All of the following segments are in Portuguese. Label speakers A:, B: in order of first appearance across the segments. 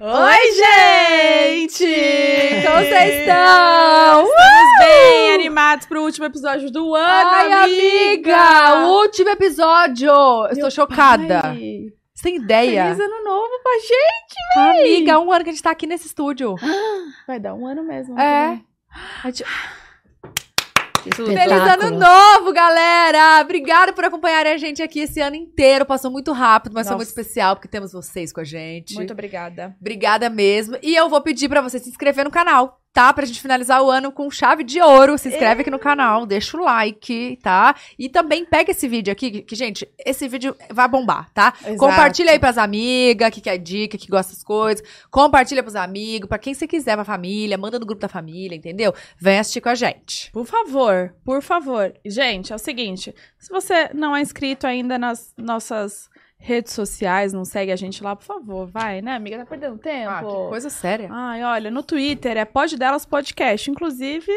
A: Oi, gente!
B: Como vocês estão? Uh!
A: Estamos bem animados pro último episódio do ano,
B: Ai, amiga!
A: amiga!
B: Último episódio! Eu Estou chocada.
A: Pai,
B: Você tem ideia?
A: Feliz ano novo pra gente!
B: Amiga, um ano que a gente tá aqui nesse estúdio.
A: Vai dar um ano mesmo.
B: É.
C: Que
B: Feliz
C: espetáculo.
B: ano novo, galera! Obrigada por acompanharem a gente aqui esse ano inteiro. Passou muito rápido, mas
A: Nossa.
B: foi muito especial, porque temos vocês com a gente.
A: Muito obrigada.
B: Obrigada mesmo. E eu vou pedir pra você se inscrever no canal, tá? Pra gente finalizar o ano com chave de ouro. Se inscreve aqui no canal, deixa o like, tá? E também pega esse vídeo aqui, que, que, gente, esse vídeo vai bombar, tá?
A: Exato.
B: Compartilha aí pras amigas, que quer dica, que gosta das coisas. Compartilha pros amigos, pra quem você quiser, pra família. Manda no grupo da família, entendeu? Vem assistir com a gente.
A: Por favor, por favor. Gente, é o seguinte: se você não é inscrito ainda nas nossas redes sociais, não segue a gente lá, por favor, vai, né, amiga? Tá perdendo tempo.
B: Ah, que coisa séria.
A: Ai, olha, no Twitter é Pod Delas Podcast. Inclusive,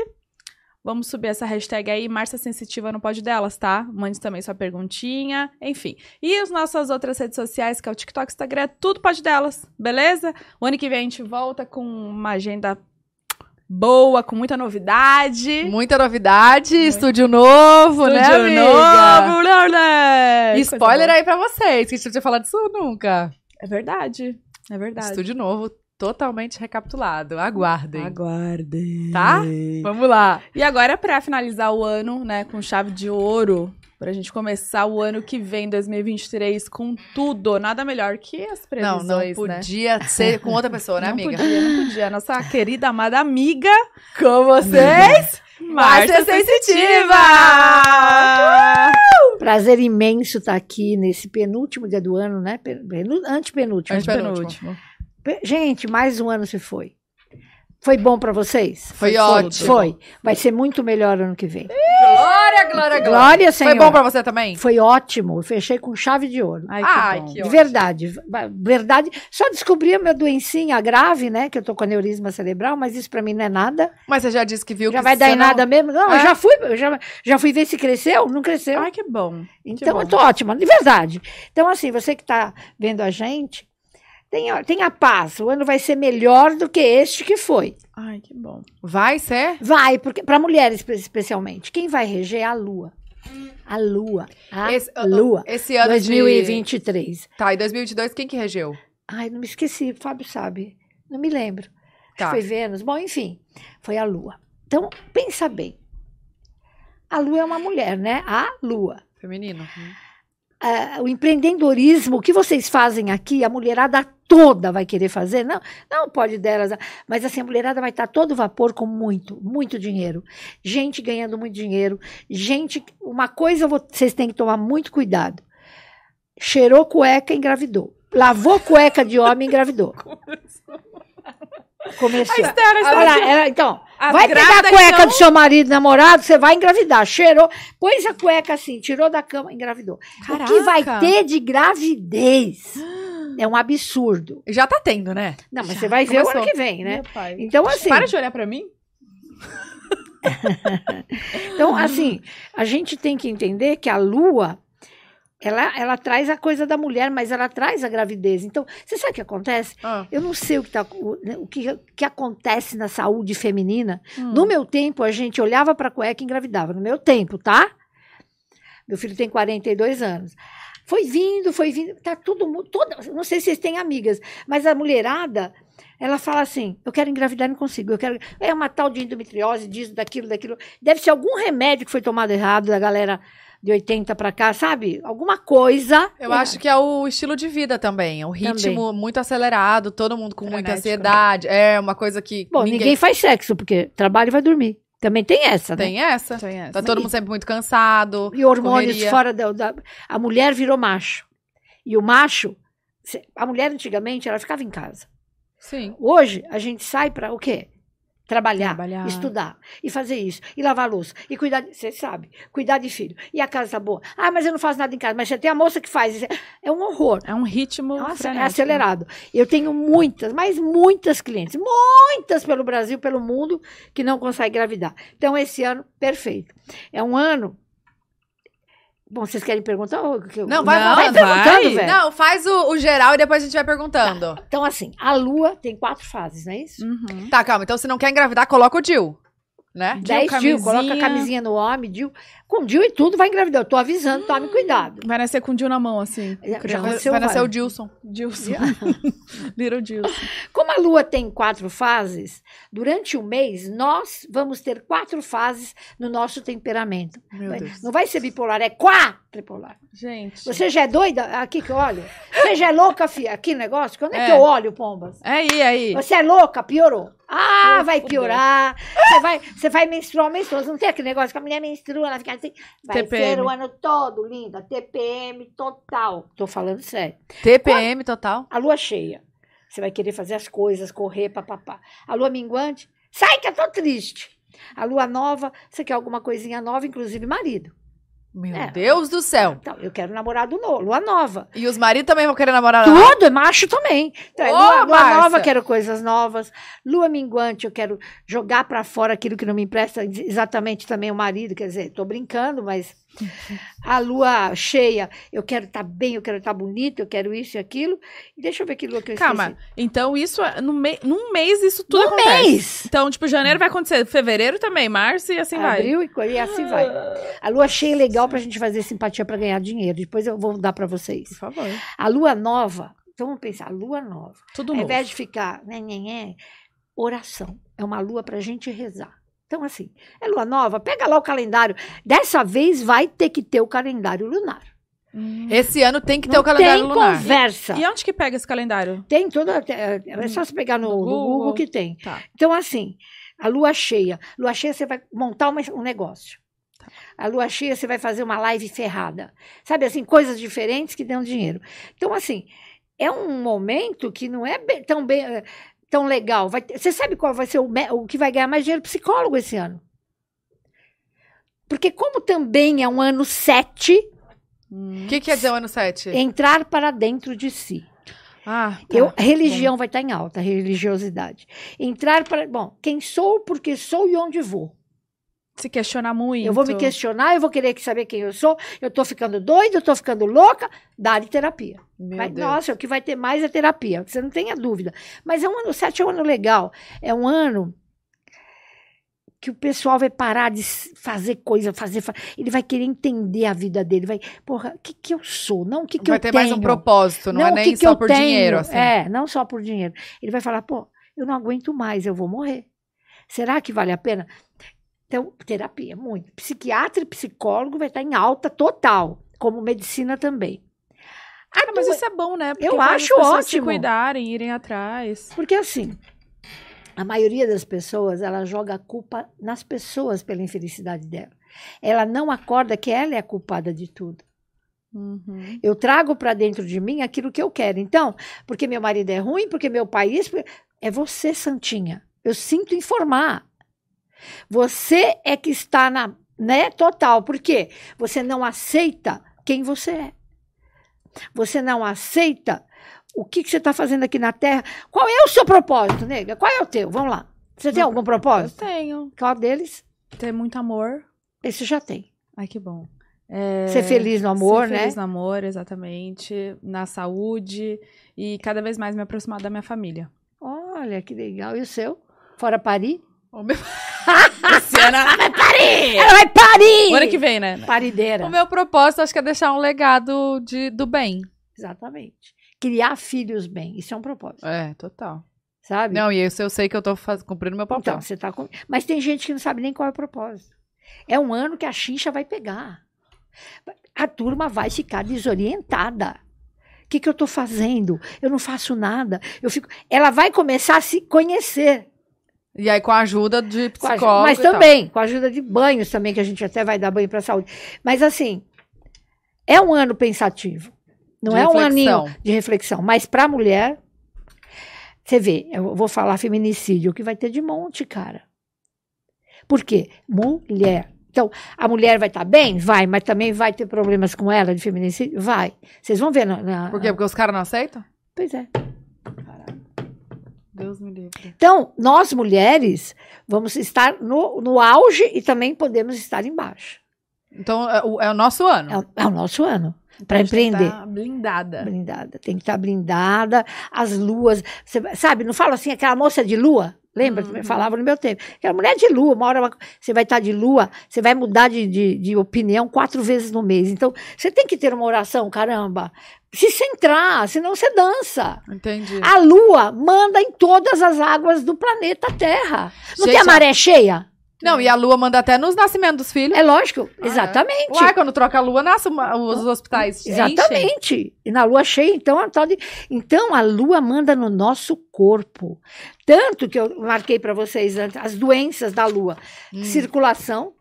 A: vamos subir essa hashtag aí, Márcia Sensitiva no Pod Delas, tá? Mande também sua perguntinha, enfim. E as nossas outras redes sociais, que é o TikTok, Instagram, é tudo Pod Delas, beleza? O ano que vem a gente volta com uma agenda boa, com muita novidade.
B: Muita novidade, estúdio novo, né,
A: Estúdio
B: amiga?
A: novo, blá, blá.
B: E spoiler
A: Coisa boa.
B: aí pra vocês, que a gente não tinha falado disso nunca.
A: É verdade, é verdade.
B: Estúdio novo, totalmente recapitulado. Aguardem.
A: Aguardem.
B: Tá? Vamos lá.
A: E agora, pra finalizar o ano, né, com chave de ouro, pra gente começar o ano que vem, 2023, com tudo, nada melhor que as
B: Não,
A: previsões,
B: não
A: né?
B: podia ser com outra pessoa, né,
A: não
B: amiga?
A: podia, não podia. Nossa querida, amada amiga,
B: Com vocês, Márcia Sensitiva!
C: Prazer imenso estar aqui nesse penúltimo dia do ano, né? Pen- penu- Antepenúltimo.
B: Antepenúltimo.
C: Pe- Gente, mais um ano se foi. Foi bom pra vocês?
B: Foi
A: Foi
B: ótimo.
C: Foi. Vai ser muito melhor ano que vem.
B: Glória, glória, glória.
C: Glória, Senhor.
B: Foi bom pra você também?
C: Foi ótimo. Eu Fechei com chave de ouro.
A: Ai,
B: Ai,
A: bom.
B: que
C: de verdade, va- verdade. Só descobri a minha doencinha grave, né? Que eu tô com aneurisma cerebral, mas isso pra mim não é nada.
B: Mas você já disse que viu
C: já
B: que
C: vai dar
B: você
C: em
B: não-
C: nada mesmo. Não,
B: É.
C: eu já fui, eu já, já fui ver se cresceu, não cresceu.
A: Ai, que bom.
C: Então,
A: bom.
C: eu tô ótima, de verdade. Então, assim, você que está vendo a gente, tenha, tenha paz. O ano vai ser melhor do que este que foi.
A: Ai, que bom.
B: Vai ser?
C: Vai, porque para mulheres pre- especialmente, quem vai reger é a Lua. A Lua. A
B: Esse, uh,
C: Lua.
B: esse ano de-
C: 2023.
B: Tá, e 2022, quem que regeu?
C: Ai, não me esqueci, o Fábio sabe. Não me lembro. Acho que
B: Tá.
C: Foi Vênus. Bom, enfim, foi a Lua. Então, pensa bem. A Lua é uma mulher, né? A Lua.
B: Feminino.
C: Uhum. ah, o empreendedorismo, o que vocês fazem aqui, a mulherada toda vai querer fazer, não, não pode delas, mas assim, a mulherada vai estar todo vapor com muito, muito dinheiro. Gente ganhando muito dinheiro, gente, uma coisa eu vou- vocês têm que tomar muito cuidado. Cheirou cueca, engravidou. Lavou cueca de homem, engravidou. Começou.
A: Estela,
C: Olha lá, ela- então,
A: A
C: vai pegar a
A: grávida,
C: cueca
A: então?
C: do seu marido, namorado, você vai engravidar. Cheirou, pôs a cueca assim, tirou da cama, engravidou. O que vai ter de gravidez? É um absurdo.
B: Já tá tendo, né?
C: Não, mas
B: Já
C: você vai ver o
B: começou.
C: ano que vem, né?
A: Meu pai.
C: Então, assim,
A: Para de olhar pra mim.
C: então, assim, a gente tem que entender que a lua. Ela, ela traz a coisa da mulher, mas ela traz a gravidez. Então, você sabe o que acontece?
B: Ah.
C: Eu não sei o que, tá, o, o que, o que acontece na saúde feminina, No meu tempo, a gente olhava para a cueca e engravidava. No meu tempo, tá? Meu filho tem 42 anos. Foi vindo, foi vindo. Tá todo mundo. Toda, não sei se vocês têm amigas, mas a mulherada, ela fala assim: eu quero engravidar, não consigo. Eu quero. É uma tal de endometriose, disso, daquilo, daquilo. Deve ser algum remédio que foi tomado errado da galera de 80 para cá, sabe? Alguma coisa.
B: Eu acho que é o estilo de vida também. É um ritmo muito acelerado, todo mundo com muita
A: Frenético,
B: ansiedade. É uma coisa que
C: né? Bom, ninguém... faz sexo, porque trabalha e vai dormir. Também tem essa, né?
B: tem essa.
A: Conhece.
B: Tá todo mundo sempre muito cansado.
C: E hormônios
B: Correria.
C: fora da, da- A mulher virou macho. E o macho. se- A mulher antigamente, ela ficava em casa.
B: Sim.
C: Hoje, a gente sai para o quê? Trabalhar,
A: Trabalhar.
C: estudar, e fazer isso, e lavar louça, e cuidar, de- você sabe, cuidar de filho. E a casa tá boa. Ah, mas eu não faço nada em casa. Mas você tem a moça que faz. isso. É um horror.
A: É um ritmo
C: Nossa, é
A: frenético.
C: acelerado. Eu tenho muitas, mas muitas clientes, muitas pelo Brasil, pelo mundo, que não conseguem engravidar. Então, esse ano, perfeito. É um ano Bom, vocês querem perguntar? ou que eu-
B: Não, vai-
A: vai-
C: perguntando,
A: vai.
C: velho.
B: Não, faz o, o geral e depois a gente vai perguntando. Tá.
C: Então, assim, a lua tem quatro fases, não é isso?
A: Uhum.
B: calma. Então, se não quer engravidar, coloca o Jill, né?
A: Jill,
C: Dez Dil, coloca a
A: camisinha.
C: camisinha no homem, Dil. Com Dil e tudo vai engravidar. Eu tô avisando, tome cuidado.
A: Vai nascer com o Jill na mão, assim.
C: Já
B: Vai-
C: aconteceu
B: vai nascer
C: várias.
B: o Dilson.
A: Dilson. Little Dilson.
C: Como a Lua tem quatro fases, durante o mês nós vamos ter quatro fases no nosso temperamento.
B: Meu
C: Vai-
B: Deus.
C: Não vai ser bipolar, é quadripolar.
A: Gente.
C: Você já é doida? Aqui que eu olho. Você já é louca, filha? Aqui negócio? Quando é,
A: É.
C: que eu olho, pombas?
A: É aí, é aí.
C: Você é louca? Piorou. Ah,
A: Eu
C: vai
A: fudeu.
C: piorar. Você vai, você vai menstruar, menstrua. Você Não tem aquele negócio que a mulher menstrua, ela fica assim. Vai
A: TPM.
C: ser o ano todo, linda. TPM total. Tô falando sério.
B: TPM total.
C: A lua cheia. Você vai querer fazer as coisas, correr, papapá. A lua minguante, sai que eu tô triste. A lua nova, você quer alguma coisinha nova, inclusive marido.
B: Meu
C: É.
B: Deus do céu.
C: Então, eu quero namorado novo, lua nova.
B: E os maridos também vão querer
A: Ah.
B: namorar lá.
C: Tudo, é macho também. Então, é
B: Ô,
C: lua, lua
B: Márcia!
C: nova, quero coisas novas. Lua minguante, eu quero jogar pra fora aquilo que não me empresta ex- exatamente também o marido. Quer dizer, tô brincando, mas a lua cheia, eu quero estar bem, eu quero estar bonita, eu quero isso e aquilo. E deixa eu ver que lua que eu
A: Calma.
C: esqueci.
A: Então, isso é. No mei... Num mês, isso tudo
C: No
A: acontece.
C: mês!
A: Então, tipo, janeiro vai acontecer, fevereiro também, março e assim vai. Ah.
C: Abril e co- e assim vai. A lua cheia é legal pra gente fazer simpatia pra ganhar dinheiro. Depois eu vou dar pra vocês.
A: Por favor.
C: A lua nova, então vamos pensar, a lua nova.
A: Tudo
C: Ao
A: novo.
C: invés de ficar, né, né, né, oração. É uma lua pra gente rezar. Então, assim, é lua nova, pega lá o calendário. Dessa vez vai ter que ter o calendário lunar.
A: Hum.
B: Esse ano tem que ter
C: Não
B: o calendário
C: tem
B: lunar.
C: conversa.
A: E onde que pega esse calendário?
C: Tem toda. É é só você pegar no,
A: No
C: no Google.
A: Google.
C: que tem.
A: Tá.
C: Então, assim, a lua cheia. Lua cheia, você vai montar uma- um negócio.
A: Tá.
C: A lua cheia, você vai fazer uma live ferrada. Sabe assim, coisas diferentes que dão dinheiro. Então, assim, é um momento que não é be- tão bem. eh, Tão legal. Vai ter- você sabe qual vai ser o, me- o que vai ganhar mais dinheiro? Psicólogo esse ano. Porque, como também é um ano sete,
A: Hum.
B: O que, que quer dizer o ano 7?
C: entrar para dentro de si.
A: Ah, tá.
C: É, Eu, religião vai estar em alta, religiosidade. Entrar para. Bom, quem sou, porque sou e onde vou.
A: Se questionar muito.
C: Eu vou
B: Então.
C: me questionar, eu vou querer que saber quem eu sou. Eu tô ficando doida, eu tô ficando louca. Dá-lhe terapia.
B: Meu
C: Vai-
B: Deus.
C: nossa, o que vai ter mais é terapia, você não tenha dúvida. Mas é um ano, sete é um ano legal. É um ano que o pessoal vai parar de s- fazer coisa, fazer. fa- Ele vai querer entender a vida dele. Vai, porra, o que, que eu sou? Não, o que, que
B: vai
C: eu
B: ter
C: tenho?
B: mais um propósito, não, é
C: o
B: nem
C: que que
B: só
C: eu
B: por
C: tenho.
B: dinheiro, assim.
C: É, não só por dinheiro. Ele vai falar, pô, eu não aguento mais, eu vou morrer. Será que vale a pena? Então, terapia, muito. Psiquiatra e psicólogo vai estar em alta total, como medicina também. Ah,
A: Ah, mas isso é bom, né? Porque
C: Eu
A: faz as
C: acho
A: pessoas Se
C: ótimo.
A: cuidarem, irem atrás.
C: Porque assim, a maioria das pessoas, ela joga a culpa nas pessoas pela infelicidade dela. Ela não acorda que ela é a culpada de tudo.
A: Uhum.
C: Eu trago para dentro de mim aquilo que eu quero. Então, porque meu marido é ruim, porque meu pai isso, porque- é você, santinha. Eu sinto informar. Você é que está na, né, total. Por quê? Você não aceita quem você é. Você não aceita o que, que você está fazendo aqui na Terra. Qual é o seu propósito, nega? Qual é o teu? Vamos lá. Você tem algum
A: Eu
C: propósito?
A: tenho.
C: Qual deles?
A: Ter muito amor.
C: Esse já tem.
A: Ai, que bom. É,
C: Ser feliz no amor,
A: ser
C: né?
A: Feliz no amor, exatamente. Na saúde. E cada vez mais me aproximar da minha família.
C: Olha, que legal. E o seu? Fora Paris?
B: O meu... Luciana,
A: É.
C: Ela vai parir!
A: O ano que vem, né?
C: Parideira.
B: É. o meu propósito acho que é deixar um legado de, do bem.
C: Exatamente. Criar filhos bem. Isso é um propósito,
B: É, total.
C: sabe?
B: Não, e isso eu sei que eu tô faz... cumprindo meu papel.
C: então, você tá com... Mas tem gente que não sabe nem qual é o propósito. É um ano que a chincha vai pegar. A turma vai ficar desorientada. O que, que eu estou fazendo? Eu não faço nada. Eu fico... Ela vai começar a se conhecer.
B: E aí com a ajuda de
C: Então. Com a-
B: psicólogo
C: mas
B: e tal.
C: também, com a ajuda de banhos também, que a gente até vai dar banho para a saúde. Mas assim, é um ano pensativo. Não
B: De
C: é um
B: reflexão.
C: aninho de reflexão. Mas para a mulher, você vê, eu vou falar feminicídio, que vai ter de monte, cara. Por quê? Mulher. Então, a mulher vai estar bem? Vai, mas também vai ter problemas com ela de feminicídio? Vai. Vocês vão ver na. na-
B: Por quê? Porque os caras não aceitam?
C: Pois é.
A: Deus me livre.
C: Então, nós mulheres vamos estar no, no auge e também podemos estar embaixo.
B: Então é o, é o nosso ano.
C: É o, é o nosso ano para
B: A gente tem que
C: empreender.
B: tá blindada.
C: Blindada, tem que estar blindada, as luas, você- sabe? Não falo assim, aquela moça de lua, lembra?
B: Uhum.
C: que Falava no meu tempo. Aquela mulher de lua, uma hora ela- você vai estar de lua, você vai mudar de, de, de opinião quatro vezes no mês. Então, você tem que ter uma oração, caramba. Se centrar, senão você dança.
B: Entendi.
C: A lua manda em todas as águas do planeta Terra. Ah, Não
B: Gente,
C: tem a
B: a-
C: maré cheia?
B: Não, e a lua manda até nos nascimentos dos filhos.
C: É lógico,
B: Ah, é.
C: exatamente.
B: Uai, quando troca a lua, nasce uma- os hospitais. enchem.
C: Hum, Exatamente. E na lua cheia, então, a tal de... Então, a lua manda no nosso corpo. Tanto que eu marquei para vocês antes as doenças da lua.
B: Hum.
C: Circulação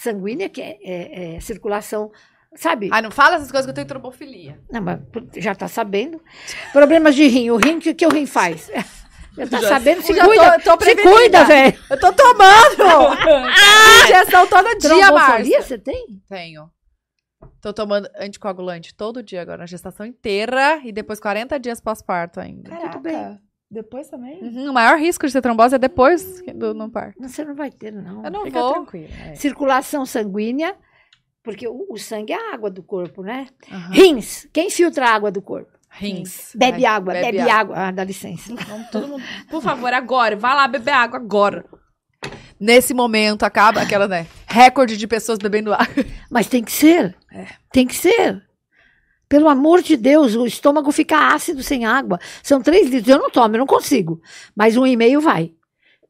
C: sanguínea, que é, é- é circulação, sabe?
B: Ai, não fala essas coisas que eu tenho trombofilia.
C: Não, mas put- já tá sabendo. Problemas de rim. O rim, o que, que o rim faz? Já tá
A: Já-
C: sabendo, se
B: Já tô-
C: cuida.
B: tô
C: se
B: prevenida.
C: cuida, velho.
B: Eu tô tomando! Injeção todo dia,
C: Trombofolia
B: Márcia.
C: você tem?
B: Tenho. Tô tomando anticoagulante todo dia agora, na gestação inteira e depois 40 dias pós-parto ainda.
C: Tudo bem.
A: Depois também?
B: Uhum, o maior risco de ter trombose é depois do no parto.
C: Não, Você não vai ter, não.
B: Eu não
A: Fica
B: vou.
A: tranquila. é.
C: Circulação sanguínea, porque o, o sangue é a água do corpo, né?
B: Aham.
C: Rins. Quem filtra a água do corpo?
B: Rins.
C: Bebe
B: Ai,
C: água, bebe, água. Ah, dá licença.
A: Vamos todo mundo. Por favor, agora. Vai lá beber água agora.
B: Nesse momento acaba aquela, né? Recorde de pessoas bebendo água.
C: Mas tem que ser. Tem que ser. Pelo amor de Deus, o estômago fica ácido sem água. São três litros. Eu não tomo, eu não consigo. Mas um e meio vai.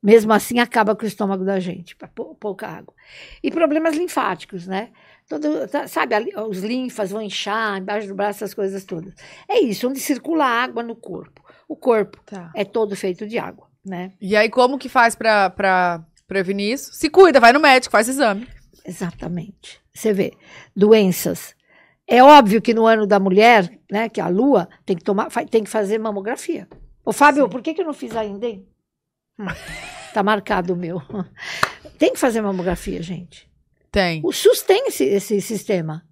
C: Mesmo assim, acaba com o estômago da gente. pra pou- Pouca água. E problemas linfáticos, né? Todo, tá- sabe, ali- os linfas vão inchar embaixo do braço, essas coisas todas. É isso, onde circula a água no corpo. O corpo
A: Tá.
C: é todo feito de água, né?
B: E aí, como que faz pra, pra prevenir isso? Se cuida, vai no médico, faz exame.
C: Exatamente. Você vê, doenças. É óbvio que no ano da mulher, né, que é a lua, tem que tomar, fa- tem que fazer mamografia. Ô, Fábio, por que, que eu não fiz ainda, hein? Hum, Tá marcado o meu. Tem que fazer mamografia, gente.
B: Tem.
C: O SUS tem esse, esse sistema.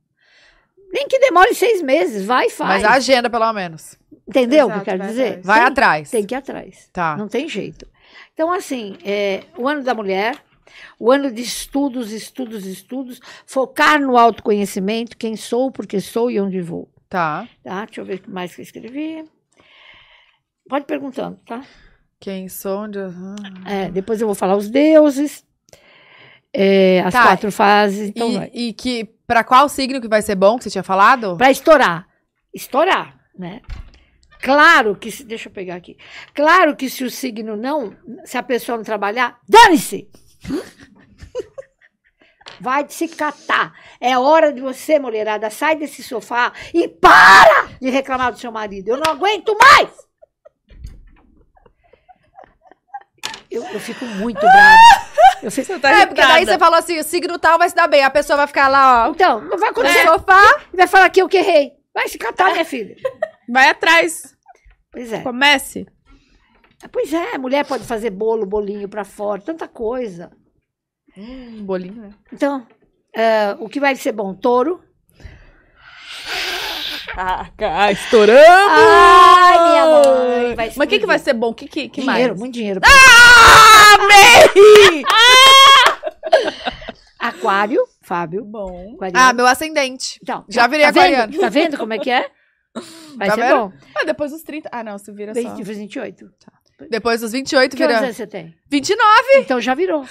C: Nem que demore seis meses, vai e faz.
B: Mas a agenda, pelo menos.
C: Entendeu o que
A: Exato,
C: eu quero
A: vai
C: dizer?
A: atrás.
B: Vai
C: Tem-
B: atrás.
C: Tem que ir atrás.
B: Tá.
C: Não tem jeito. Então, assim, é, o ano da mulher, o ano de estudos, estudos, estudos, focar no autoconhecimento, quem sou, porque sou e onde vou.
B: Tá.
C: Tá? Deixa eu ver o que mais que eu escrevi. Pode ir perguntando, tá?
B: Quem sonde. aham.
C: É, depois eu vou falar os deuses, é, as
B: Tá.
C: quatro fases. Então vai.
B: E, e que pra qual signo que vai ser bom que você tinha falado?
C: Pra estourar. Estourar, né? Claro que se. Deixa eu pegar aqui. Claro que se o signo não. Se a pessoa não trabalhar, dane-se! Vai de se catar. É hora de você, mulherada, sai desse sofá e para de reclamar do seu marido. Eu não aguento mais! Eu, eu fico muito brava. Eu fico-
A: Você tá
B: é, porque daí você
A: irritada.
B: falou assim, o signo tal vai se dar bem. A pessoa vai ficar lá, ó,
C: Então, não vai
B: no
C: acontecer.
B: sofá.
C: E Vai falar que eu que errei. Vai se catar, minha filha.
A: Vai atrás.
C: Pois é.
A: Comece.
C: Pois é, mulher pode fazer bolo, bolinho pra fora, tanta coisa.
B: Hum, bolinho, né?
C: Então, é, o que vai ser bom? Touro.
A: Ah, estouramos!
C: Ai, minha mãe, vai
A: Mas o que, que
C: explodir.
A: vai ser bom? O que, que, que
C: dinheiro,
A: mais? Ah,
C: muito dinheiro. Ah!
B: Amei!
C: Aquário, Fábio.
A: Bom.
B: Ah,
C: Aquariano.
B: meu ascendente.
C: Então,
B: já virei
C: tá vendo?
B: aquariano.
C: Tá vendo como é que é? Vai
B: Tá
C: ser
B: vendo?
C: bom.
A: Ah, depois dos 30. Ah, não, se vira só.
C: 20, 28.
B: Depois dos 28
C: Que anos
B: vira
C: você tem?
B: 29.
C: Então já virou.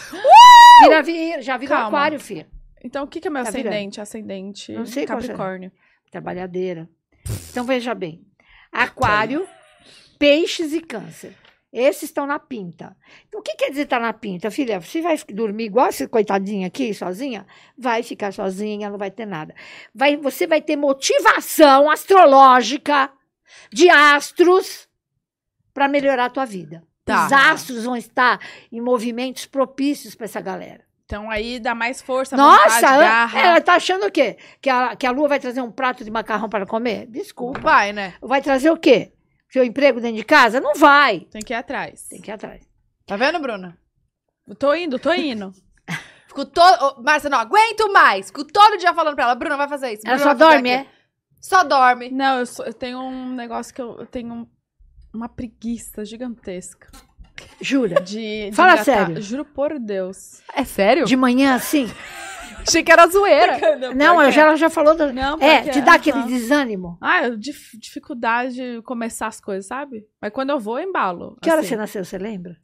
C: Vira, vira, já virou
A: Calma.
C: aquário, filha.
A: Então, o que, que é meu
C: Tá virando.
A: ascendente? Ascendente.
C: Não sei qual será.
A: Capricórnio.
C: Trabalhadeira. Então veja bem. Aquário, peixes e câncer. Esses estão na pinta. Então, o que quer dizer estar na pinta? Filha, você vai dormir igual essa coitadinha aqui, sozinha? Vai ficar sozinha, não vai ter nada. Vai, você vai ter motivação astrológica de astros para melhorar a tua vida.
B: Tá.
C: Os astros vão estar em movimentos propícios para essa galera.
A: Então aí dá mais força,
C: Nossa,
A: vontade,
C: ela,
A: garra.
C: ela tá achando o quê? Que a, que a lua vai trazer um prato de macarrão para comer? Desculpa.
B: Vai, né?
C: Vai trazer o quê? Seu emprego dentro de casa? Não vai.
A: Tem que ir atrás.
C: Tem que ir atrás.
B: Tá vendo, Bruna?
A: Eu Tô indo, tô indo.
B: Fico todo... Ô, Márcia, não aguento mais. Fico todo dia falando pra ela, Bruna, vai fazer isso.
C: Ela
B: Bruna,
C: só
B: vai fazer
C: dorme, é?
B: aquilo. Só dorme.
A: Não, eu, sou- eu tenho um negócio que eu, eu tenho um- uma preguiça gigantesca
C: Jura.
A: de, de
C: Fala
A: engatar.
C: sério.
A: Juro por Deus.
B: É sério?
C: De manhã, assim.
B: Achei que era zoeira.
C: Não,
A: é.
C: eu já, ela já falou. do-
A: Não,
C: é,
A: porque-
C: te dá
A: aham.
C: aquele desânimo.
A: Ah, eu dif- dificuldade de começar as coisas, sabe? Mas quando eu vou, eu embalo.
C: Que hora
A: assim,
C: você nasceu, você lembra?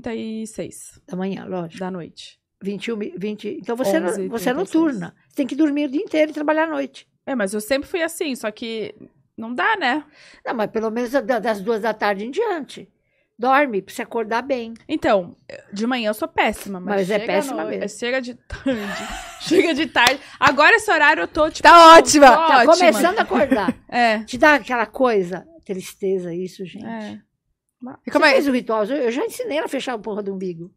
A: 11h36
C: Da manhã, lógico.
A: da noite.
C: 21, 20. Então você, não-
A: 11,
C: você
A: 36.
C: é noturna. Você tem que dormir o dia inteiro e trabalhar à noite.
A: É, mas eu sempre fui assim, só que não dá, né?
C: Não, mas pelo menos da- das duas da tarde em diante. Dorme, pra você acordar bem.
A: Então, de manhã eu sou péssima, mas,
C: Mas é
A: chega à
C: péssima
A: noite-
C: mesmo.
A: Chega de tarde. chega de tarde. Agora esse horário eu tô, tipo.
B: Tá ótima.
A: tô
C: Tá
A: ótima.
C: começando a acordar.
A: É.
C: Te dá aquela coisa, tristeza, isso, gente.
A: É.
B: E
C: Você
B: como é?
C: fez o ritual, eu eu já ensinei ela a fechar a porra do umbigo.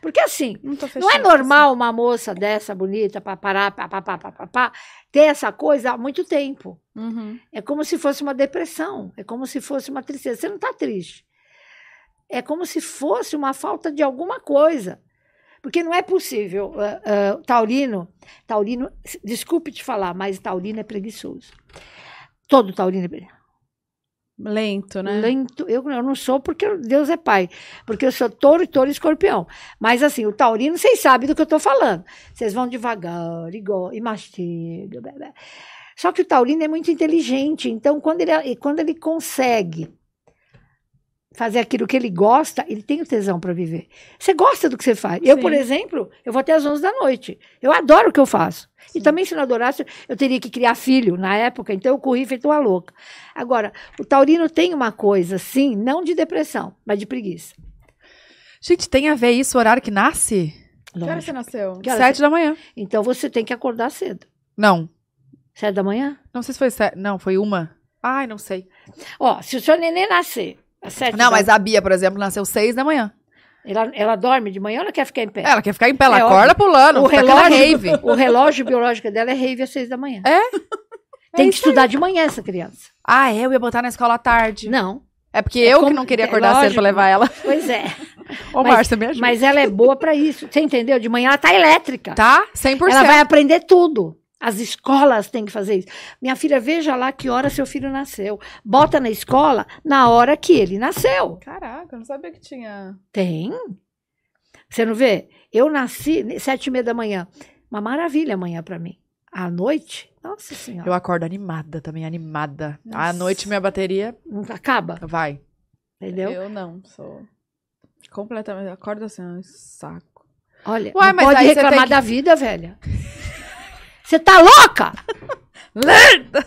C: Porque assim,
A: Não, tô fechando,
C: não é normal uma moça dessa bonita, pra parar, pá, pá, pá, pá, pá, pá, ter essa coisa há muito tempo.
A: assim. Uhum.
C: É como se fosse uma depressão, é como se fosse uma tristeza. Você não está triste. É como se fosse uma falta de alguma coisa. Porque não é possível. ah, ah, taurino, Taurino, s- desculpe te falar, mas Taurino é preguiçoso. Todo Taurino é preguiçoso.
A: Lento, né?
C: Lento. Eu, eu não sou porque Deus é pai. Porque eu sou touro, touro e escorpião. Mas assim, o taurino, vocês sabem do que eu estou falando. Vocês vão devagar e, go- e mastiga. blá, blá. Só que o taurino é muito inteligente. Então, quando ele, e quando ele consegue fazer aquilo que ele gosta, ele tem o tesão para viver. Você gosta do que você faz. Eu, por
A: Sim.
C: exemplo, eu vou até às 11 da noite. Eu adoro o que eu faço. E também, se não adorasse, eu teria que criar filho na época. Então, eu corri feito uma louca. Agora, o taurino tem uma coisa, sim, não de depressão, mas de preguiça.
B: Gente, tem a ver isso o horário que nasce?
A: Que hora você nasceu?
C: Que hora
B: Sete da manhã.
C: Então você tem que acordar cedo.
B: Não.
C: Sete da manhã?
B: Não sei se foi sete. Não, foi uma. Ai, não sei.
C: Ó, se o seu neném nascer às sete
B: Não,
C: da
B: mas a Bia, por exemplo, nasceu seis da manhã.
C: Ela, ela dorme de manhã ou ela quer ficar em pé?
B: Ela quer ficar em pé, ela
C: É
B: acorda pulando.
C: o,
B: fica aquela
C: relógio,
B: rave.
C: o relógio biológico dela é rave às seis da manhã.
B: É?
C: Tem
B: É
C: que estudar de manhã essa criança.
B: Ah, é, eu ia botar na escola à tarde.
C: Não.
B: É né? porque eu
C: como-
B: que não queria
C: é
B: acordar cedo
C: lógico.
B: pra levar ela.
C: Pois é.
B: Ô,
C: Mas-
B: Márcia, me ajuda.
C: Mas ela é boa pra isso. Você entendeu? De manhã ela tá elétrica.
B: Tá? 100%.
C: Ela vai aprender tudo. As escolas têm que fazer isso. Minha filha, veja lá que hora seu filho nasceu. Bota na escola na hora que ele nasceu.
A: Caraca, eu não sabia que tinha.
C: Tem. Você não vê? Eu nasci ne- sete e meia da manhã. Uma maravilha amanhã pra mim. À noite, nossa senhora,
B: Eu acordo animada também, animada. À
A: Nossa.
B: noite, minha bateria
C: não acaba,
B: vai.
C: entendeu?
A: Eu não, sou. Completamente. Acordo assim, ai, saco.
C: Olha,
B: Uai,
C: não
B: mas
C: pode
B: aí você tem
C: reclamar
B: que-
C: da vida, velha. Você tá louca?
B: Lerda!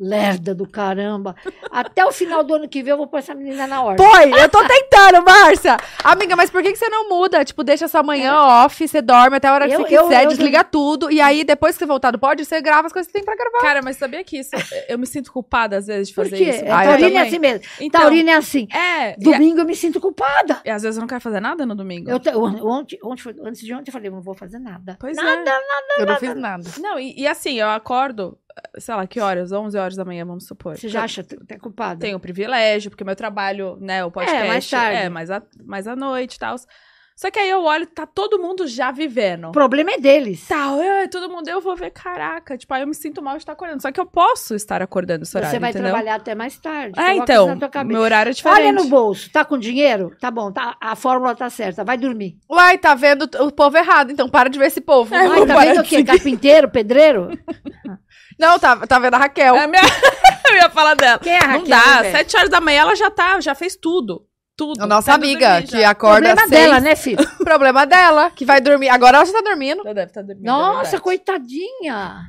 C: Lerda do caramba. Até o final do ano que vem eu vou pôr essa menina na ordem.
B: Põe, eu tô tentando, Márcia! Amiga, mas por que, que você não muda? Tipo, deixa essa manhã off, você dorme até a hora que
C: Eu-
B: você
C: eu-
B: quiser,
C: eu-
B: desliga tudo. E aí, depois que você voltar do pódio, você grava as coisas que tem pra gravar.
A: Cara, mas sabia que isso. Eu me sinto culpada às vezes de
C: Por
A: fazer
C: quê?
A: isso.
C: É,
B: Ah, eu
C: taurina é
A: também.
C: assim mesmo.
A: Então,
C: Taurina é assim.
A: é. e-
C: Domingo eu me sinto culpada.
A: e às vezes eu não quero fazer nada no domingo.
C: Eu, te- on- ontem, ontem foi- antes de ontem eu falei, eu não vou fazer nada.
A: Pois é.
C: nada,
B: Eu não fiz nada.
A: Não, e, e assim, eu acordo, sei lá, que horas? 11 horas da manhã, vamos supor.
C: Você já acha que é culpada?
A: tenho privilégio, porque meu trabalho, né, o podcast
C: É, mais tarde.
A: é, mais, à- mais à noite e tal. Só que aí eu olho, tá todo mundo já vivendo.
C: O problema é deles.
A: Tal, eu, eu, todo mundo, eu vou ver, caraca, tipo, aí eu me sinto mal de estar acordando. Só que eu posso estar acordando esse horário,
C: Você vai
A: entendeu?
C: trabalhar até mais tarde.
A: É,
C: Coloca isso
A: então,
C: na tua cabeça.
A: meu horário é diferente.
C: Olha no bolso, tá com dinheiro? Tá bom, tá- a fórmula tá certa, vai dormir.
B: Uai, tá vendo t- o povo errado, então para de ver esse povo.
A: É,
C: Ai,
A: vou
C: tá
A: parar
C: vendo o
A: de
C: quê?
A: seguir.
C: Carpinteiro, pedreiro?
B: Não, tá, tá vendo a Raquel.
A: É a minha... eu ia falar dela.
C: Quem é a
A: Não
C: Raquel?
A: dá,
C: velho?
A: sete horas da manhã ela já tá, já fez tudo. tá Tudo.
B: A nossa
A: Até
B: amiga,
A: dormir
B: que é
A: já.
B: acorda
C: Problema
B: seis.
C: dela, né, filho?
B: Problema dela, que vai dormir. Agora ela já tá dormindo.
A: Ela deve estar dormindo. é
C: Nossa,
A: verdade.
C: coitadinha.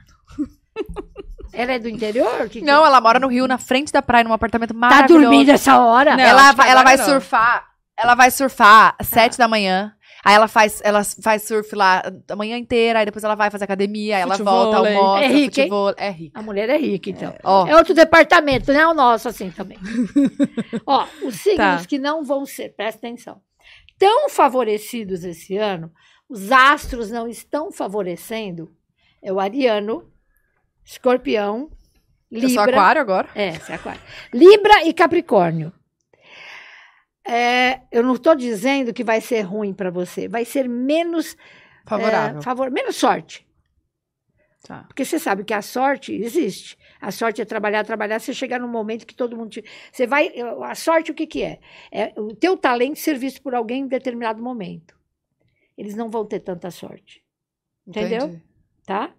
C: Ela é do interior? Que que-
B: Não, ela é mora no Rio, na frente da praia, num apartamento
C: Tá
B: maravilhoso.
C: dormindo essa hora?
A: Não,
B: ela
A: acho que
B: vai, ela
A: agora
B: vai
A: não.
B: surfar. Ela vai surfar às sete da manhã. Aí ela faz, ela faz surf lá a manhã inteira, aí depois ela vai fazer academia, aí ela volta,
A: Futevôlei.
B: almoça,
C: É rica, hein?
B: futebol, é rica.
C: A mulher é rica, então.
B: Ó,
C: É outro departamento, não é o nosso assim também. Ó, os signos
A: Tá.
C: que não vão ser, presta atenção, tão favorecidos esse ano, os astros não estão favorecendo, é o ariano, escorpião,
B: eu sou
C: libra,
B: aquário agora.
C: é, você é aquário. libra e capricórnio. É, eu não estou dizendo que vai ser ruim para você, vai ser menos é,
B: Favorável.
C: favor, menos sorte.
A: Tá.
C: Porque você sabe que a sorte existe. A sorte é trabalhar, trabalhar, você chegar num momento que todo mundo te... Você vai... A sorte, o que que é? É o teu talento ser visto por alguém em determinado momento. Eles não vão ter tanta sorte. Entendeu?
B: Entendi.
C: tá?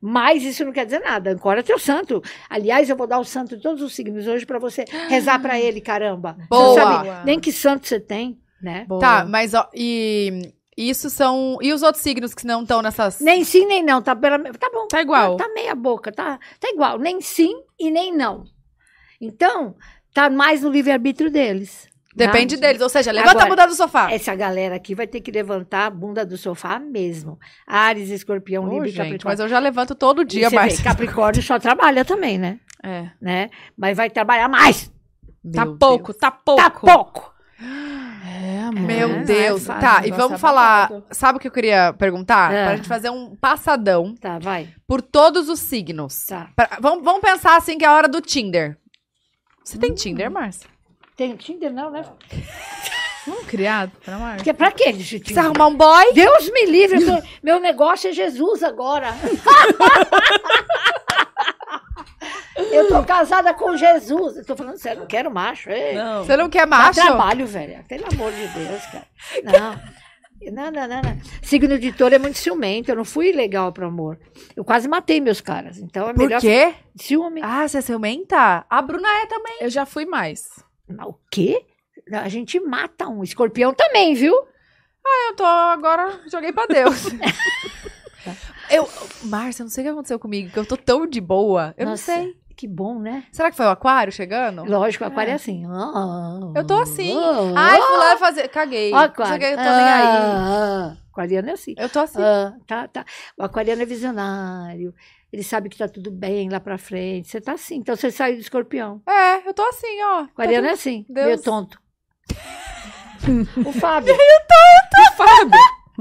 C: Mas isso não quer dizer nada. Ancora é teu santo. Aliás, eu vou dar o santo de todos os signos hoje para você rezar para ele, caramba. Você não
B: Boa.
A: Boa.
C: sabe nem que santo você tem, né?
A: Boa.
B: Tá, mas ó, e isso são. E os outros signos que não estão nessas.
C: Nem sim, nem não. Tá, pela, tá bom.
A: Tá igual.
C: Tá, tá meia boca, tá, tá igual. Nem sim e nem não. Então, tá mais no livre-arbítrio deles.
B: Depende
C: tá?
B: deles. Ou seja, levanta
C: Agora- é
B: a bunda do sofá.
C: Essa galera aqui vai ter que levantar a bunda do sofá mesmo. Ares, escorpião,
B: Ô,
C: um Libra e
B: gente,
C: Capricórnio.
B: mas eu já levanto todo
C: E
B: dia,
C: você vê,
B: mas.
C: Capricórnio só trabalha também, né?
A: É.
C: né? Mas vai trabalhar mais.
A: Tá pouco, tá pouco.
C: Tá pouco.
A: É, amor.
B: Meu
C: É,
B: Deus.
C: não é
B: tá,
C: fácil,
B: e
A: negócio
B: vamos
A: é
B: falar.
A: babado.
B: Sabe o que eu queria perguntar?
C: É.
B: Pra gente fazer um passadão
C: Tá, vai.
B: por todos os signos.
C: Tá.
B: Pra- vamos, vamos pensar assim que é a hora do Tinder. Você
C: Hum.
B: tem Tinder, Márcia?
C: Tem Tinder não, né?
A: Vamos criado pra Márcia.
C: Porque pra que gente?
B: Precisa arrumar um boy?
C: Deus me livre, meu- meu negócio é Jesus agora. eu tô casada com Jesus. Eu tô falando sério, não quero macho. Ei.
A: Não.
B: Você não quer
C: Dá
B: macho?
C: trabalho, velho. Pelo amor de Deus, cara. Não. Não, não, não, não. Signo de touro é muito ciumento. Eu não fui legal pro amor. Eu quase matei meus caras. Então é
B: Por
C: melhor
B: quê?
C: ciúme.
B: Ah, você é ciumenta? A Bruna é também.
A: Eu já fui mais.
C: Mas Ah, O quê? A gente mata um. Escorpião também, viu?
B: Eu tô agora, joguei pra Deus. eu, Márcia, eu não sei o que aconteceu comigo, que eu tô tão de boa. Eu
C: Nossa,
B: não sei.
C: Que bom, né?
B: Será que foi o aquário chegando?
C: Lógico, o aquário é assim. Ah,
B: Eu tô assim.
C: ah,
B: Ai, fui lá fazer. Caguei.
C: ah,
B: Não sei o
C: aquário.
B: que, eu tô nem aí.
C: Ah, ah, Aquariano é assim.
B: Eu tô assim.
C: Ah, tá, tá. O aquariano é visionário. Ele sabe que tá tudo bem lá pra frente. Você tá assim. Então você saiu do escorpião.
B: É, eu tô assim, ó.
C: O aquariano é assim.
B: Deus.
C: Meio tonto. o Fábio.
A: Fábio!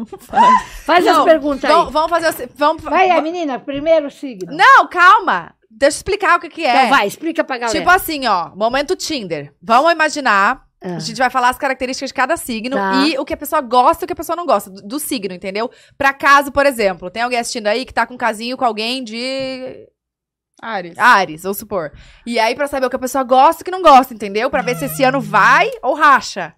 A: Fábio.
C: Faz
B: Não,
C: as perguntas
B: Vamos,
C: aí.
B: vamos fazer assim. Vamos...
C: Vai aí, menina. Primeiro signo.
B: Não, calma. Deixa eu explicar o que, que é.
C: Então vai, explica pra galera.
B: Tipo assim, ó, momento Tinder. Vamos imaginar.
C: Ah.
B: A gente vai falar as características de cada signo
C: Tá.
B: e o que a pessoa gosta e o que a pessoa não gosta do, do signo, entendeu? Pra caso, por exemplo, tem alguém assistindo aí que tá com um casinho com alguém de
A: Ares.
B: Ares, vamos supor. E aí, pra saber o que a pessoa gosta e o que não gosta, entendeu? Pra ver se esse ano vai ou racha.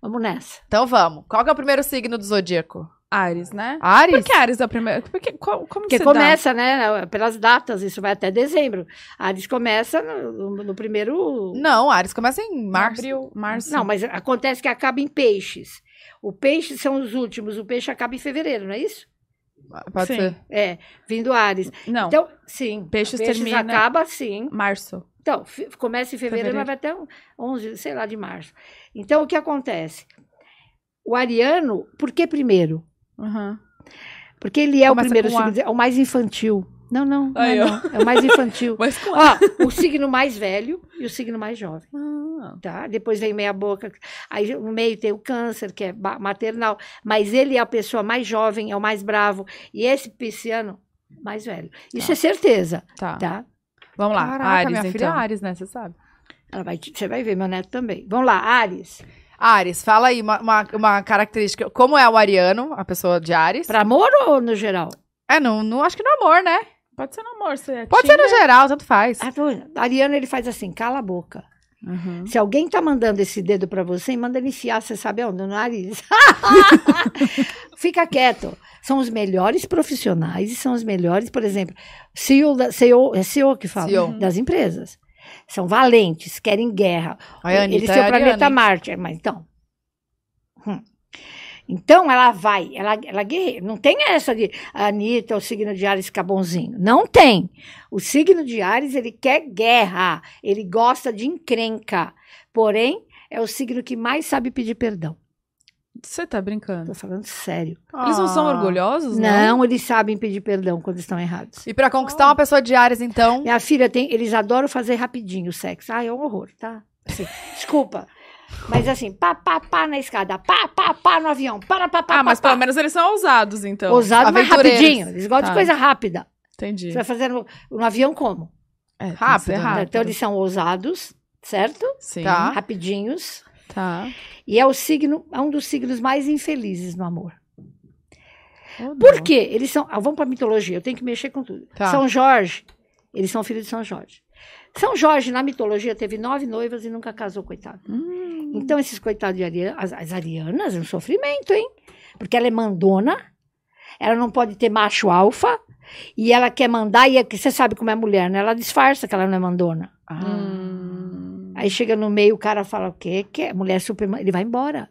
C: Vamos nessa.
B: Então vamos. Qual que é o primeiro signo do zodíaco?
A: Ares, né?
B: Ares?
A: Por que Ares é o primeiro? Por que- co- como que
C: Porque
A: se
C: começa, né? Pelas datas, isso vai até dezembro. Ares começa no, no primeiro.
B: Não, Ares começa em
A: dá?
B: março.
A: Abril, março.
C: Não, mas acontece que acaba em peixes. O peixe são os últimos, o peixe acaba em fevereiro, não é isso?
B: Pode
A: Sim.
B: ser.
C: É, vindo Ares.
A: Não,
C: Então, sim.
A: Peixes termina-
C: acaba sim.
A: março.
C: Então, fi- começa em fevereiro,
A: Fevereiro.
C: mas vai até um- 11, sei lá, de março. Então, o que acontece? O ariano, por que primeiro?
A: Uhum.
C: Porque ele é
B: Começa
C: o primeiro
B: com A.
C: signo, é o mais infantil. Não, não, não,
A: Aí, ó.
C: não, é o mais infantil.
A: Mas com
C: Ó, o signo mais velho e o signo mais jovem.
A: Ah,
C: tá? Depois vem meia boca, aí no meio tem o câncer, que é ba- maternal, mas ele é a pessoa mais jovem, é o mais bravo, e esse pisciano, mais velho. Isso é certeza,
A: tá.
C: tá?
A: Vamos lá.
B: Caraca,
A: Ares,
B: minha filha é
A: então.
B: Ares, né? Você sabe.
C: Ela vai, te- você vai ver, meu neto também. Vamos lá, Ares.
B: Ares, fala aí uma, uma, uma característica. Como é o ariano, a pessoa de Ares?
C: Pra amor ou no geral?
B: É, não, não acho que no amor, né?
A: Pode ser no amor, se é
B: Pode ser no geral, tanto faz.
C: Ah, tô- Ariano, ele faz assim, cala a boca.
A: no... Uhum.
C: Se alguém tá mandando esse dedo pra você, manda ele enfiar, você sabe onde? No nariz. Fica quieto. São os melhores profissionais e são os melhores, por exemplo, CEO, da, CEO é CEO que fala,
B: CEO.
C: das empresas. São valentes, querem guerra.
B: Olha, a Anitta
C: Eles têm
B: é
C: o planeta
B: ariana, hein?
C: Marte, é, mas então. Hum. Então ela vai, ela, ela guerreia. Não tem essa de a Anitta, o signo de Ares fica bonzinho. Não tem. O signo de Ares, ele quer guerra. Ele gosta de encrenca. Porém, é o signo que mais sabe pedir perdão.
A: Você tá brincando.
C: Tô falando sério.
A: Eles não são
B: Ah.
A: orgulhosos, não?
C: Não, eles sabem pedir perdão quando estão errados.
B: E pra conquistar uma pessoa de Ares, então.
C: Minha filha tem. Eles adoram fazer rapidinho o sexo. Ah, é um horror, tá? Assim, desculpa. Mas assim, pá, pá, pá na escada, pá, pá, pá no avião, para, pá, pá,
A: Ah,
C: pá,
A: mas
C: pá.
A: pelo menos eles são ousados, então.
C: Ousado, mas
B: aventureiros.
C: rapidinho. Eles gostam
A: Tá.
C: de coisa rápida.
A: Entendi.
C: Você vai fazer no, no avião como?
A: É,
B: Rápido,
A: rápido,
B: né?
A: rápido.
C: Então eles são ousados, certo?
A: Sim.
B: Tá.
C: Uhum. Rapidinhos.
A: Tá.
C: E é o signo, é um dos signos mais infelizes no amor.
A: Oh,
C: Por
A: não.
C: quê? Eles são. ah, vamos para mitologia, eu tenho que mexer com tudo.
B: Tá.
C: São Jorge, eles são filhos de São Jorge. São Jorge, na mitologia, teve nove noivas e nunca casou, coitado.
A: Hum,
C: Então, esses coitados de Ariana, as, as arianas, é um sofrimento, hein? Porque ela é mandona, ela não pode ter macho alfa, e ela quer mandar, e é que você sabe como é mulher, né? Ela disfarça que ela não é mandona.
A: Ah. Hum.
C: Aí chega no meio, o cara fala, o quê? Que é? Mulher super... Ele vai embora.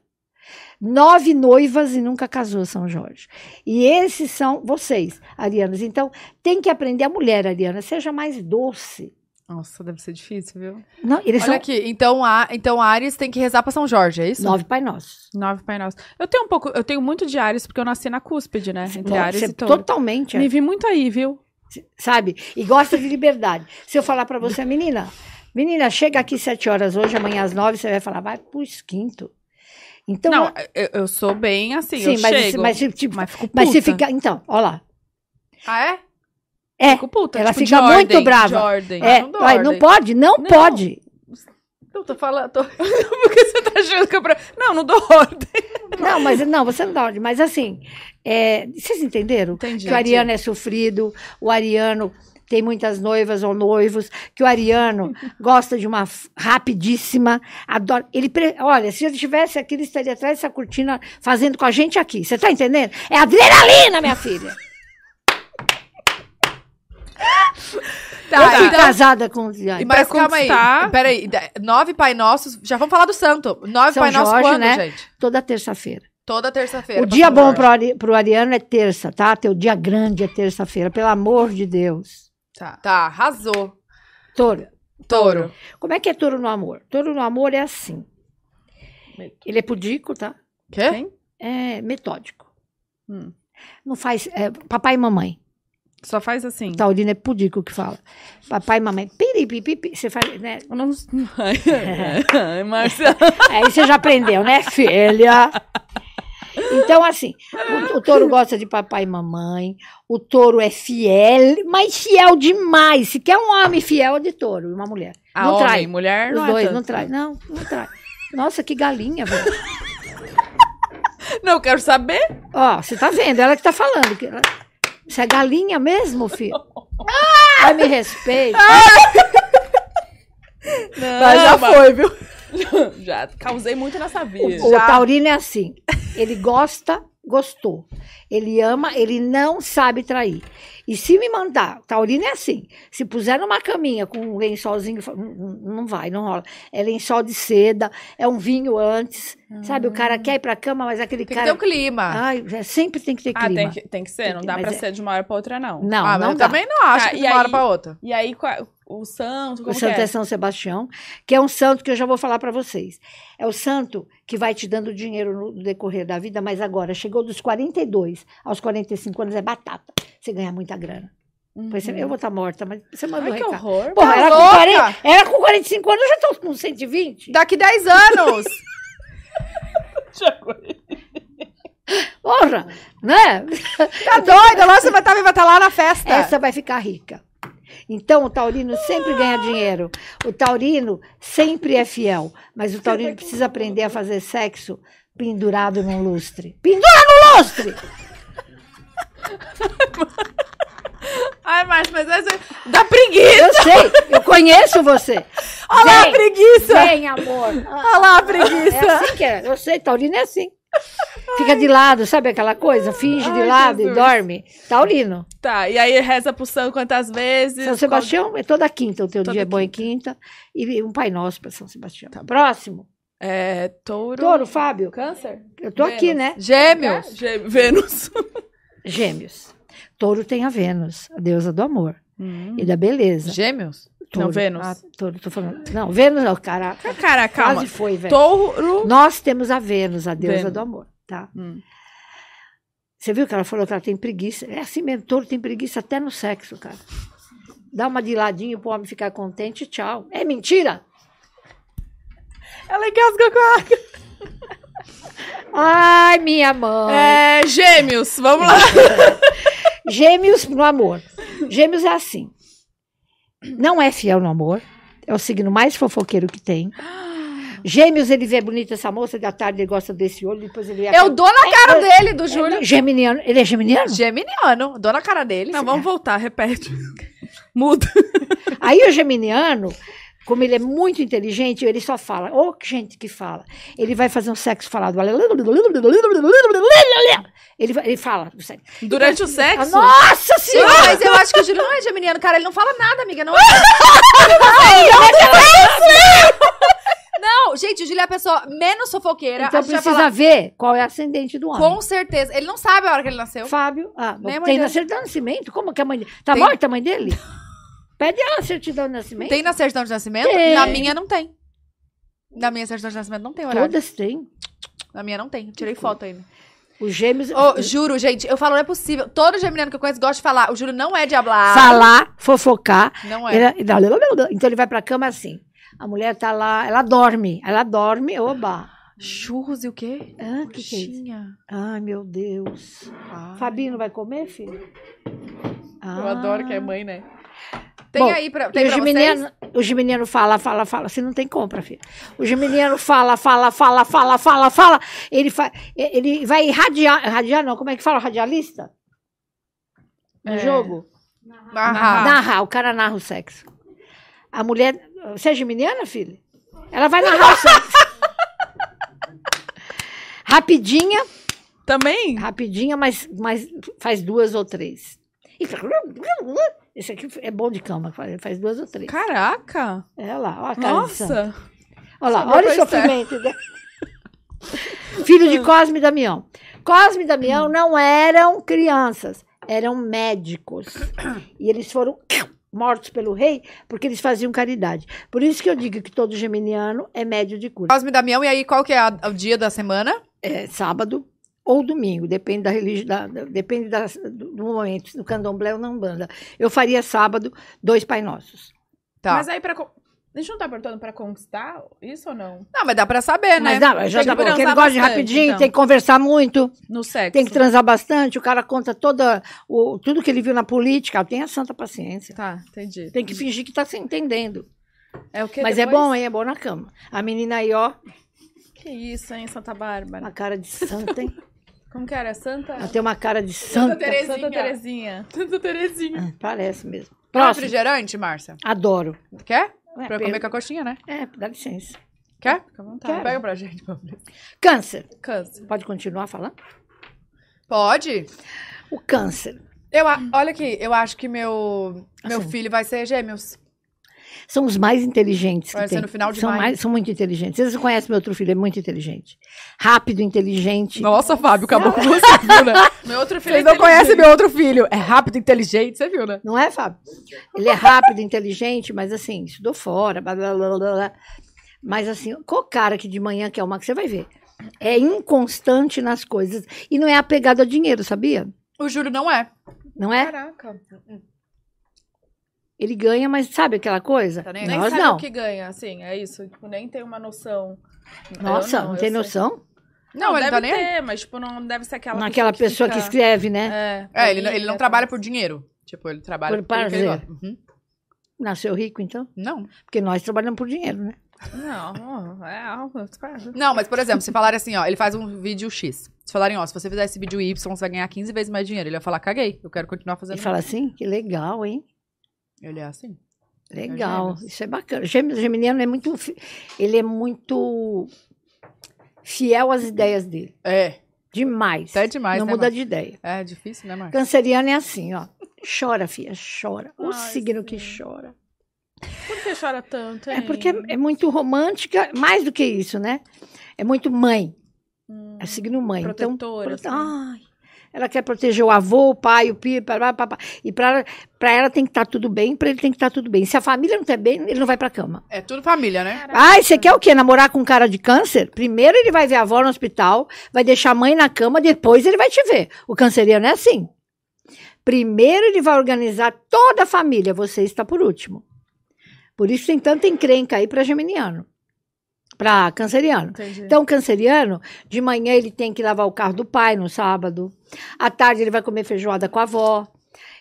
C: Nove noivas e nunca casou São Jorge. E esses são vocês, Arianas. Então, tem que aprender a mulher, Ariana. Seja mais doce.
A: Nossa, deve ser difícil, viu?
C: Não, eles
B: Olha
C: são
B: aqui, então, a, então Ares tem que rezar pra São Jorge, é isso?
C: nove pai nossos.
A: Nove Pai Nosso. Eu tenho um pouco, eu tenho muito de Ares, porque eu nasci na cúspide, né? Entre
C: Nossa,
A: Ares
C: você é
A: e Touro.
C: totalmente.
A: Me vi muito aí, viu?
C: sabe? E gosta de liberdade. Se eu falar pra você, menina, menina, chega aqui sete horas hoje, amanhã às nove, você vai falar, vai pro esquinto. Então,
A: não, eu, eu sou bem assim, eu
C: mas,
A: chego,
C: você- mas, você- tipo,
A: mas fico puta.
C: mas você fica, então, ó lá.
B: Ah, é?
C: É,
A: Fico puta,
C: ela
A: tipo, de
C: fica muito
A: ordem,
C: brava.
A: De ordem.
C: é,
B: não dou
C: vai, não
B: ordem.
C: pode, não,
A: Não.
C: pode.
B: Eu tô falando, tô...
A: Porque você tá achando que eu... pra- Não, não dou ordem.
C: Não, mas não, você não dá ordem, mas assim, é, vocês entenderam?
A: Entendi.
C: Que o Ariano é sofrido, o Ariano tem muitas noivas ou noivos, que o Ariano gosta de uma f- rapidíssima, adora. Ele, pre- olha, se ele estivesse aqui, ele estaria atrás dessa cortina fazendo com a gente aqui. Você tá entendendo? É adrenalina, minha filha. eu
B: Tá,
C: fui
B: então-
C: casada com o Ariano.
B: Mas
A: pra
B: calma aí,
A: conquistar-
B: peraí, da- nove Pai Nossos, já vamos falar do santo. Nove
C: São
B: Pai Nossos
C: Jorge,
B: quando,
C: né?
B: gente?
C: Toda terça-feira.
B: Toda terça-feira.
C: O
B: pra
C: dia
B: São
C: bom
B: Jorge.
C: pro, Ari, pro Ariano é terça, tá? Teu dia grande é terça-feira, pelo amor de Deus.
A: Tá.
B: Tá, arrasou.
C: Touro.
B: Touro.
C: Como é que é touro no amor? Touro no amor é assim. Ele é pudico, tá?
B: Quê?
A: Quem?
C: É metódico.
A: Hum.
C: Não faz. é, papai e mamãe.
A: Só faz assim.
C: Taurino é pudico que fala. Papai e mamãe. Piripipipi. Você faz, né?
A: Eu não...
C: É.
A: Ai, Marcelo.
C: Aí você já aprendeu, né, filha? Então, assim, o, o touro gosta de papai e mamãe. O touro é fiel, mas fiel demais. Se quer um homem fiel, é de touro, e uma mulher.
A: Ah,
C: não
A: homem,
C: trai.
A: mulher
C: Os
A: não
C: dois,
A: é
C: não
A: tanto.
C: trai. Não, não trai. Nossa, que galinha, velho.
A: Não, eu quero saber.
C: Ó, você tá vendo, ela que tá falando. Que ela... Você é galinha mesmo, filho?
B: Ah!
C: Ai, me respeita.
B: Mas já foi, viu?
A: foi. Já causei muito nessa vida.
C: O
B: Já.
C: Taurino é assim. Ele gosta, gostou. Ele ama, ele não sabe trair. E se me mandar, Taurino é assim. Se puser numa caminha com um lençolzinho, fa- não- hum, não vai, não rola. É lençol de seda, é um vinho antes. Sabe, o cara quer ir pra cama, mas aquele
B: Ah. Tem que ter
C: cara.
B: um clima.
C: Ai, é- sempre tem que ter clima.
A: Ah, tem que, tem que ser. Não dá
C: Mas
A: pra
C: é-
A: ser de uma hora pra outra, não.
C: Não,
B: ah, mas
C: não
B: eu
C: dá.
B: também não acho
A: Tá,
B: que
A: e
B: de uma hora
A: aí-
B: pra outra.
A: E aí, qua- o santo, como
C: O santo
A: que
C: é?
A: é?
C: São Sebastião, que é um santo que eu já vou falar para vocês. É o santo que vai te dando dinheiro no no decorrer da vida, mas agora chegou dos 42 aos 45 anos é batata. Você ganha muita grana.
A: Uhum.
C: Depois você- assim, é, Eu vou estar morta, mas você mandou
A: Ai, que
C: recado.
A: horror.
C: Porra,
B: Tá
C: era com,
B: louca?
C: 40, era com 45 anos, eu já tô com 120.
A: Tá
B: Daqui 10 anos!
C: Porra, né?
B: tá doida? Lá você vai estar vai tá lá na festa.
C: Essa vai ficar rica. Então, o taurino sempre ganha dinheiro. O taurino sempre é fiel. Mas o taurino precisa aprender a fazer sexo pendurado num lustre. Pendura no lustre!
A: Ai, Márcio, mas essa... Dá preguiça.
C: Eu sei, eu conheço você.
B: Olha lá a
C: Vem,
B: preguiça!
C: Vem, amor.
B: Olha lá a preguiça!
C: É assim que é. Eu sei, taurino é assim. Fica de lado, sabe aquela coisa? Finge de
A: Ai,
C: lado e
A: Jesus.
C: dorme. Taurino.
A: Tá, e aí reza pro santo quantas vezes?
C: São Sebastião é toda quinta, o teu
A: Toda
C: dia é bom em quinta. E um Pai Nosso para São Sebastião.
B: Tá
C: Próximo.
A: É, touro...
C: Touro, Fábio.
A: Câncer?
C: Eu tô aqui,
A: Vênus.
C: né?
B: Gêmeos!
A: Gê- Vênus.
C: Gêmeos. Touro tem a Vênus, a deusa do amor e da beleza.
B: Gêmeos?
C: Touro.
A: Não, Vênus.
C: Ah, touro, tô falando. Não, Vênus não, caraca.
A: Cara, calma.
C: Quase foi, velho.
A: Touro...
C: Nós temos a Vênus, a deusa
A: Vênus.
C: do amor, tá?
A: Hum.
C: Você viu que ela falou que ela tem preguiça. É assim mesmo, touro tem preguiça até no sexo, cara. Dá uma de ladinho pro homem ficar contente, tchau. É mentira?
A: Ela engasga com a...
C: Ai, minha mãe.
A: É, gêmeos, vamos lá.
C: Gêmeos no amor. Gêmeos é assim. Não é fiel no amor. É o signo mais fofoqueiro que tem. Gêmeos, ele vê bonita essa moça, da tarde ele gosta desse olho, depois ele vê
B: Eu dou na cara dele, do É Júlio.
C: Júlio. Geminiano. Ele é geminiano?
B: Geminiano, dou na cara dele.
A: Não, vamos voltar, repete. Muda.
C: Aí o geminiano Como ele é muito inteligente, ele só fala. Ô, que gente que fala. Ele vai fazer um sexo falado. Ele, vai- ele fala. do sexo.
A: Durante o sexo?
C: Nossa
B: Sim,
C: senhora!
B: mas eu acho que o Júlio não é geminiano, cara. Ele não fala nada, amiga. Não, é- não gente, o Júlio é a pessoa menos fofoqueira. a
C: Então
B: gente vai
C: precisa
B: falar
C: ver qual é o ascendente do homem.
B: com certeza. Ele não sabe a hora que ele nasceu.
C: Fábio. Ah,
B: Então, Nem a mãe
C: tem
B: dele.
C: nascido de nascimento? Como que a mãe dele. Tá
B: Tem.
C: morta a mãe dele? Pede ela a certidão de nascimento.
B: Tem na certidão de nascimento?
C: Tem.
B: Na minha não tem. Na minha certidão de nascimento não tem horário.
C: Todas têm.
B: Na minha não tem. Tirei foto ainda.
C: Os gêmeos.
B: Ô, juro, gente, eu falo, não é possível. Todo geminiano que eu conheço gosta de falar. O Júlio não é de hablar.
C: falar, fofocar.
B: Não é.
C: Ele- ele- então ele vai pra cama assim. A mulher tá lá, ela dorme. Ela dorme, oba.
B: Churros e o quê?
C: Ah, o que, que é isso?
B: Coxinha.
C: Ai, meu Deus.
B: Ah.
C: Fabinho vai comer, filho?
A: Eu
C: Ah.
A: adoro que é mãe, né?
B: Tem
C: Bom,
B: aí pra,
C: E
B: tem
C: o
B: pra vocês?
C: geminiano, o geminiano fala, fala, fala. Você não tem compra, filho. O geminiano fala, fala, fala, fala, fala, fala. Ele, fa, ele vai irradiar. Irradiar não, como é que fala? Radialista? No
A: É.
C: jogo?
B: Ahá.
C: Narrar, o cara narra o sexo. A mulher. Você é geminiana, filha? Ela vai narrar o sexo. Rapidinha,
A: Também?
C: rapidinha, mas, mas faz duas ou três. E fica- Esse aqui é bom de cama, ele faz duas ou três.
A: Caraca!
C: É, Olha lá, olha a cara de santo.
A: Nossa!
C: Olha lá,
A: Sobrou
C: olha o
A: pra Esther.
C: sofrimento. né? Filho de Cosme e Damião. Cosme e Damião não eram crianças, eram médicos. E eles foram mortos pelo rei porque eles faziam caridade. Por isso que eu digo que todo geminiano é médio de cura.
B: Cosme e Damião, e aí qual que é a- o dia da semana?
C: É sábado ou domingo, depende da religião, depende da- do do momento, no candomblé ou na umbanda. Eu faria sábado dois Pai Nossos.
B: Tá.
A: Mas aí pra. con- A gente não tá perguntando pra conquistar isso ou não?
B: Não, mas dá pra saber, né?
C: Mas dá, já
A: É, Tem
C: tá
A: que
C: bom, porque ele
A: transar
C: gosta de
A: bastante,
C: rapidinho,
A: então.
C: tem que conversar muito.
A: No sexo.
C: Tem que transar bastante, o cara conta toda o, tudo que ele viu na política, tenha santa paciência.
A: Tá, entendi.
C: Tem que
B: Hum.
C: fingir que tá se entendendo.
A: É o que
C: Mas é
A: depois?
C: bom, hein? É bom na cama. A menina aí, ó,
A: Que isso, hein, Santa Bárbara?
C: uma cara de santa, hein?
A: Como que era? Santa.
C: Ela tem uma cara de santa.
B: Terezinha.
A: Santa Terezinha. Santa Terezinha.
C: Ah, Parece
B: Quer
C: mesmo.
B: um
C: Próximo.
B: refrigerante, Márcia?
C: Adoro.
B: Quer?
C: É,
B: Pra eu comer com a coxinha, né?
C: É, dá licença.
B: Quer?
A: Fica à vontade.
C: Quero.
A: Pega pra gente, Pablo.
C: Câncer.
A: Câncer.
C: Pode continuar falando?
B: Pode.
C: O câncer.
B: Eu, a- olha aqui, eu acho que meu, meu
C: Assim.
B: filho vai ser gêmeos.
C: São os mais inteligentes que
B: Vai ser
C: tem.
B: no final de
C: são,
B: maio.
C: mais, são muito inteligentes. Vocês não conhecem meu outro filho, é muito inteligente. Rápido, inteligente.
B: Nossa, Fábio, acabou com você, viu, né?
A: Meu outro filho.
B: Vocês não conhecem meu outro filho. É rápido, inteligente, você viu, né?
C: Não é, Fábio? Ele é rápido, inteligente, mas assim, estudou fora, blá, blá, blá, blá, blá. Mas assim, qual cara que de manhã que é uma que você vai ver? É inconstante nas coisas e não é apegado a dinheiro, sabia?
B: O Júlio não é.
C: Não é?
A: Caraca.
C: Ele ganha, mas sabe aquela coisa?
B: Tá nem-
A: Nem
C: Nós
A: sabe
C: não.
A: o que ganha, assim, é isso. Tipo, nem tem uma noção.
C: Nossa,
A: é. Eu
C: não,
A: eu
C: tem
A: sei.
C: noção?
B: Não, ele
A: deve
B: não tá nem aí.
A: ter, mas tipo, não deve ser aquela
C: Naquela pessoa que,
A: fica-
C: escreve, né?
A: É,
B: É, ele, não- ele
A: briga,
B: não trabalha por dinheiro. Tipo, ele trabalha
C: Por
B: por pelo que ele
C: prazer.
B: gosta. Uhum.
C: Nasceu rico, então?
B: Não.
C: Porque nós trabalhamos por dinheiro, né?
A: Não, é algo.
B: Não, mas por exemplo, se falarem assim, ó, ele faz um vídeo X. Se falarem, ó, se você fizer esse vídeo Y, você vai ganhar 15 vezes mais dinheiro. Ele vai falar, caguei, eu quero continuar fazendo.
C: Ele fala assim, que legal, hein?
B: Ele é assim.
C: Legal,
A: gêmeos.
C: isso é bacana. Gêmeos, geminiano é muito, fi- ele é muito fiel às ideias dele.
B: É,
C: Demais.
B: até demais,
C: Não
B: né,
C: muda
B: Mar-
C: de ideia.
B: É difícil, né, Marcos?
C: Canceriano é assim, ó. Chora, filha, chora. O
A: Ai,
C: signo
A: sim.
C: que chora.
A: Por que chora tanto, hein?
C: É porque é é muito romântica, mais do que isso, né? É muito mãe.
A: Hum,
C: É o signo mãe. Então,
A: protetora.
C: prote-
A: assim.
C: ai, ela quer proteger o avô, o pai, o pai, pará, pará. e para ela tem que estar tudo bem, para ele tem que estar tudo bem. Se a família não tá bem, ele não vai pra cama.
B: É tudo família, né?
A: Caraca.
C: Ai, você quer o quê? Namorar com um cara de câncer? Primeiro ele vai ver a avó no hospital, vai deixar a mãe na cama, depois ele vai te ver. O canceriano é assim. Primeiro ele vai organizar toda a família, você está por último. Por isso tem tanta encrenca aí para geminiano, para canceriano.
A: Entendi.
C: Então, o canceriano, de manhã ele tem que lavar o carro do pai no sábado, à tarde ele vai comer feijoada com a avó,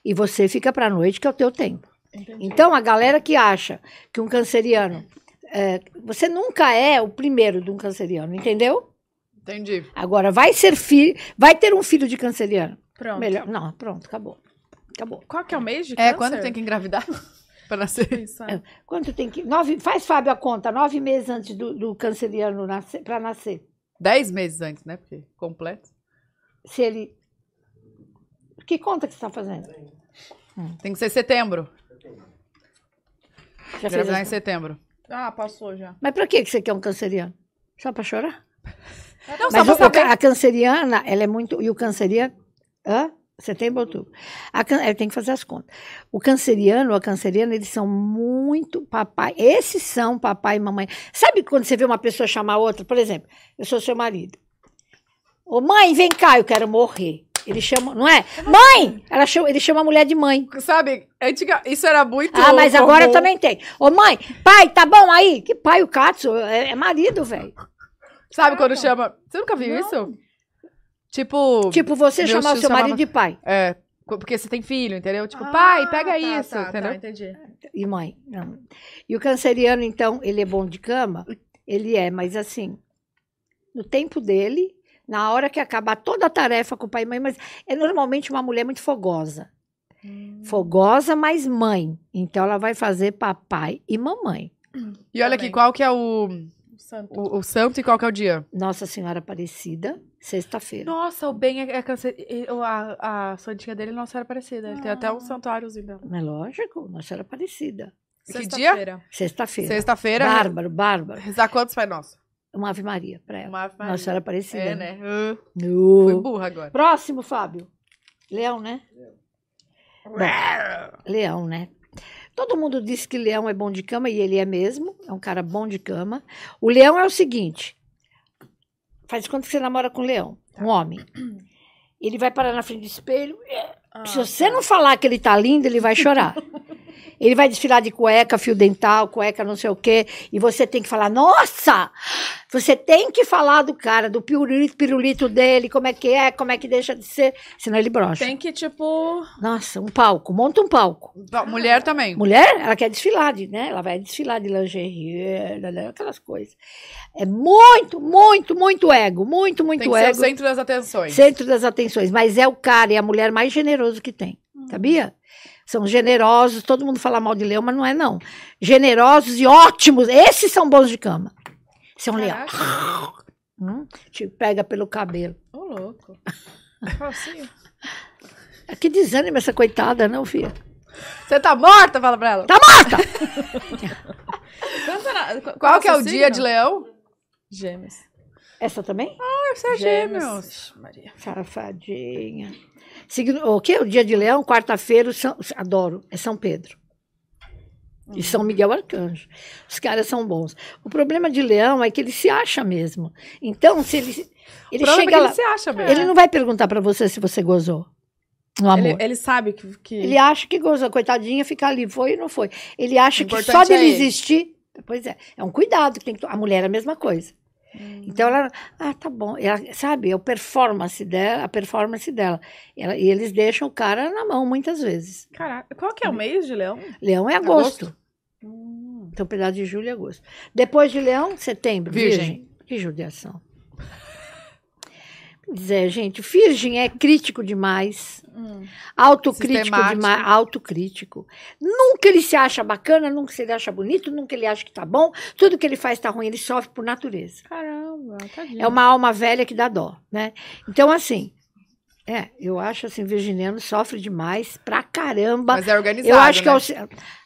C: e você fica para noite, que é o teu tempo.
A: Entendi.
C: Então, a galera que acha que um canceriano. é, você nunca é o primeiro de um canceriano, entendeu?
B: Entendi.
C: Agora, vai ser filho. Vai ter um filho de canceriano.
A: Pronto.
C: Melhor. Não, pronto, acabou. Acabou.
A: Qual que é o mês de
B: É,
A: câncer?
B: quando tem que engravidar? Pra nascer.
A: Isso, é.
C: Quanto tem que. Nove, faz, Fábio, a conta. Nove meses antes do, do canceriano nascer, para nascer.
B: Dez meses antes, né? Porque completo.
C: Se ele. Que conta que você está fazendo?
B: Tem que ser setembro.
C: Já fez
B: Gravidar em
C: as-
B: setembro.
A: Ah, passou já.
C: Mas para que que você quer um canceriano? Só para chorar?
B: Não,
C: Mas
B: só pra
C: o- o ca-
B: saber.
C: a canceriana, ela é muito. E o canceriano. Hã? Setembro, outubro. A can... é, Tem que fazer as contas. O canceriano, a canceriana, eles são muito papai. Esses são papai e mamãe. Sabe quando você vê uma pessoa chamar outra? Por exemplo, eu sou seu marido. Ô, mãe, vem cá, eu quero morrer. Ele chama, não é? Mãe! Ela chama, ele chama a mulher de mãe.
B: Sabe, antiga- isso era muito.
C: Ah, mas agora
B: comum.
C: também tem. Ô, mãe, pai, tá bom aí? Que pai, o Katsu? É, é marido, velho.
B: Sabe quando
A: Caraca.
B: chama. Você nunca viu
A: Não.
B: isso? Tipo.
C: Tipo, você
B: Meu
C: chamar o
B: tio
C: seu marido
B: chamava-
C: de pai
B: É. co- Porque você tem filho, entendeu? Tipo, pai, pega
A: tá,
B: isso.
A: tá,
B: entendeu?
A: Tá, entendi.
C: e mãe. Não. E o canceriano, então, ele é bom de cama? Ele é, mas assim, no tempo dele, na hora que acabar toda a tarefa com o pai e mãe, mas é normalmente uma mulher muito fogosa.
B: Hum.
C: Fogosa, mas mãe. Então, ela vai fazer papai e mamãe.
B: E olha
A: Também.
B: aqui, qual que é o,
A: Santo.
B: o, o santo e qual que é o dia?
C: Nossa Senhora Aparecida, sexta-feira.
B: Nossa, o bem é, câncer. A, a santinha dele não era parecida.
A: Ele tem até um
B: santuáriozinho dela.
C: É lógico, Nossa Senhora Aparecida.
B: Que dia?
A: Sexta-feira.
C: Sexta-feira.
B: Sexta-feira. né?
C: Bárbaro, bárbaro.
B: Rezar quantos Pai Nosso?
C: Uma Ave Maria para ela.
B: Uma Ave Maria.
C: É. Nossa Senhora Aparecida.
B: É, né? Ah,
C: No.
B: Fui burra agora.
C: Próximo, Fábio. Leão, né? Leão, né? Todo mundo diz que leão é bom de cama e ele é mesmo. É um cara bom de cama. O leão é o seguinte: faz quanto que você namora com um leão? Um homem. Ele vai parar na frente do espelho. é,
A: Ah,
C: Se você não falar que ele tá lindo, ele vai chorar. Ele vai desfilar de cueca, fio dental, cueca não sei o quê. E você tem que falar, nossa! Você tem que falar do cara, do pirulito, pirulito dele, como é que é, como é que deixa de ser. Senão ele brocha.
A: Tem que, tipo.
C: Nossa, um palco, monta um palco.
B: Bom, Mulher também.
C: Mulher, ela quer desfilar, de, né? Ela vai desfilar de lingerie, né, né, aquelas coisas. É muito, muito, muito ego. Muito, muito
B: Tem que ser o
C: ego.
B: centro das atenções.
C: Centro das atenções. Mas é o cara e a mulher mais generoso que tem. Sabia? São generosos. Todo mundo fala mal de leão, mas não é, não. Generosos e ótimos. Esses são bons de cama. Esse é um leão.
A: Caraca,
C: Hum, te pega pelo cabelo.
A: Ô, louco. Assim.
C: Ah, Que desânimo essa coitada, não, filha?
B: Você tá morta? Fala pra ela.
C: Tá morta!
A: Canta na- Qual,
B: Qual que é o
A: seu
B: dia
A: signo?
B: de leão?
A: Gêmeos.
C: Essa também?
B: Ah, você é gêmeos.
A: Ixi, Maria.
C: Safadinha. Signo- o que? O dia de leão, quarta-feira, o São- adoro, é São Pedro. E São Miguel Arcanjo. Os caras são bons. O problema de leão é que ele se acha mesmo. Então, se ele,
B: O
C: ele
B: problema é que
C: chega lá,
B: Ele se acha mesmo.
C: ele não vai perguntar pra você se você gozou. No amor.
A: Ele,
C: Ele,
A: ele sabe que. que...
C: acha que gozou, coitadinha, fica ali, foi e não foi. Ele acha
B: O
C: que só
B: importante
C: dele
B: é ele.
C: existir. Pois é, é um cuidado que tem que to- A mulher é a mesma coisa.
A: Hum.
C: Então ela, ah, tá bom, ela, sabe, é o performance dela, a performance dela. Ela- e eles deixam o cara na mão muitas vezes.
A: Caraca, qual que é o mês de leão?
C: Leão é agosto.
A: Hum.
C: Então, pedaço de julho e agosto. Depois de leão, setembro. Virgem.
B: Virgem.
C: Que judiação. Vou Dizer, gente, virgem é crítico demais,
A: Hum.
C: autocrítico
B: Sistemático.
C: demais, autocrítico. Nunca ele se acha bacana, nunca se ele acha bonito, nunca ele acha que tá bom. Tudo que ele faz tá ruim, ele sofre por natureza.
A: Caramba, tadinho.
C: É uma alma velha que dá dó, né? Então, assim, é, eu acho assim, virginiano sofre demais pra caramba.
B: Mas é organizado.
C: eu acho que
B: né?
C: é o se-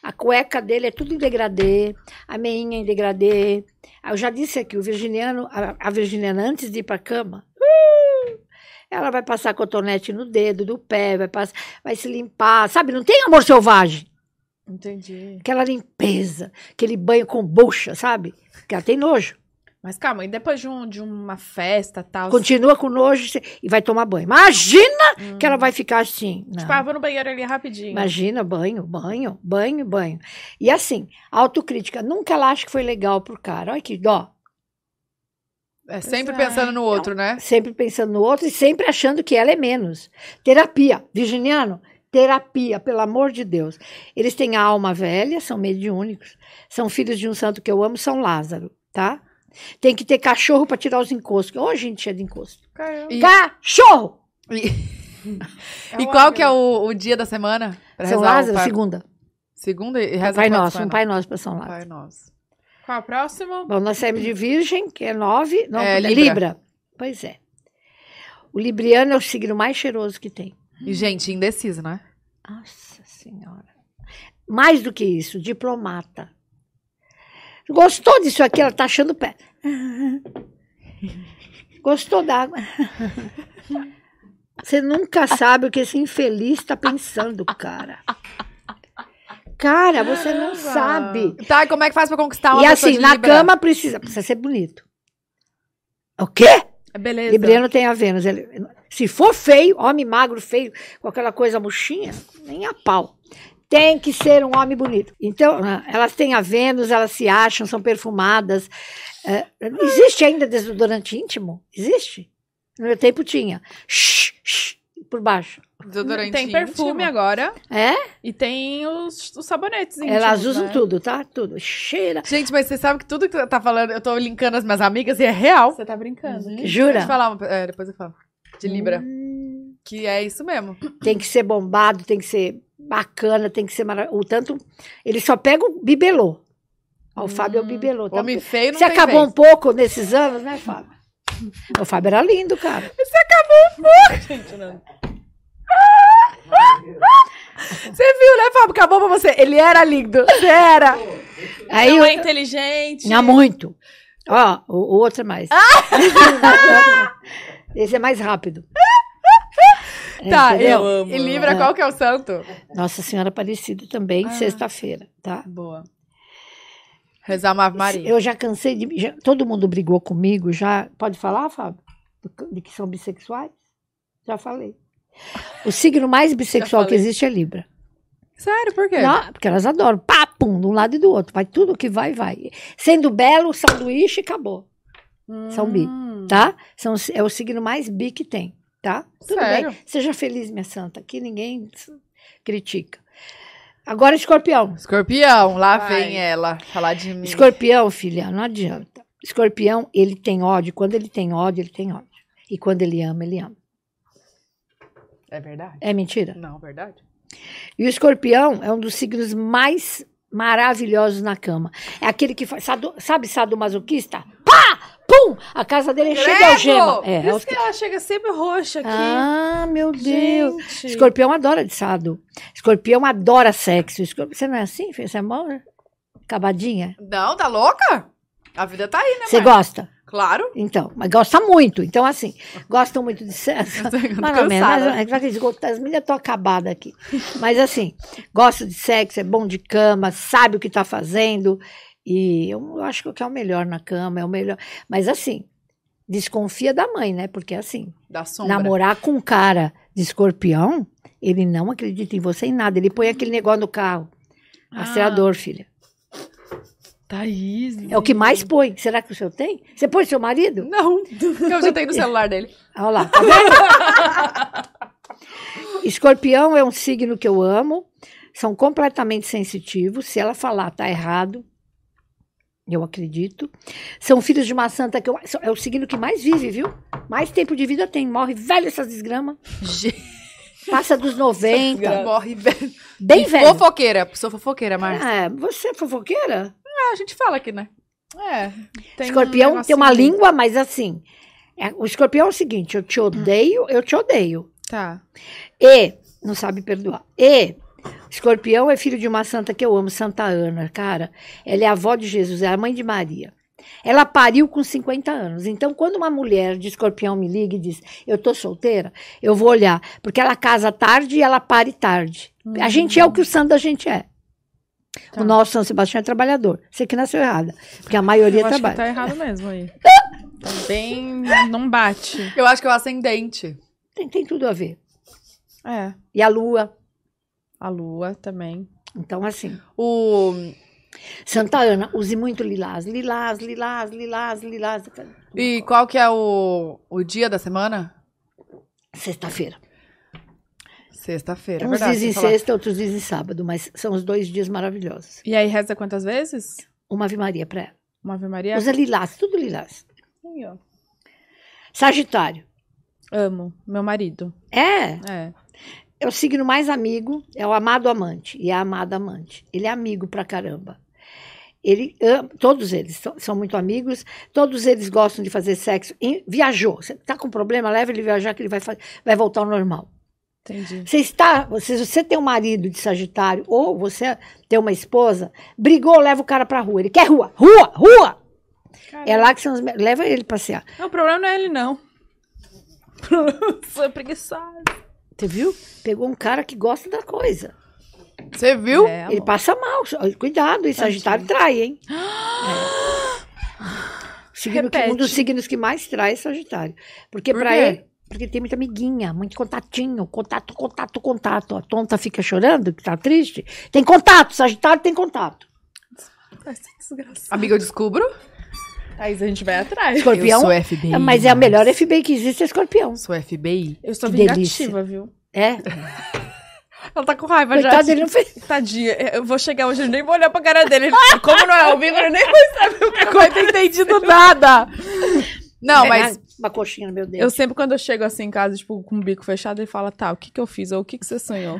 C: a cueca dele é tudo em degradê, a meinha em degradê. Eu já disse aqui, o virginiano, a, a virginiana, antes de ir pra cama, uh, ela vai passar cotonete no dedo, do pé, vai, passar, vai se limpar, sabe? Não tem amor selvagem.
A: Entendi.
C: Aquela limpeza, aquele banho com bucha, sabe? Porque ela tem nojo.
A: Mas calma, e depois de, um, de uma festa tal.
C: Continua com nojo se- e vai tomar banho. Imagina que ela vai ficar assim. Não.
A: Tipo, ah, vou no banheiro ali rapidinho.
C: Imagina, banho, banho, banho, banho. E assim, autocrítica. Nunca ela acha que foi legal pro cara. Olha que dó.
B: É sempre
A: Pois é.
B: pensando no outro, né?
C: Sempre pensando no outro e sempre achando que ela é menos. Terapia. Virginiano, terapia, pelo amor de Deus. Eles têm a alma velha, são mediúnicos. São filhos de um santo que eu amo, São Lázaro, tá? Tem que ter cachorro para tirar os encostos. Hoje a gente é de encosto.
A: Caramba.
B: E-
C: Cachorro!
B: E, e qual que é o, o dia da semana? Pra
C: São
B: rezar o
C: Lázaro,
B: par-
C: segunda.
B: Segunda e
C: Um
B: reza
C: pai
B: quantos
C: nosso, um pai nosso para São Lázaro.
B: Pai nosso.
A: Qual é o próximo?
C: Bom, nós saímos de Virgem, que é nove. Não,
B: É,
C: é
B: Libra.
C: Libra. Pois é. O Libriano é o signo mais cheiroso que tem.
B: E, gente, indeciso, né?
C: Nossa Senhora. Mais do que isso, diplomata. Gostou disso aqui? Ela tá achando pé. Gostou da água? Você nunca sabe o que esse infeliz está pensando, cara. Cara, você não sabe.
B: Tá, e como é que faz pra conquistar uma
C: E
B: pessoa
C: assim,
B: de
C: na
B: Libra?
C: cama precisa, precisa ser bonito. O quê?
A: É, Beleza.
C: Libriano tem a Vênus. Ele- se for feio, homem magro, feio, com aquela coisa murchinha, nem a pau. Tem que ser um homem bonito. Então, né, elas têm a Vênus, elas se acham, são perfumadas. É, existe ainda desodorante íntimo? Existe? No meu tempo tinha. Shh, shh, por baixo.
B: Desodorante
A: tem perfume
B: íntimo.
A: agora
C: É?
A: e tem os, os sabonetes íntimos,
C: Elas usam
A: né?
C: tudo, tá? Tudo. Cheira.
B: Gente, mas você sabe que tudo que tu tá falando, eu tô linkando as minhas amigas e é real.
A: Você tá brincando. hein?
B: Deixa eu
C: Jura?
B: falar uma, é, depois eu falo. De Libra.
C: Hum.
B: Que é isso mesmo.
C: tem que ser bombado, tem que ser bacana, tem que ser maravilhoso. Tanto. Ele só pega o bibelô. Ó, o Fábio é o bibelô. Tá?
B: Homem feio Hum. não
C: Você
B: tem
C: acabou um
B: vez.
C: pouco nesses anos, né, Fábio? O Fábio era lindo, cara.
A: Gente, né? não.
C: um-
B: Você viu, né, Fábio? Acabou pra você. Ele era lindo. Você era.
C: Aí
A: Não
C: eu.
A: é inteligente.
C: Não, muito. Ó, o, o outro é mais.
B: Ah!
C: Esse é mais rápido.
B: Tá,
C: Entendeu?
B: eu.
A: amo,
B: E
A: eu
B: Libra,
C: amo.
B: qual que é o santo?
C: Nossa Senhora Aparecida também,
B: Ah.
C: sexta-feira, tá?
B: Boa. Rezar uma Ave Maria.
C: Eu já cansei de. já- todo mundo brigou comigo já. Pode falar, Fábio? Do- De que são bissexuais? Já falei. O signo mais bissexual que
B: falei. É.
C: existe é Libra.
B: Sério, por quê?
C: Não, porque elas adoram. Pá, pum, de um lado e do outro. Vai tudo que vai, vai. Sendo belo, sanduíche, acabou. São bi.
A: Hum.
B: Hum.
C: Tá? São, é o signo mais bi que tem. Tá? Tudo
B: Sério?
C: bem. Seja feliz, minha santa. Aqui ninguém critica. Agora, escorpião.
B: Escorpião, lá
A: Vai.
B: vem ela falar de mim.
C: Escorpião, filha, não adianta. Escorpião, ele tem ódio. Quando ele tem ódio, ele tem ódio. E quando ele ama, ele ama.
B: É verdade?
C: É mentira.
B: Não, verdade.
C: E o escorpião é um dos signos mais maravilhosos na cama. É aquele que faz. sado- sabe sadomasoquista? Pá! Pum! A casa dele é cheia de
B: Credo!
C: algema. É,
A: Por
C: é
A: isso
C: os-
A: que ela chega sempre roxa aqui.
C: Ah, meu Deus.
A: Gente.
C: Escorpião adora de sado. Escorpião adora sexo. Escorpião... Você não é assim, filho? Você é mó acabadinha?
B: Não, tá louca? A vida tá aí, né,
C: Você
B: mãe?
C: gosta?
B: Claro.
C: Então, mas gosta muito. Então, assim, gostam muito de sexo.
B: Eu tô, eu tô
C: Mais ou menos, mais ou
B: cansada.
C: menos. Já que esgoto, As meninas estão acabadas aqui. Mas assim, gosta de sexo, é bom de cama, sabe o que está fazendo. E eu acho que o que é o melhor na cama, é o melhor. Mas assim, desconfia da mãe, né? Porque assim,
B: Da sombra.
C: namorar com um cara de escorpião, ele não acredita em você em nada. Ele põe aquele negócio no carro.
B: Ah.
C: Rastreador, filha.
A: Thaís.
C: É o que mais põe. Será que o senhor tem? Você põe seu marido?
B: Não, eu já tenho no celular dele.
C: Olha lá, tá vendo? Escorpião é um signo que eu amo. São completamente sensitivos. Se ela falar, tá errado. Eu acredito. São filhos de uma santa que eu, é o signo que mais vive, viu? Mais tempo de vida tem. Morre velho essas desgramas.
B: Gente,
C: Passa dos 90.
B: morre velho.
C: Bem
B: E
C: velho.
B: Fofoqueira. Sou fofoqueira, Marcia.
C: Ah, você é fofoqueira?
B: Ah, a gente fala aqui, né? É.
C: escorpião tem uma
A: um negocinho.
C: língua, mas assim. é- o escorpião é o seguinte: eu te odeio, eu te odeio.
A: Tá.
C: E, não sabe perdoar. E, escorpião é filho de uma santa que eu amo, Santa Ana, cara. Ela é avó de Jesus, é a mãe de Maria. Ela pariu com 50 anos. Então, quando uma mulher de escorpião me liga e diz, eu tô solteira, eu vou olhar. Porque ela casa tarde e ela pare tarde. A gente é o que o santo da gente é.
A: Tá.
C: O nosso São Sebastião é trabalhador. Você que nasceu errada. Porque a maioria
A: Eu acho que
C: trabalha.
A: tá errado mesmo aí. Tá bem. Não bate.
B: Eu acho que é o ascendente.
C: Tem, tem tudo a ver.
A: É.
C: E a lua.
A: A lua também.
C: Então, assim.
B: O.
C: Santa Ana, use muito lilás, lilás, lilás, lilás, lilás.
B: E qual que é o, o dia da semana?
C: Sexta-feira.
B: Sexta-feira, é
C: Uns
B: verdade.
C: dizem
B: você fala-
C: sexta, outros dizem sábado, mas são os dois dias maravilhosos.
A: E aí reza quantas vezes?
C: Uma Ave Maria para ela.
A: Uma Ave
B: É.
A: Maria?
C: Usa lilás, tudo lilás.
A: Aí, ó.
C: Sagitário.
A: Amo. Meu marido.
C: É,
A: É.
C: é o signo mais amigo, é o amado amante e é a amada amante. Ele é amigo pra caramba. Ele ama- todos eles so- são muito amigos, todos eles gostam de fazer sexo. E viajou, você tá com problema, leva ele viajar que ele vai, fa- vai voltar ao normal.
A: Entendi.
C: Você está, você, se você tem um marido de Sagitário ou você tem uma esposa, brigou, leva o cara pra rua. Ele quer rua, rua, rua. É lá que são os, me- leva ele passear.
A: Não, o problema não é ele, não. O problema Sou eu preguiçosa.
C: Você viu? Pegou um cara que gosta da coisa.
B: Você viu?
A: É,
C: ele
A: amor.
C: passa mal. Cuidado, e Sagitário trai, hein? O signo que- um
A: Repete.
C: dos signos que mais trai é Sagitário. Porque
B: Por
C: pra
B: quê?
C: ele. Porque tem muita amiguinha, muito contatinho, contato, contato, contato. A tonta fica chorando, que tá triste. Tem contato, Sagitário tem contato.
A: Ai, que desgraça.
B: Amiga, eu descubro.
A: Aí a gente vai atrás.
B: Eu
C: Escorpião.
B: sou FBI.
C: É, Mas é a melhor FBI que existe é escorpião.
B: Sou FBI.
A: Eu sou
C: Que
A: vingativa, viu?
C: É.
B: Ela tá com raiva
C: Coitado,
B: já.
C: ele não fez.
A: Tadinha, é, eu vou chegar hoje, eu nem vou olhar pra cara dele. Ele- Como não é ao vivo, eu nem vou saber o que
B: Eu não tenho entendido nada. Não,
C: É,
B: mas
C: Uma coxinha, meu
A: Eu
C: Deus.
A: sempre, quando eu chego assim em casa, tipo, com o bico fechado, ele fala, tá, o que que eu fiz? Ou o que que você sonhou?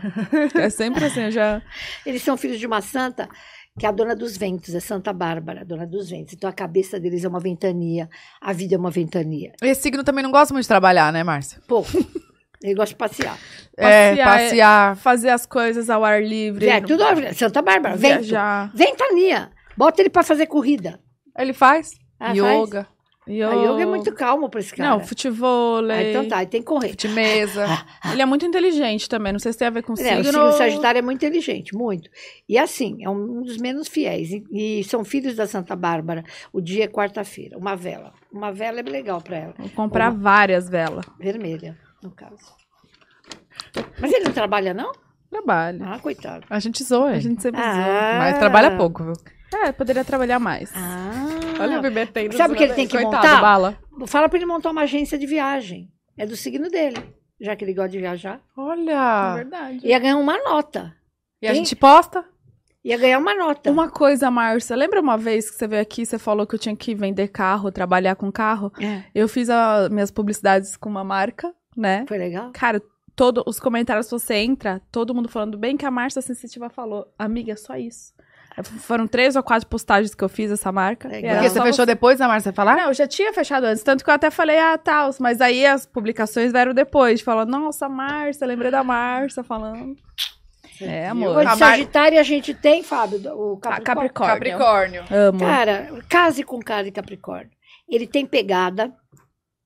A: É sempre assim, eu já...
C: Eles são filhos de uma santa que é a dona dos ventos, é Santa Bárbara, a dona dos ventos. Então a cabeça deles é uma ventania, a vida é uma ventania.
B: esse signo também não gosta muito de trabalhar, né, Márcia?
C: Pô, ele gosta de passear.
B: É,
A: Passear,
B: passear.
A: Fazer as coisas ao ar livre.
C: É, tudo Santa Bárbara, vento.
A: Viajar.
C: Ventania. Bota ele pra fazer corrida.
B: Ele faz
C: Ah,
B: yoga,
C: Faz. A yoga é muito calmo pra esse cara.
A: Não, futebol.
C: Ah, então tá, ele tem que correr.
B: de mesa.
A: Ele é muito inteligente também, não sei se tem a ver com
C: É,
A: signo.
C: o signo Sagitário é muito inteligente, muito. E assim, é um dos menos fiéis. E- E são filhos da Santa Bárbara. O dia é quarta-feira. Uma vela. Uma vela é legal pra ela.
A: Vou comprar várias velas.
C: Vermelha, no caso. Mas ele não trabalha, não?
A: Trabalho.
C: Ah, coitado.
B: A gente zoa,
A: A
B: ele.
A: gente sempre
C: Ah.
B: Mas trabalha pouco, viu?
A: zoa. É, poderia trabalhar mais.
C: Ah.
A: Olha o bebê tem.
C: Sabe o que ele tem que
A: Coitado,
B: Ah,
C: montar?
A: bala.
C: Fala pra ele montar uma agência de viagem. É do signo dele, já que ele gosta de viajar.
A: É
B: Olha.
A: verdade.
C: Ia ganhar uma nota.
B: E a
C: Tem-
B: gente posta? Tá.
C: Ia ganhar uma nota.
A: Uma coisa, Márcia, lembra uma vez que você veio aqui, você falou que eu tinha que vender carro, trabalhar com carro?
C: É,
A: Eu fiz a- minhas publicidades com uma marca, né?
C: foi legal?
A: Cara, todo, os comentários que você entra, todo mundo falando bem que a Márcia Sensitiva falou. Amiga, é só isso. Aí f- Foram três ou quatro postagens que eu fiz essa marca.
C: Legal.
A: E era
B: Porque
A: só
B: você fechou depois da Márcia falar?
A: Não, eu já tinha fechado antes, tanto que eu até falei, ah, tal, mas aí as publicações vieram depois, falando, nossa, Márcia, lembrei da Márcia, falando. É, amor.
C: Hoje,
B: A Mar-
C: Sagitário, a gente tá tem, Fábio, o
A: Ca-
C: Capricórnio.
A: Capricórnio. Amo.
C: Cara, case com cara de Capricórnio. Ele tem pegada,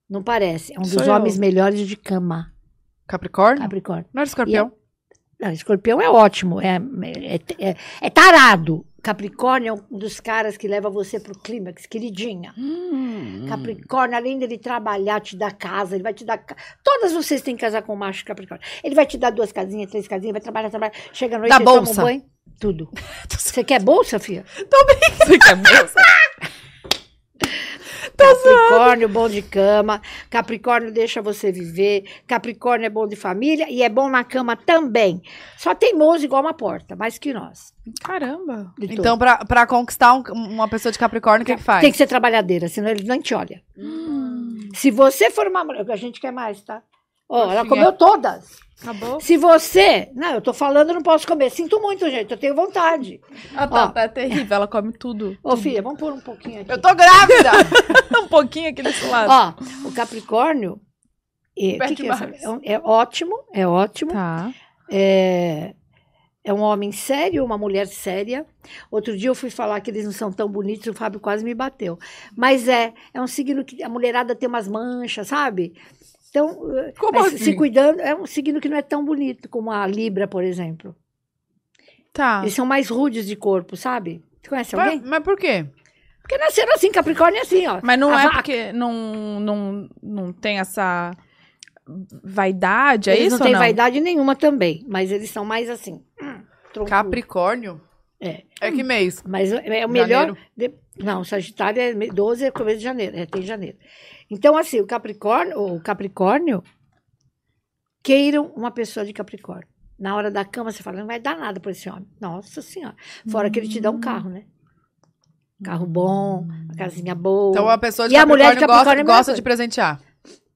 C: não parece. É um
A: Sou
C: dos
A: eu.
C: homens melhores de cama,
B: Capricórnio?
C: Capricórnio.
B: Não era escorpião?
C: Não, escorpião é ótimo, é, é, é- é tarado. Capricórnio é um dos caras que leva você pro clímax, queridinha. Hum. Capricórnio, além dele trabalhar, te dar casa, ele vai te dar. ca- Todas vocês têm que casar com o macho Capricórnio. Ele vai te dar duas casinhas, três casinhas, vai trabalhar, trabalhar. Chega à noite,
B: Dá
C: você toma
B: bolsa.
C: um banho. Tudo. Você quer bolsa, filha?
A: Você quer bolsa?
C: Capricórnio, bom de cama. Capricórnio deixa você viver. Capricórnio é bom de família e é bom na cama também. Só teimoso igual uma porta, mais que nós.
A: Caramba.
C: de
B: Então, pra, pra conquistar um- uma pessoa de Capricórnio, o que, que faz?
C: Tem que ser trabalhadeira, senão ele não te olha.
B: Hum.
C: Se você for uma mulher, a gente quer mais, tá? Ó, ela
A: Coxinha.
B: é?
C: comeu todas.
A: Acabou?
C: Se você. Não, eu tô falando, eu não posso comer. Sinto muito, gente, eu tenho vontade.
A: Ah,
C: tá,
A: tá, é terrível, ela come tudo.
C: Ô, filha, vamos pôr um pouquinho aqui.
B: Eu tô grávida!
A: um pouquinho aqui desse lado.
C: Ó, o Capricórnio. É,
A: Perde
C: que que é, essa-
A: mais.
C: é um- é ótimo, é ótimo.
A: Tá.
C: É, é um homem sério, uma mulher séria. Outro dia eu fui falar que eles não são tão bonitos, o Fábio quase me bateu. Mas é, é um signo que a mulherada tem umas manchas, sabe? Então, eh,
B: Como
C: mas
B: assim?
C: se cuidando, é um signo que não é tão bonito como a Libra, por exemplo.
A: Tá.
C: Eles são mais rudes de corpo, sabe? Você conhece
B: mas,
C: alguém?
B: mas por quê?
C: Porque nasceram assim, Capricórnio é assim, ó.
A: Mas não
C: A
A: é
C: vaca.
A: porque não, não, não tem essa vaidade, é
C: eles
A: isso
C: não
A: ou
C: têm
A: não?
C: vaidade nenhuma também, mas eles são mais assim. hum, troncudo.
B: Capricórnio?
C: É.
B: É que mês?
C: Mas é é o melhor,
B: Janeiro.
C: De- Não, Sagitário é me- 12 é começo de janeiro, é, tem janeiro. Então, assim, o Capricórnio, o Capricórnio, queiram uma pessoa de Capricórnio. Na hora da cama, você fala, não vai dar nada pra esse homem. Nossa Senhora. Fora que ele te dá um carro, né? Carro bom, uma casinha boa.
B: Então, a pessoa de
C: E a mulher
B: Capricórnio,
C: de Capricórnio é
B: gosta,
C: a mesma
B: gosta de
C: coisa.
B: presentear.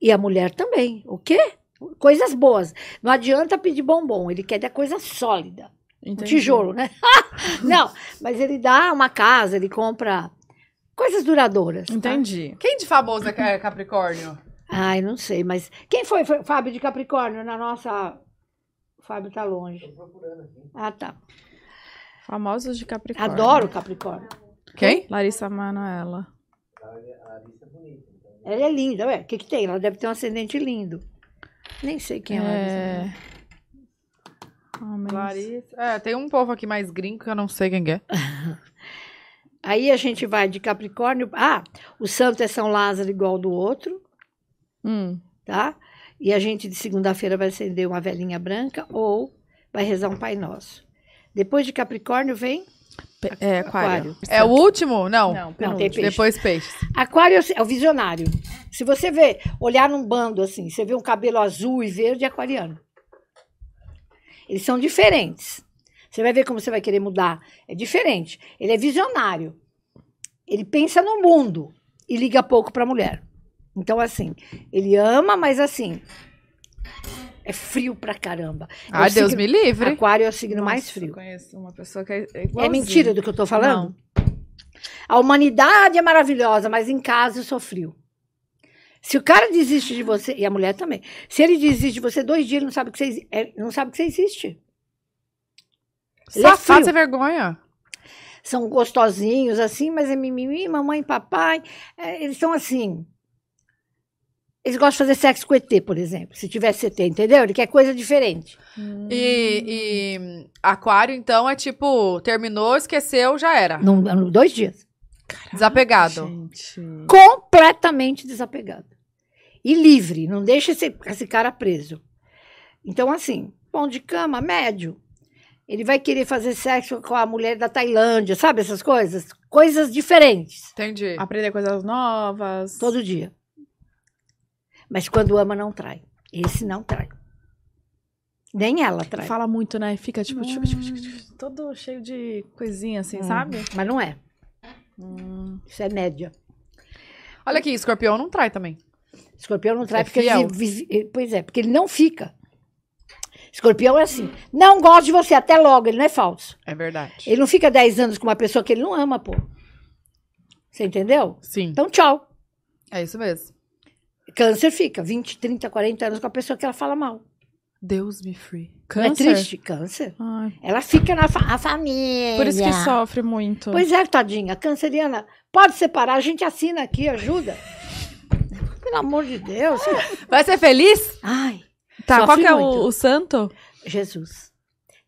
C: E a mulher também. O quê? Coisas boas. Não adianta pedir bombom, ele quer dar coisa sólida. Um
A: Entendi.
C: tijolo, né? não, mas ele dá uma casa, ele compra coisas duradouras. tá?
A: Entendi.
B: Quem de famoso é ca- Capricórnio?
C: Ai, não sei, mas quem foi, foi Fábio de Capricórnio na nossa. O Fábio tá longe. Ah, tá.
A: Famosos de Capricórnio.
C: Adoro Capricórnio.
B: Quem?
A: Larissa Manoela.
C: Ela é linda, ué. O que, que tem? Ela deve ter um ascendente lindo. Nem sei quem ela é.
A: É. Homens.
B: Larissa. É, tem um povo aqui mais gringo que eu não sei quem é.
C: Aí a gente vai de Capricórnio. Ah, o santo é São Lázaro igual do outro,
A: Hum.
C: tá? E a gente de segunda-feira vai acender uma velhinha branca ou vai rezar um Pai Nosso. Depois de Capricórnio vem
A: Pe- É, aquário.
B: É o último?
A: Não,
B: Não.
C: Não,
A: penúltimo.
C: tem peixe.
B: Depois peixes.
C: Aquário é o visionário. Se você ver, olhar num bando assim, você vê um cabelo azul e verde é aquariano. Eles são diferentes. Você vai ver como você vai querer mudar. É diferente. Ele é visionário. Ele pensa no mundo e liga pouco para a mulher. Então assim, ele ama, mas assim, é frio pra caramba. É o
B: Ai, Deus
C: signo-
B: me livre.
C: Aquário é o signo
A: Nossa,
C: mais
A: Eu
C: frio.
A: conheço uma pessoa que é
C: É
A: igualzinho.
C: mentira do que eu tô falando?
A: Não.
C: A humanidade é maravilhosa, mas em casa sofreu. Se o cara desiste de você, e a mulher também, se ele desiste de você, dois dias ele não sabe que você, exi- é, não sabe que você existe. Ele é
B: Safado
C: frio.
B: sem vergonha.
C: São gostosinhos assim, mas é mimimi, mamãe, papai. é, eles são assim. Eles gostam de fazer sexo com ET, por exemplo, se tiver CT, entendeu? Ele quer coisa diferente.
A: Hum.
B: E, e aquário, então, é tipo, terminou, esqueceu, já era.
C: Num, num- dois dias.
B: Desapegado.
A: Gente.
C: completamente desapegado e livre, não deixa esse, esse cara preso. Então, assim, pão de cama, médio. Ele vai querer fazer sexo com a mulher da Tailândia, sabe essas coisas? Coisas diferentes
B: Entendi.
A: Aprender coisas novas.
C: todo dia. Mas quando ama, não trai. Esse não trai. Nem ela trai.
A: Fala muito, né? Fica tipo, tchup, tchup, tchup, tchup, todo cheio de coisinha
C: Hum.
A: assim, sabe?
C: Mas não é.
A: Hum.
C: Isso é média.
B: Olha aqui, escorpião não trai também.
C: Escorpião não trai
B: É
C: porque
B: fiel.
C: ele, vi- vi- pois é, porque ele não fica. Escorpião é assim. Não gosto de você, até logo, ele não é falso.
B: É verdade.
C: Ele não fica 10 anos com uma pessoa que ele não ama, pô. Você entendeu?
B: Sim.
C: Então, tchau.
B: É isso mesmo.
C: Câncer fica 20, 30, 40 anos com a pessoa que ela fala mal.
B: Deus me free.
C: Não é
A: Câncer?
C: triste, câncer.
A: Ai,
C: Ela fica na fa- a família.
A: por isso que sofre muito.
C: Pois é, tadinha. Canceriana, pode separar, a gente assina aqui, ajuda. Pelo amor de Deus.
B: Vai ser feliz?
C: Ai,
A: tá, qual
C: sofre
A: que é o,
C: muito.
A: o santo?
C: Jesus.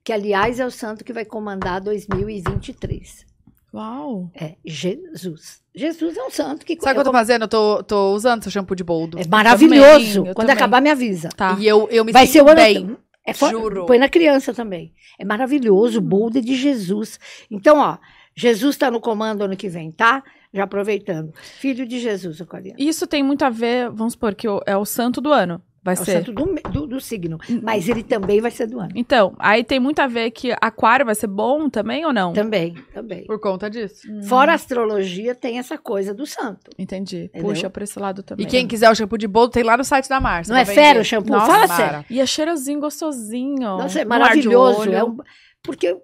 C: Que, aliás, é o santo que vai comandar 2023.
A: Uau.
C: É Jesus. Jesus é um santo que...
B: Sabe o que eu tô fazendo? Eu tô, tô usando seu shampoo de boldo.
C: É maravilhoso.
A: também, eu
C: Quando
A: também.
C: acabar, me avisa.
A: Tá.
B: E eu, eu me
C: Vai
B: sinto
C: ser o ano.
B: bem.
C: É fo-
B: Juro. Hum.
C: Põe na criança também. É maravilhoso, o boldo é de Jesus. Então, ó, Jesus está no comando ano que vem, tá? Já aproveitando. Filho de Jesus, aquariano.
A: Isso tem muito a ver, vamos supor, que o- é o santo do ano. Vai
C: É o
A: ser.
C: santo do, me- do- do signo.
B: Hum.
C: Mas ele também vai ser do ano.
A: Então, aí tem muito a ver que aquário vai ser bom também ou
B: Hum.
A: não? Hum.
C: Também, também.
B: Por conta disso.
C: Fora a astrologia, tem essa coisa do santo.
A: Entendi.
C: Entendeu?
A: Puxa, por esse lado também.
B: E quem quiser o shampoo de boldo, tem lá no site da Márcia.
C: Não é
B: pra
C: fera o
B: vender.
C: shampoo?
A: Nossa,
C: Fala
B: Mara.
C: sério.
A: E é cheirosinho, gostosinho.
C: Nossa, é
A: Não arde o
C: maravilhoso.
A: olho.
C: É um- Porque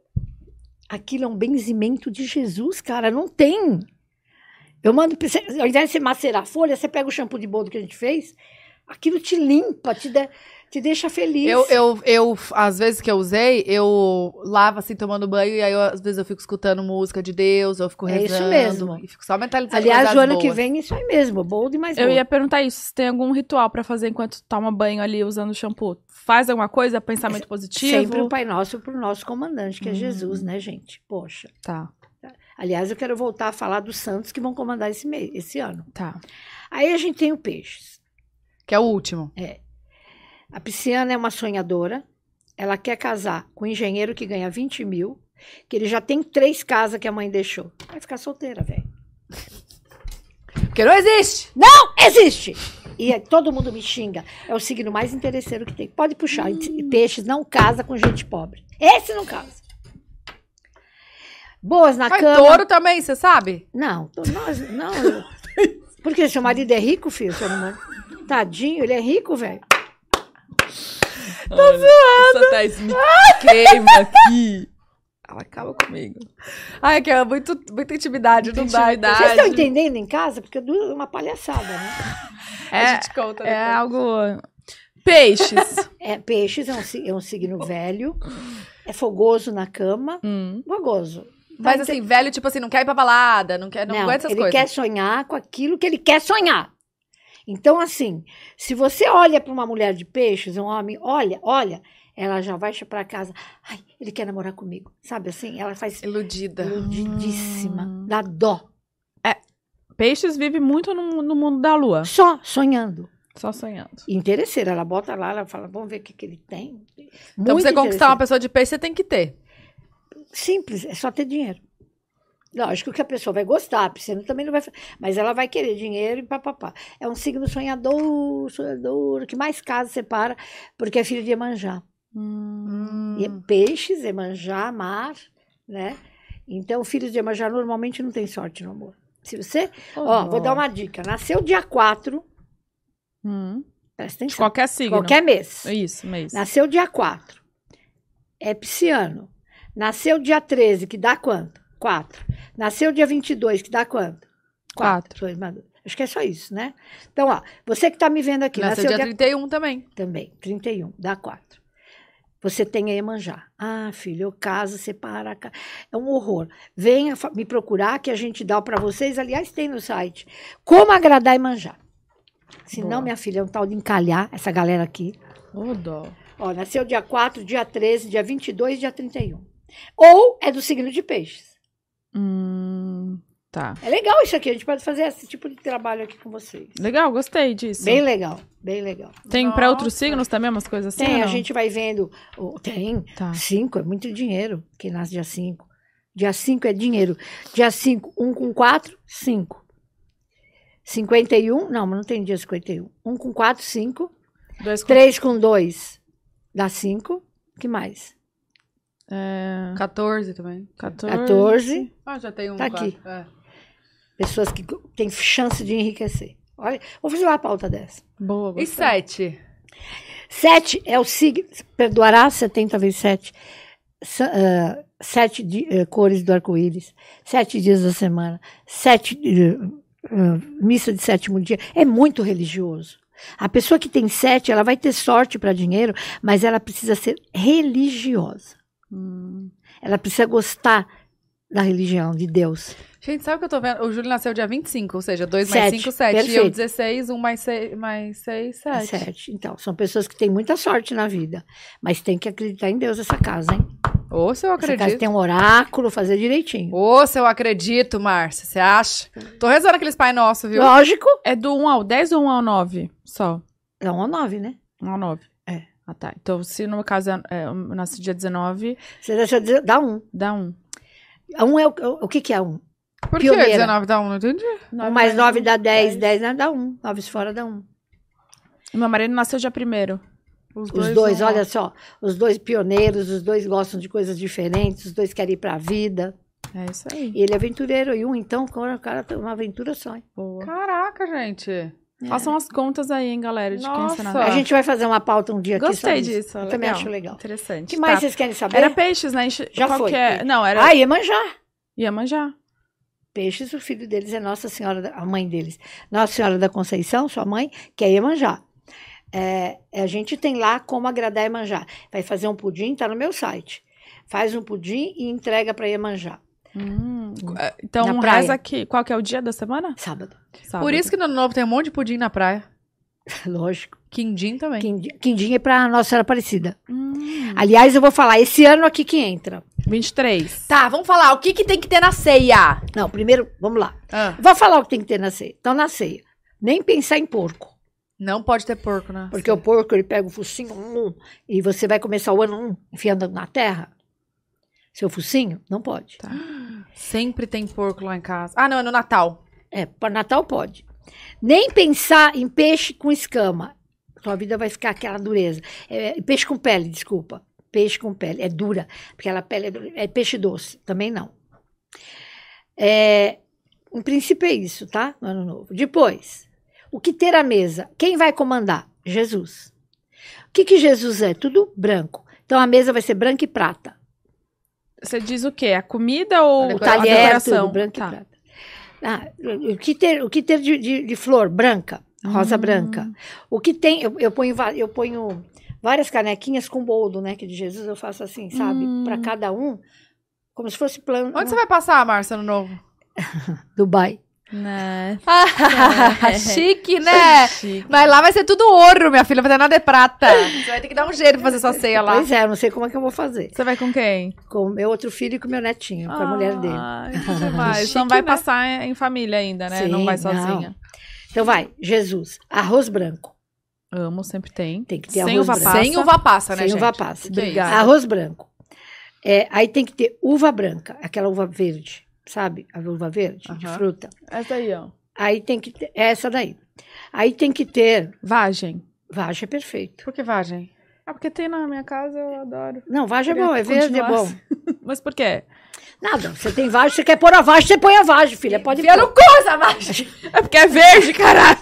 C: aquilo é um benzimento de Jesus, cara. Não tem. Eu mando. pra você- Ao invés de você macerar a folha, você pega o shampoo de boldo que a gente fez, aquilo te limpa, te, de- te deixa feliz.
B: Eu, eu, eu, às vezes que eu usei, eu lavo assim, tomando banho, e aí eu, às vezes eu fico escutando música de Deus, eu fico
C: É isso
B: rezando.
C: mesmo.
B: E fico só mentalizando.
C: Aliás,
B: coisas
C: o ano que
B: boas.
C: vem, isso aí mesmo. Boldo e mais
A: Eu
C: boldo.
A: ia perguntar isso, se tem algum ritual pra fazer enquanto toma banho ali usando shampoo. Faz alguma coisa, pensamento positivo?
C: É, Sempre um o Pai Nosso pro nosso comandante, que é Jesus, né, gente? Poxa.
A: Tá,
C: Aliás, eu quero voltar a falar dos santos que vão comandar esse, mês, esse ano.
A: tá.
C: Aí a gente tem o Peixes.
B: Que é o último.
C: A pisciana é uma sonhadora. Ela quer casar com um engenheiro que ganha 20 mil, que ele já tem três casas que a mãe deixou. Vai ficar solteira, velho.
B: Porque não existe!
C: Existe! E é- todo mundo me xinga. É o signo mais interesseiro que tem. Pode puxar. E Peixes não casa com gente pobre. Esse não casa. Boas na
B: Mas
C: cama.
B: touro também, você sabe?
C: Não, to- nós, não. Porque seu marido é rico, filho, seu irmão. Tadinho, ele é rico, velho.
A: Tá zoando. Thaís me
B: Ah,
A: queima aqui. Ela acaba comigo.
B: Ai, que é muito, muita intimidade,
A: Muita
B: não dá.
A: intimidade.
C: Vocês estão
A: gente.
C: entendendo em casa? Porque é du- uma palhaçada, né?
B: A
A: É,
B: gente
C: tá
B: conta
A: é
B: depois.
A: algo... Peixes.
C: É, peixes é um, si- é um signo velho, é fogoso na cama,
A: Hum.
C: fogoso. Tá
B: Mas
C: ente-
B: assim, velho, tipo assim, não quer ir pra balada, não quer, não, aguenta essas
C: ele
B: coisas.
C: quer sonhar com aquilo que ele quer sonhar. Então, assim, se você olha para uma mulher de peixes, um homem, olha, olha, ela já vai para casa. Ai, ele quer namorar comigo. Sabe assim? Ela faz
B: Iludida. Então,
C: iludidíssima,
B: Hum.
C: dá dó.
A: Peixes vive muito no, no mundo da lua.
C: Só sonhando.
A: Só sonhando.
C: Interesseira, ela bota lá, ela fala, vamos ver o que, que ele tem.
B: Então, pra
C: Muito
B: você conquistar uma
C: interesseira.
B: pessoa de peixe, você tem que ter.
C: Simples, é só ter dinheiro. Lógico que a pessoa vai gostar, porque você não- também não vai. fa- Mas ela vai querer dinheiro e papapá. É um signo sonhador, sonhador, que mais casa separa, porque é filho de Emanjá.
A: Hum.
B: Hum.
C: E é peixes, Emanjá, mar, né? Então, filhos de Emanjá normalmente não tem sorte no amor. Se você. ó, vou dar uma dica. Nasceu dia 4,
A: Hum.
C: presta
A: De
C: atenção.
A: qualquer signo.
C: Qualquer mês.
A: Isso, mesmo.
C: Nasceu dia 4. É pisciano. Nasceu dia 13, que dá quanto? 4. Nasceu dia 22, que dá quanto?
A: Quatro.
C: Dois mais dois. Acho que é só isso, né? Então, ó, você que tá me vendo aqui,
B: Nasceu
C: nasceu,
B: dia
C: dia
B: 31 também.
C: também, 31, dá 4. Você tem a Iemanjá. Ah, filho, eu caso, separa. ca- É um horror. Venha fa- me procurar que a gente dá para vocês. Aliás, tem no site. Como agradar Iemanjá. Se
A: Boa.
C: não, minha filha, é um tal de encalhar essa galera aqui.
A: Ô, dó.
C: Ó, nasceu dia 4, dia 13, dia 22, dia 31. Ou é do signo de peixes.
A: Hum, tá.
C: É legal isso aqui, a gente pode fazer esse tipo de trabalho aqui com vocês.
A: Legal, gostei disso.
C: Bem legal, bem legal.
A: Tem pra outros
B: Nossa.
A: signos também umas coisas assim? ou
C: Tem, a
A: não?
C: gente vai vendo. o- tem,
A: Tá.
C: 5 é muito dinheiro, quem nasce dia 5. Dia 5 é dinheiro. Dia 5, 1 com 4, 5. 51, não, mas não tem dia 51. 1 com 4, 5.
A: Dois com...
C: 3 com 2, dá 5. que mais?
A: É...
B: 14 também.
A: 14.
C: 14.
B: Ah, já tem um.
C: Tá
B: quatro.
C: aqui.
B: É.
C: pessoas que têm chance de enriquecer. Olha, vou fazer uma pauta dessa.
A: Boa, gostei.
B: E 7?
C: Sete é o signo. Perdoará 70 vezes 7. sete di- eh, cores do arco-íris. Sete dias da semana. Sete. eh, eh, missa de sétimo dia. É muito religioso. A pessoa que tem sete, ela vai ter sorte para dinheiro, mas ela precisa ser religiosa.
A: Hum.
C: Ela precisa gostar da religião, de Deus.
B: Gente, sabe o que eu tô vendo? O Júlio nasceu dia 25, ou seja, 2 mais
C: Sete.
B: 5, 7. E eu
C: Perfeito.
B: 16, 1 mais 6, mais 6
C: É
B: 7.
C: sete. Então, são pessoas que têm muita sorte na vida, mas tem que acreditar em Deus essa casa, hein?
B: Ou se eu
C: Essa casa
B: acredito.
C: tem um oráculo, fazer direitinho.
B: Ou se eu acredito, Márcia, você acha? Tô rezando aqueles pai nosso, viu?
C: Lógico,
A: É do 1 ao 10 ou 1 ao 9? Só.
C: é um ao nove, né?
A: 1 ao 9.
C: É.
A: Ah, tá. Então, se no meu caso é, é, eu nasci dia 19,
C: Você deixa eu dizer, dá um.
A: dá 1.
C: A um é o, o que que é um?
B: Por que
C: pioneira.
B: 19 dá 1? Não entendi.
C: Um mais nove dá dez, dez né? dá um. Nove fora dá um.
A: Meu marido nasceu dia 1
C: Os dois,
B: são-
C: olha só, os dois pioneiros, os dois gostam de coisas diferentes, os dois querem ir pra vida.
A: É isso aí.
C: E ele é aventureiro, e um então, quando o cara tem uma aventura só. hein?
A: Boa.
B: Caraca, gente.
C: É.
A: Façam as contas aí, hein, galera, de quem você
B: Nossa.
A: nasceu.
C: A gente vai fazer uma pauta um dia aqui só
A: Gostei
C: disso.
A: disso.
C: Eu
A: legal.
C: também acho legal. O
A: Interessante.
C: que mais
A: Tá.
C: vocês querem saber?
A: Era peixes, né? Enche-
C: Já
A: Qual
C: foi,
A: que é?
C: peixe.
A: Não, era
C: Ah, Iemanjá.
A: Iemanjá.
C: Peixes, o filho deles é Nossa Senhora, da- a mãe deles, Nossa Senhora da Conceição, sua mãe, que é Iemanjá. É, a gente tem lá como agradar Iemanjá. Vai fazer um pudim, tá no meu site. Faz um pudim e entrega para Iemanjá.
A: Hum, é, então,
C: Na
A: um
C: praia.
A: reza aqui. Qual que é o dia da semana?
C: Sábado,
A: Sábado.
B: Por isso que no ano novo tem um monte de pudim na praia.
C: lógico.
B: Quindim também.
C: Quindi- Quindim é para Nossa Senhora Aparecida.
A: Hum,
C: Aliás, eu vou falar, esse ano aqui que entra.
A: 23.
B: Tá, vamos falar. O que, que tem que ter na ceia?
C: Não, primeiro, vamos lá.
B: Ah,
C: Vou falar o que tem que ter na ceia. Então, na ceia, nem pensar em porco.
B: não pode ter porco, né?
C: Porque o porco, ele pega o focinho, hum, e você vai começar o ano hum, enfiando na terra. Seu focinho? Não pode.
A: Tá.
B: Sempre tem porco lá em casa. Ah, não, é no Natal.
C: É, para Natal pode. Nem pensar em peixe com escama. Sua vida vai ficar aquela dureza. É, peixe com pele, desculpa. Peixe com pele. É dura. Porque ela pele é dura. é, peixe doce. Também não. É, em princípio é isso, tá? No ano novo. Depois, o que ter à mesa? Quem vai comandar? Jesus. O que, que Jesus é? Tudo branco. Então a mesa vai ser branca e prata.
A: Você diz o quê? A comida ou
C: O
B: O
C: talher, tudo,
A: decoração?
C: branco
A: Tá.
C: e prata. Ah, o que ter, o que ter de, de- de flor? Branca, rosa
A: Hum.
C: branca. O que tem, eu, eu ponho, va- eu ponho várias canequinhas com boldo, né? Que de Jesus eu faço assim, sabe?
A: Hum.
C: Pra cada um, como se fosse plano.
B: Onde você vai passar, Márcia, no novo?
C: Dubai.
A: Né?
B: Ah, Chique, né?
A: Chique.
B: Mas lá vai ser tudo ouro, minha filha. Não vai ter nada de prata. Você vai ter que dar um jeito pra fazer sua ceia lá.
C: Pois é, eu não sei como é que eu vou fazer.
A: Você vai com quem?
C: Com o meu outro filho e com o meu netinho, com a mulher dele.
B: Ah.
A: Ai, que demais.
B: Chique,
A: então vai
B: né?
A: passar em família ainda, né? não
C: Sim,
A: vai sozinha.
C: Então vai, Jesus, arroz branco.
A: Amo, sempre tem.
C: Tem que ter
A: Sem
C: arroz
A: uva
C: branco.
A: passa.
B: Sem uva passa, né,
C: Sem
B: gente?
C: uva passa.
A: Que que é
C: Ah,
A: isso?
B: Obrigada.
C: Arroz branco. É, aí tem que ter uva branca, aquela uva verde, sabe? A uva verde de
B: Aham.
C: fruta.
A: Essa aí, ó.
C: Aí tem que ter essa daí. Aí tem que ter
A: Vagem.
C: vagem é perfeito.
B: Por que vagem?
A: Ah, porque tem na minha casa, eu adoro.
C: Não, vagem é
A: Queria
C: bom, é
A: que
C: verde, é bom.
B: assim.
A: continuasse. Mas por quê?
C: Nada, você tem vagem, você quer pôr a vagem, você põe a vagem, filha. Pode
B: Enfia
C: pôr.
B: no cu essa vagem.
A: É porque é verde, caralho.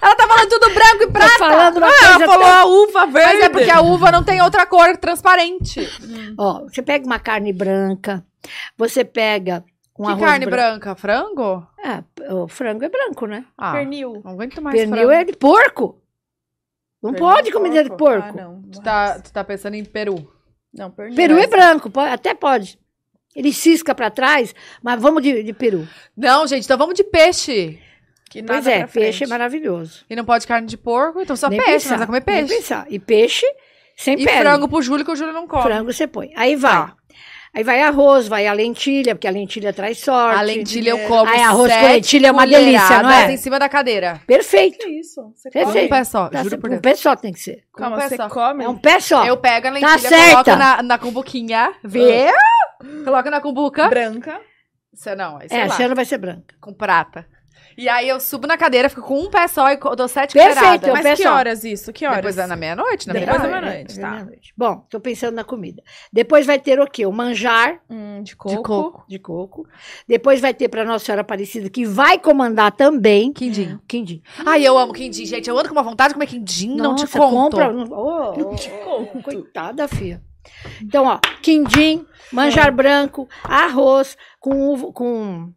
B: Ela tá falando tudo branco e
C: Tô
B: prata. Ah,
C: falando uma
A: Ela
C: coisa.
A: falou a uva verde.
B: Mas é porque a uva não tem outra cor transparente. um-
C: Ó, você pega uma carne branca, você pega um
B: que
C: arroz
B: carne
C: branco.
B: branca? Frango?
C: Ah, o frango é branco, né?
B: Ah,
A: Pernil.
B: não aguento mais
C: Pernil
B: frango.
C: é de porco. Não
A: Pernil
C: pode
A: é
C: comida de porco.
A: Ah, não.
B: Tu tá, tu tá pensando em peru.
A: Não, pernil.
C: Peru é
A: Mas-
C: branco, po- até pode. Ele cisca pra trás, mas vamos de, de peru.
B: Não, gente, então vamos de peixe.
A: Que
C: pois
A: nada
C: é,
A: pra
C: peixe é
A: frente.
C: maravilhoso.
B: E não pode carne de porco, então só
C: Nem
B: peixe,
C: pensar,
B: nós vamos comer
C: nem
B: peixe.
C: pensar. E peixe sem
B: E
C: pele.
B: frango pro Júlio, que o Júlio não come.
C: Frango você põe. Aí vai.
B: Tá.
C: Aí vai arroz, vai a lentilha, porque a lentilha traz sorte.
B: A lentilha eu como
C: Ai, arroz com
B: sete
C: lentilha é uma delícia, não é?
B: colheradas em cima da cadeira.
C: Perfeito.
A: Que isso? Você
C: Perfeito.
B: Com um
A: come?
B: pé só,
C: Tá,
B: juro por
C: um
B: Deus.
C: pé só tem que ser.
B: Com um
A: Calma,
B: pé
A: você
B: só.
A: come?
C: É um pé só.
B: Eu pego a lentilha,
C: certa. Hum.
B: coloco na, na cumbuquinha. Vê? Coloco na cumbuca.
A: branca.
B: Isso não, aí sei
C: É, a
B: lá,
C: cena vai ser branca.
B: com prata. E aí eu subo na cadeira, fico com um pé só e co- dou sete
C: Perfeito,
B: colheradas.
C: eu
A: Mas
C: peço,
A: que
C: ó.
A: horas isso? Que horas?
B: Depois é na meia-noite, na
A: Depois
B: verdade.
A: da meia-noite, tá.
C: meia-noite. Bom, tô pensando na comida. Depois vai ter o quê? O manjar
A: Hum, de coco.
B: De coco.
C: de coco. Depois vai ter pra Nossa Senhora Aparecida, que vai comandar também.
B: Quindim.
C: Quindim.
B: Ai, eu amo quindim, gente. Eu ando com uma vontade de comer quindim, não te
C: Nossa,
B: conto.
C: Compra, um não, Ô, ô, ô, coitada, filha. Então, ó, quindim,
B: É.
C: manjar branco, arroz com uva, com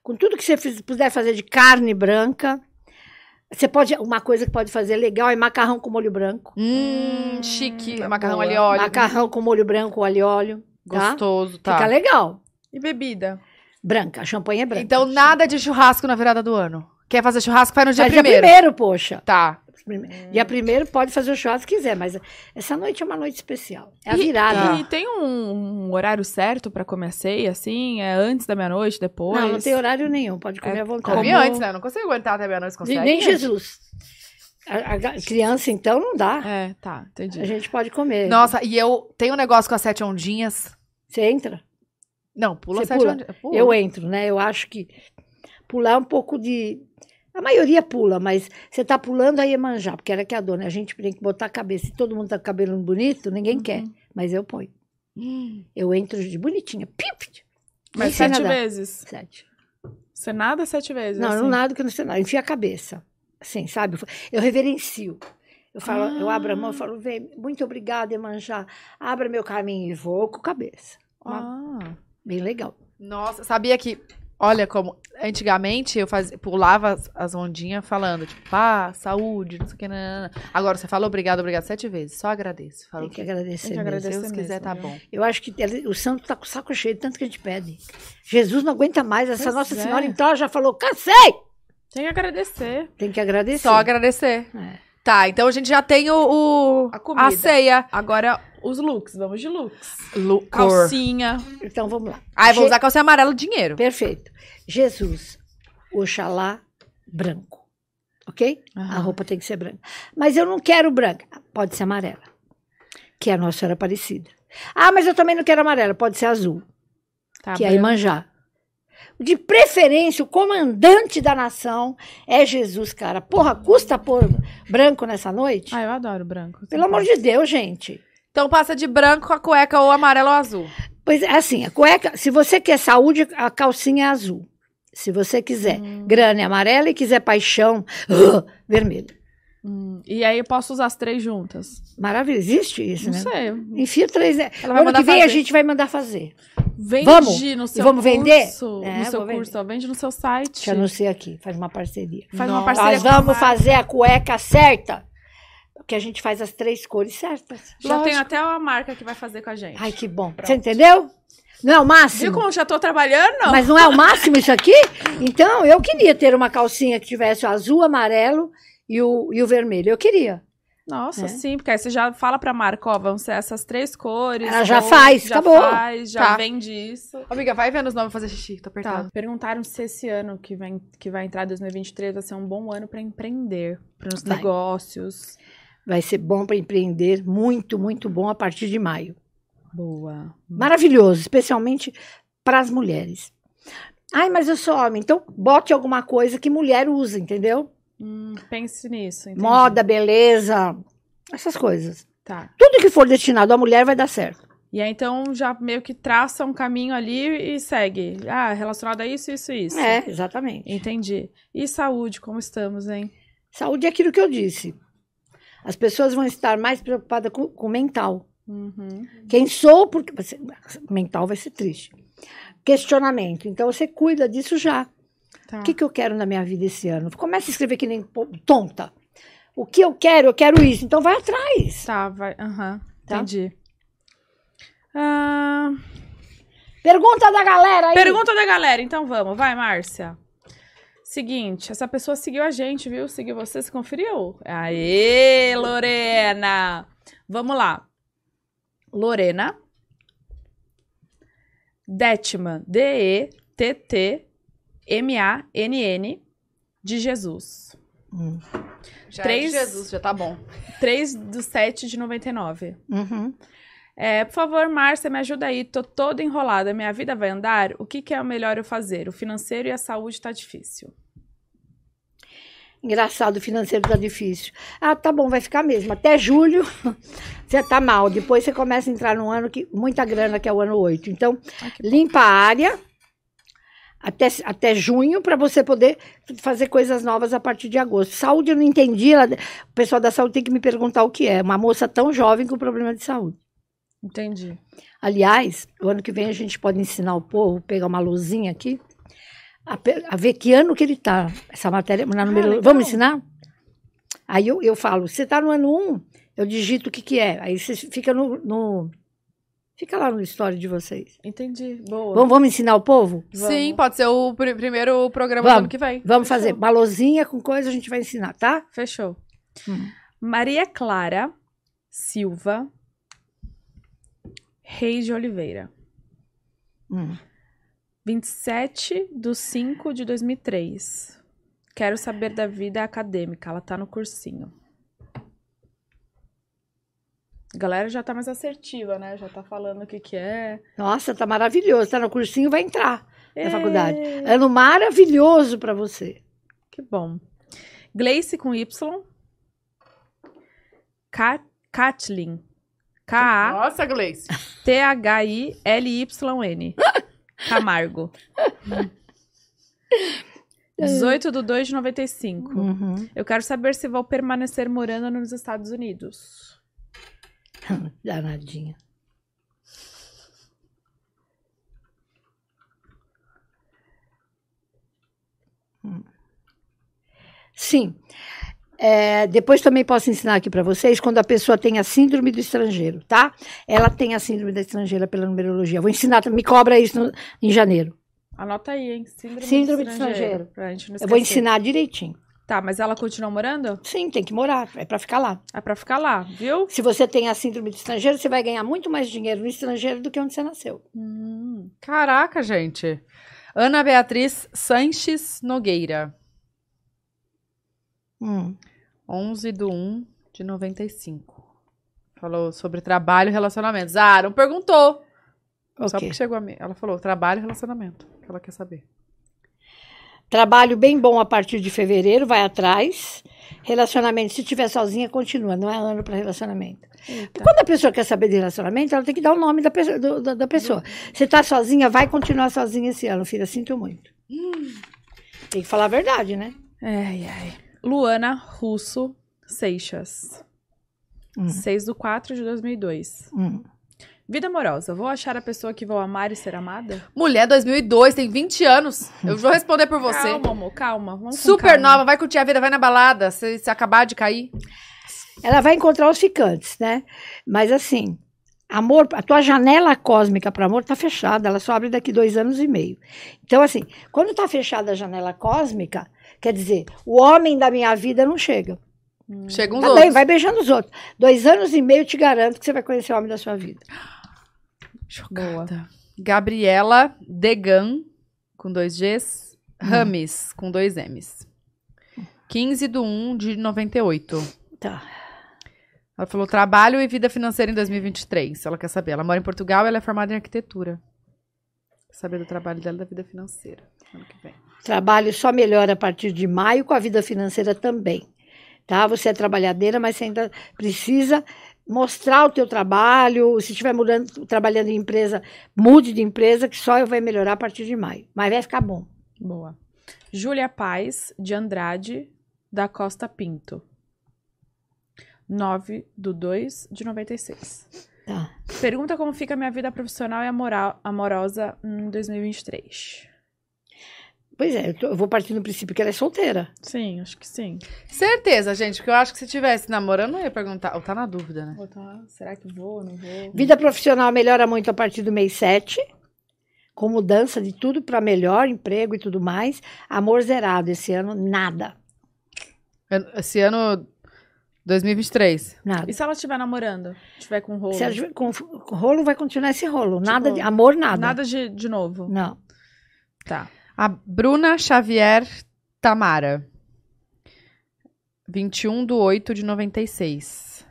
C: com tudo que você fiz- puder fazer de carne branca. Você pode uma coisa que pode fazer legal é macarrão com molho branco.
B: Hum, chique.
A: Hum,
B: macarrão
A: boa.
B: ali,
C: Tá?
B: óleo. né?
C: Macarrão com molho branco, alho e óleo, tá?
B: Gostoso, tá.
C: Fica legal.
A: E bebida.
C: Branca, champanhe é branca.
B: Então, nada de churrasco na virada do ano. Quer fazer churrasco, faz no dia
C: Mas dia
B: primeiro.
C: primeiro, poxa.
B: Tá.
C: Prime- Dia primeiro pode fazer o churrasco que quiser, mas essa noite é uma noite especial. É a
A: E-
B: tá.
C: virada.
A: E, tem um, um horário certo pra comer a ceia, assim? É antes da meia-noite, depois?
C: Não, não tem horário nenhum, pode comer
A: É
C: à vontade.
A: Como-
B: Comi antes, né? Não consigo aguentar até meia-noite, consegue?
C: Nem- Nem Jesus. A, a ga- criança, então, não dá.
A: É, tá,
C: A
A: entendi.
C: gente pode comer.
B: Nossa, e eu tenho um negócio com as sete ondinhas.
C: Você entra?
B: Não, pula
C: Você
B: sete
C: pula?
B: ondinhas.
C: Eu entro, né? Eu acho que pular é um pouco de. A maioria pula, mas você tá pulando aí é manjar, porque era que a dona. A gente tem que botar a cabeça. Se todo mundo tá com cabelo bonito, ninguém
A: Uhum.
C: quer. Mas eu ponho.
B: Hum,
C: Eu entro de bonitinha. Pip!
A: Mas
C: Nem sei
A: sete
C: nadar.
A: vezes.
C: Sete.
A: Você nada sete vezes.
C: Não, eu
A: assim.
C: não nado que eu não sei nada. Enfia a cabeça. Assim, sabe? Eu reverencio. Eu falo, eu abro a mão e
A: Ah.
C: falo, vem, muito obrigada, Emanjá. Abra meu caminho e vou com a cabeça.
A: Ah.
C: Bem legal.
B: Nossa, sabia que. Olha como antigamente eu fazia, pulava as, as ondinhas falando, tipo, pá, saúde, não sei o que, nanana. Agora você fala obrigado, obrigado sete vezes, só agradeço. Falo,
C: Tem que agradecer.
A: Tem que
C: mesmo.
B: se
A: agradecer
B: Deus
A: mesmo,
B: quiser, tá
A: viu?
B: bom.
C: Eu acho que ele- o santo tá com o saco cheio, de tanto que a gente pede. Jesus não aguenta mais. Essa
A: Pois
C: Nossa
A: é.
C: Senhora, então, ela já falou, cansei!
A: Tem que agradecer.
C: Tem que agradecer.
B: Só agradecer.
C: É.
B: Tá, então a gente já tem o. o-
A: A comida.
B: ceia.
A: Agora, os looks. Vamos de looks.
B: Lu- cor.
A: Calcinha.
C: Então, vamos lá.
B: Ai, vou
C: Je-
B: usar calcinha amarela dinheiro.
C: Perfeito. Jesus, Oxalá, branco. Ok? A roupa tem que ser branca. Mas eu não quero branca. Pode ser amarela. Que é a Nossa Senhora Aparecida. Ah, mas eu também não quero amarela. Pode ser azul.
A: Tá
C: que é a
A: bem.
C: Imanjá. De preferência, o comandante da nação é Jesus, cara. Porra, custa pôr branco nessa noite?
A: Ah, eu adoro branco.
C: Pelo amor de Deus, gente.
B: Então passa de branco com a cueca ou amarelo ou azul.
C: Pois é, assim, a cueca, se você quer saúde, a calcinha é azul.
A: Hum.
C: Se você quiser grana é amarela e quiser paixão, vermelho.
A: Hum, e aí eu posso usar as três juntas?
C: Maravilha, existe isso,
A: Não
C: né?
A: sei.
C: Enfia três. Ela
B: vai
C: ano
B: mandar
C: que vem a
B: fazer.
C: gente vai mandar fazer.
A: Vende
C: Vamos?
A: no seu
C: vamos
A: curso.
C: vender? É,
A: no seu
C: vou vender.
A: curso, ó, vende no seu site.
C: Te anuncia aqui, faz uma parceria.
A: Faz uma
B: Nossa.
A: parceria
C: Nós
A: com a
C: vamos
A: marca.
C: fazer a cueca certa. Porque a gente faz as três cores certas.
A: Já tem até uma marca que vai fazer com a gente.
C: Ai, que bom. Você entendeu? Não é o
A: Viu
C: máximo?
A: como eu já tô trabalhando?
C: Mas não é o máximo isso aqui? Então, eu queria ter uma calcinha que tivesse o azul, amarelo e o, e o vermelho. Eu queria.
A: Nossa,
C: É.
A: sim, porque aí você já fala pra marca, ó, vão ser essas três cores.
C: Ela já
A: ou
C: faz,
A: já
C: acabou.
A: faz, já
B: Tá.
A: vende isso.
B: Amiga, vai vendo os nomes fazer xixi, tô apertado.
A: Tá. Perguntaram se esse ano que vai, que vai entrar 2023 vai ser um bom ano pra empreender, para os
C: Vai.
A: negócios.
C: Vai ser bom para empreender, muito, muito bom a partir de maio.
A: Boa.
C: Maravilhoso, especialmente para as mulheres. Ai, mas eu sou homem, então bote alguma coisa que mulher usa, entendeu?
A: Hum, pense nisso. entendi.
C: Moda, beleza, essas coisas.
A: Tá.
C: Tudo que for destinado à mulher vai dar certo.
A: E aí então já meio que traça um caminho ali e segue. Ah, relacionado a isso, isso, isso.
C: É, exatamente.
A: Entendi. E saúde, como estamos, hein?
C: Saúde é aquilo que eu disse. As pessoas vão estar mais preocupadas com, com o mental.
A: Uhum.
C: Quem sou, porque você, mental vai ser triste. Questionamento. Então você cuida disso já.
A: Tá.
C: O que, que eu quero na minha vida esse ano? Começa a escrever que nem po- tonta. O que eu quero? Eu quero isso. Então vai atrás.
A: Tá, vai. Aham.
C: Tá?
A: Entendi. Ah,
C: Pergunta da galera aí.
A: pergunta da galera, então vamos. Vai, Márcia. Seguinte, essa pessoa seguiu a gente, viu? Seguiu você, se conferiu? Aê, Lorena! Vamos lá. Lorena. Detman. D-E-T-T-M-A-N-N de Jesus.
C: Hum.
B: Já
A: Três.
B: é de Jesus, já tá bom.
A: 3 do 7 de 99.
C: Uhum.
A: É, por favor, Márcia, me ajuda aí. Tô toda enrolada. Minha vida vai andar? O que, que é o melhor eu fazer? O financeiro e a saúde tá difícil.
C: Engraçado, o financeiro tá difícil. Ah, tá bom, vai ficar mesmo. Até julho você tá mal. Depois você começa a entrar num ano que muita grana, que é o ano 8. Então, limpa a área até, até junho para você poder fazer coisas novas a partir de agosto. Saúde eu não entendi. ela- o pessoal da saúde tem que me perguntar o que é. Uma moça tão jovem com problema de saúde.
A: Entendi.
C: Aliás, o ano que vem a gente pode ensinar o povo, pegar uma luzinha aqui, a, pe- a ver que ano que ele está. Essa matéria, na número,
A: legal.
C: vamos ensinar? Aí eu, eu falo, você está no ano 1, eu digito o que, que é. Aí você fica no, no- Fica lá no story de vocês.
A: Entendi. Boa.
C: Vamos, vamos ensinar o povo?
A: Vamos.
B: Sim, pode ser o pr- primeiro programa
C: Vamos.
B: do ano que vem.
C: Vamos fazer uma luzinha com coisa, a gente vai ensinar, tá?
A: Fechou.
C: Hum.
A: Maria Clara Silva Reis de Oliveira. 27 de 5 de 2003. Quero saber da vida acadêmica. Ela tá no cursinho. A galera já tá mais assertiva, né? Já tá falando o que que é.
C: Nossa, tá maravilhoso. Tá no cursinho, vai entrar.
A: É
C: faculdade. Ano maravilhoso para você.
A: Que bom. Gleice com Y. Ka- Katlin. K-A.
B: Nossa, Gleice.
A: T-H-I-L-Y-N. Camargo.
C: É.
A: 18 de 2 de 95. Eu quero saber se vou permanecer morando nos Estados Unidos.
C: Danadinha. Hum. Sim. É, depois também posso ensinar aqui para vocês quando a pessoa tem a síndrome do estrangeiro, tá? Ela tem a síndrome da estrangeira pela numerologia. Vou ensinar, me cobra isso no- em janeiro.
A: Anota aí, hein? Síndrome,
C: Síndrome
A: de
C: de
A: estrangeiro.
C: estrangeiro.
A: Pra gente não
C: Eu vou
A: esquecer.
C: ensinar direitinho.
A: Tá, mas ela continua morando?
C: Sim, tem que morar, é para ficar lá.
A: É pra ficar lá, viu?
C: Se você tem a síndrome do estrangeiro, você vai ganhar muito mais dinheiro no estrangeiro do que onde você nasceu.
A: Hum,
B: Caraca, gente. Ana Beatriz Sanches Nogueira.
C: Hum,
B: 11 de 1 de 95. Falou sobre trabalho e relacionamentos. Ah, não perguntou. Só
C: Ok.
B: porque chegou a mim. Ela falou trabalho e relacionamento. Que ela quer saber.
C: Trabalho bem bom a partir de fevereiro, vai atrás. Relacionamento, se tiver sozinha, continua, não é ano para relacionamento.
A: eita.
C: Quando a pessoa quer saber de relacionamento, ela tem que dar o nome da, pessoa- do- da- da pessoa. Você está sozinha, vai continuar sozinha esse ano, filha, sinto muito. Tem que falar a verdade, né?
A: Ai, ai. Luana Russo Seixas.
B: Hum.
A: 6 do 4 de 2002.
B: Hum.
A: Vida amorosa. Vou achar a pessoa que vou amar e ser amada?
B: Mulher 2002, tem 20 anos. Eu vou responder por você.
A: Calma, amor, calma. Vamos com
B: Super
A: calma.
B: nova, vai curtir a vida, vai na balada. Se, se acabar de cair.
C: Ela vai encontrar os ficantes, né? Mas assim, amor, a tua janela cósmica para amor tá fechada, ela só abre daqui dois anos e meio. Então, assim, quando tá fechada a janela cósmica, quer dizer, o homem da minha vida não chega.
B: Chega uns
C: Tá
B: outros.
C: bem, vai beijando os outros. Dois anos e meio, eu te garanto que você vai conhecer o homem da sua vida.
A: Boa.
B: Tá. Gabriela Degan, com dois Gs. Rames, com dois Ms. 15 de 1 de 98.
C: Tá.
B: Ela falou trabalho e vida financeira em 2023. Ela quer saber. Ela mora em Portugal ela é formada em arquitetura. Quer Saber do trabalho dela e da vida financeira. Ano que vem.
C: Trabalho só melhora a partir de maio, com a vida financeira também. Tá? Você é trabalhadeira, mas você ainda precisa mostrar o teu trabalho. Se estiver mudando, trabalhando em empresa, mude de empresa, que só vai melhorar a partir de maio. Mas vai ficar bom.
A: Boa. Júlia Paz, de Andrade, da Costa Pinto. 9 do 2 de 96.
C: Tá.
A: Pergunta como fica a minha vida profissional e amoral- amorosa em 2023.
C: Pois é, eu, tô- eu vou partir do princípio que ela é solteira.
A: Sim, acho que sim.
B: Certeza, gente, porque eu acho que se tivesse namorando, eu ia perguntar. Ou tá na dúvida, né?
A: tá, será que vou não vou?
C: Vida profissional melhora muito a partir do mês 7, com mudança de tudo para melhor, emprego e tudo mais. Amor zerado esse ano, nada.
B: Ano- Esse ano 2023.
C: Nada.
A: E se ela estiver namorando? Estiver com rolo?
C: Se ela tiver com, com rolo, vai continuar esse rolo. Nada de
A: Tipo,
C: amor, nada.
A: Nada de, de novo.
C: Não.
A: Tá.
B: A Bruna Xavier Tamara. 21 de 8 de 96.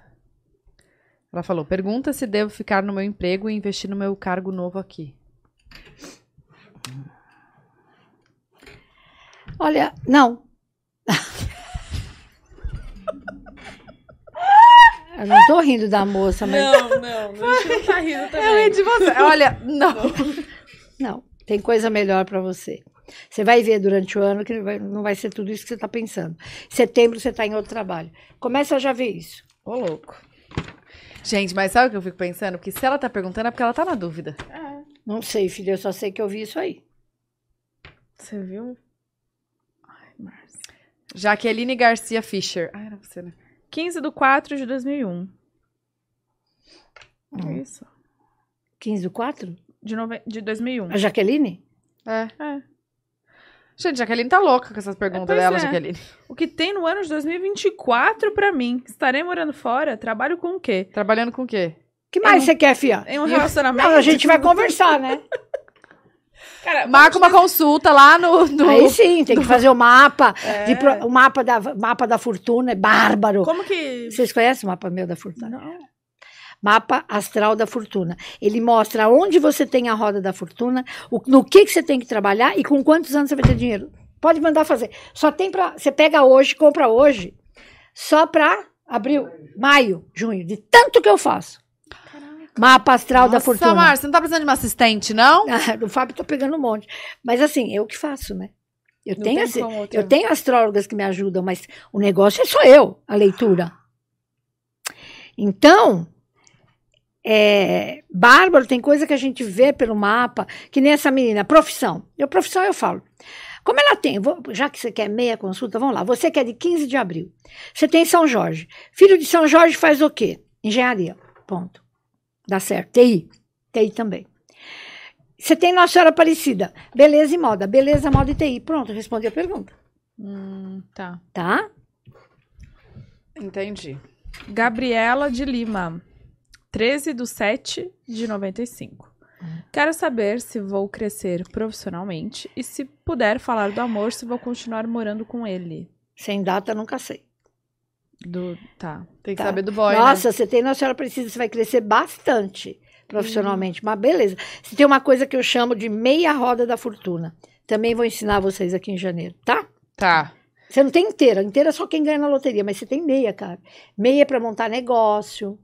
B: Ela falou: pergunta se devo ficar no meu emprego e investir no meu cargo novo aqui.
C: Olha, não. Eu não tô rindo da moça, mas não.
A: não. A gente não tá rindo
B: de você. Olha, não.
C: Tem coisa melhor para você. Você vai ver durante o ano que vai- não vai ser tudo isso que você está pensando. Setembro você está em outro trabalho. Começa a já ver isso.
B: Ô, louco. Gente, mas sabe o que eu fico pensando? Porque se ela tá perguntando é porque ela tá na dúvida.
A: É.
C: Não sei, filha, eu só sei que eu vi isso aí.
A: Você viu? Ai, Márcia.
B: Jaqueline Garcia Fischer. Ah, era você, né?
A: 15 do 4 de 2001. Que
C: Hum.
A: um. É Isso.
C: 15 do 4?
A: De, nove... de 2001.
C: A Jaqueline?
B: É.
A: É.
B: Gente, Jaqueline tá louca com essas perguntas
A: pois
B: dela,
A: é.
B: Jaqueline.
A: O que tem no ano de 2024 pra mim? Estarei morando fora? Trabalho com o quê?
B: Trabalhando com o quê?
C: que mais você quer, fia?
A: Em um relacionamento?
C: Não, a gente vai conversar, né?
A: Cara,
B: Marca uma consulta lá no. no-
C: Aí sim, tem que fazer o mapa.
A: É.
C: de pro- o mapa da, mapa da fortuna é bárbaro.
A: Como que...
C: Vocês conhecem o mapa meu da fortuna?
A: Não.
C: Mapa astral da fortuna. Ele mostra onde você tem a roda da fortuna, o- no que, que você tem que trabalhar e com quantos anos você vai ter dinheiro. Pode mandar fazer. Só tem para. Você pega hoje, compra hoje, só para abril, maio, junho, de tanto que eu faço. Mapa astral da fortuna.
B: Nossa, Márcia, você não tá precisando de uma assistente, não?
C: Ah, do Fábio tô pegando um monte. Mas assim, eu que faço, né? Eu
A: Não
C: tenho
A: tem
C: assim,
A: como outra.
C: eu tenho astrólogas que me ajudam, mas o negócio é só eu, a leitura. Então, é, Bárbaro, tem coisa que a gente vê pelo mapa, que nem essa menina, profissão. Eu, profissão, eu falo. Como ela tem, vou- já que você quer meia consulta, vamos lá. Você quer de 15 de abril. Você tem São Jorge. Filho de São Jorge faz o quê? Engenharia. Ponto. Dá certo. TI. TI também. Você tem Nossa Senhora Aparecida. Beleza e moda. Beleza, moda e TI. Pronto, respondi a pergunta.
A: Hum, tá.
C: Tá?
B: Entendi.
A: Gabriela de Lima, 13 do 7 de 95.
C: Hum.
A: Quero saber se vou crescer profissionalmente e se puder falar do amor, se vou continuar morando com ele.
C: Sem data, nunca sei.
A: Do... Tá.
B: Tem que
C: Tá.
B: saber do boy. né?
C: Nossa, você tem Nossa Senhora Aparecida, você vai crescer bastante profissionalmente. Mas beleza. Você tem uma coisa que eu chamo de meia roda da fortuna. Também vou ensinar vocês aqui em janeiro, tá?
B: Né? Tá.
C: Você não tem inteira, inteira é só quem ganha na loteria, mas você tem meia, cara. Meia é pra montar negócio,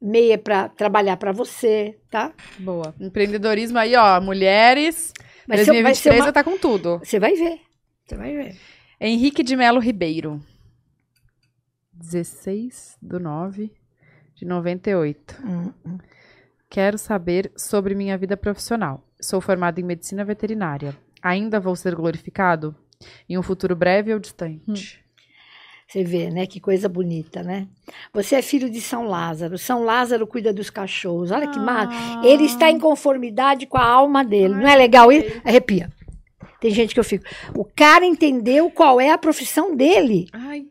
C: meia é pra trabalhar pra você, tá?
A: Boa.
B: Empreendedorismo aí, ó. Mulheres.
C: Mas você vai, ser
B: 2023
C: uma...
B: já tá com tudo.
C: você vai ver. Você vai ver.
B: Henrique de Melo Ribeiro. 16 do 9 de 98.
C: Hum, hum.
B: Quero saber sobre minha vida profissional. Sou formado em medicina veterinária. Ainda vou ser glorificado? Em um futuro breve ou distante?
C: Você vê, né? Que coisa bonita, né? Você é filho de São Lázaro. São Lázaro cuida dos cachorros. Olha É
A: Ah.
C: que maravilha. Ele está em conformidade com a alma dele. Não é legal isso? Arrepia. Tem gente que eu fico. O cara entendeu qual é a profissão dele.
A: Ai,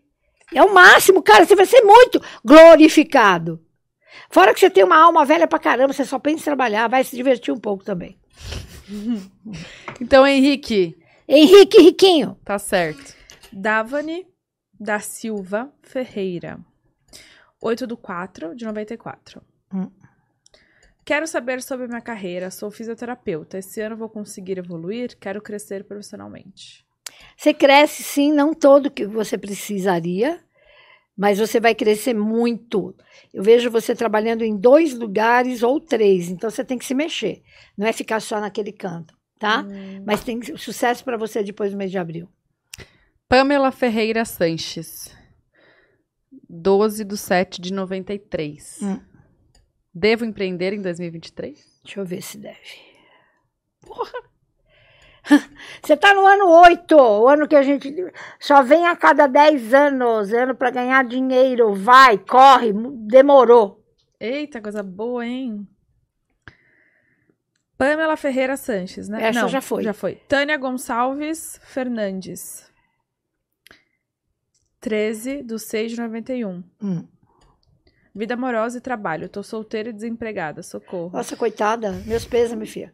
C: É o máximo, cara. Você vai ser muito glorificado. Fora que você tem uma alma velha pra caramba, você só pensa em trabalhar, vai se divertir um pouco também.
B: Então, Henrique,
C: Henrique Riquinho.
B: tá certo.
A: Davani da Silva Ferreira. 8 do 4 de 94.
C: Hum.
A: Quero saber sobre minha carreira. Sou fisioterapeuta. Esse ano vou conseguir evoluir. Quero crescer profissionalmente.
C: Você cresce sim, não todo que você precisaria, mas você vai crescer muito. Eu vejo você trabalhando em dois lugares ou três, então você tem que se mexer. Não é ficar só naquele canto, tá?
A: Hum.
C: Mas tem sucesso para você depois do mês de abril.
B: Pamela Ferreira Sanches. 12 do 7 de 93.
C: Hum.
B: Devo empreender em 2023?
C: Deixa eu ver se deve. Porra! Você tá no ano 8, o ano que a gente só vem a cada 10 anos, ano para ganhar dinheiro, vai, corre, demorou.
A: Eita, coisa boa, hein? Pamela Ferreira Sanches, né?
C: Essa já foi.
A: Já foi. Tânia Gonçalves Fernandes. 13 do 6 de 91.
C: Hum.
A: Vida amorosa e trabalho. Tô solteira e desempregada. Socorro.
C: Nossa, coitada, meus pesos, minha filha.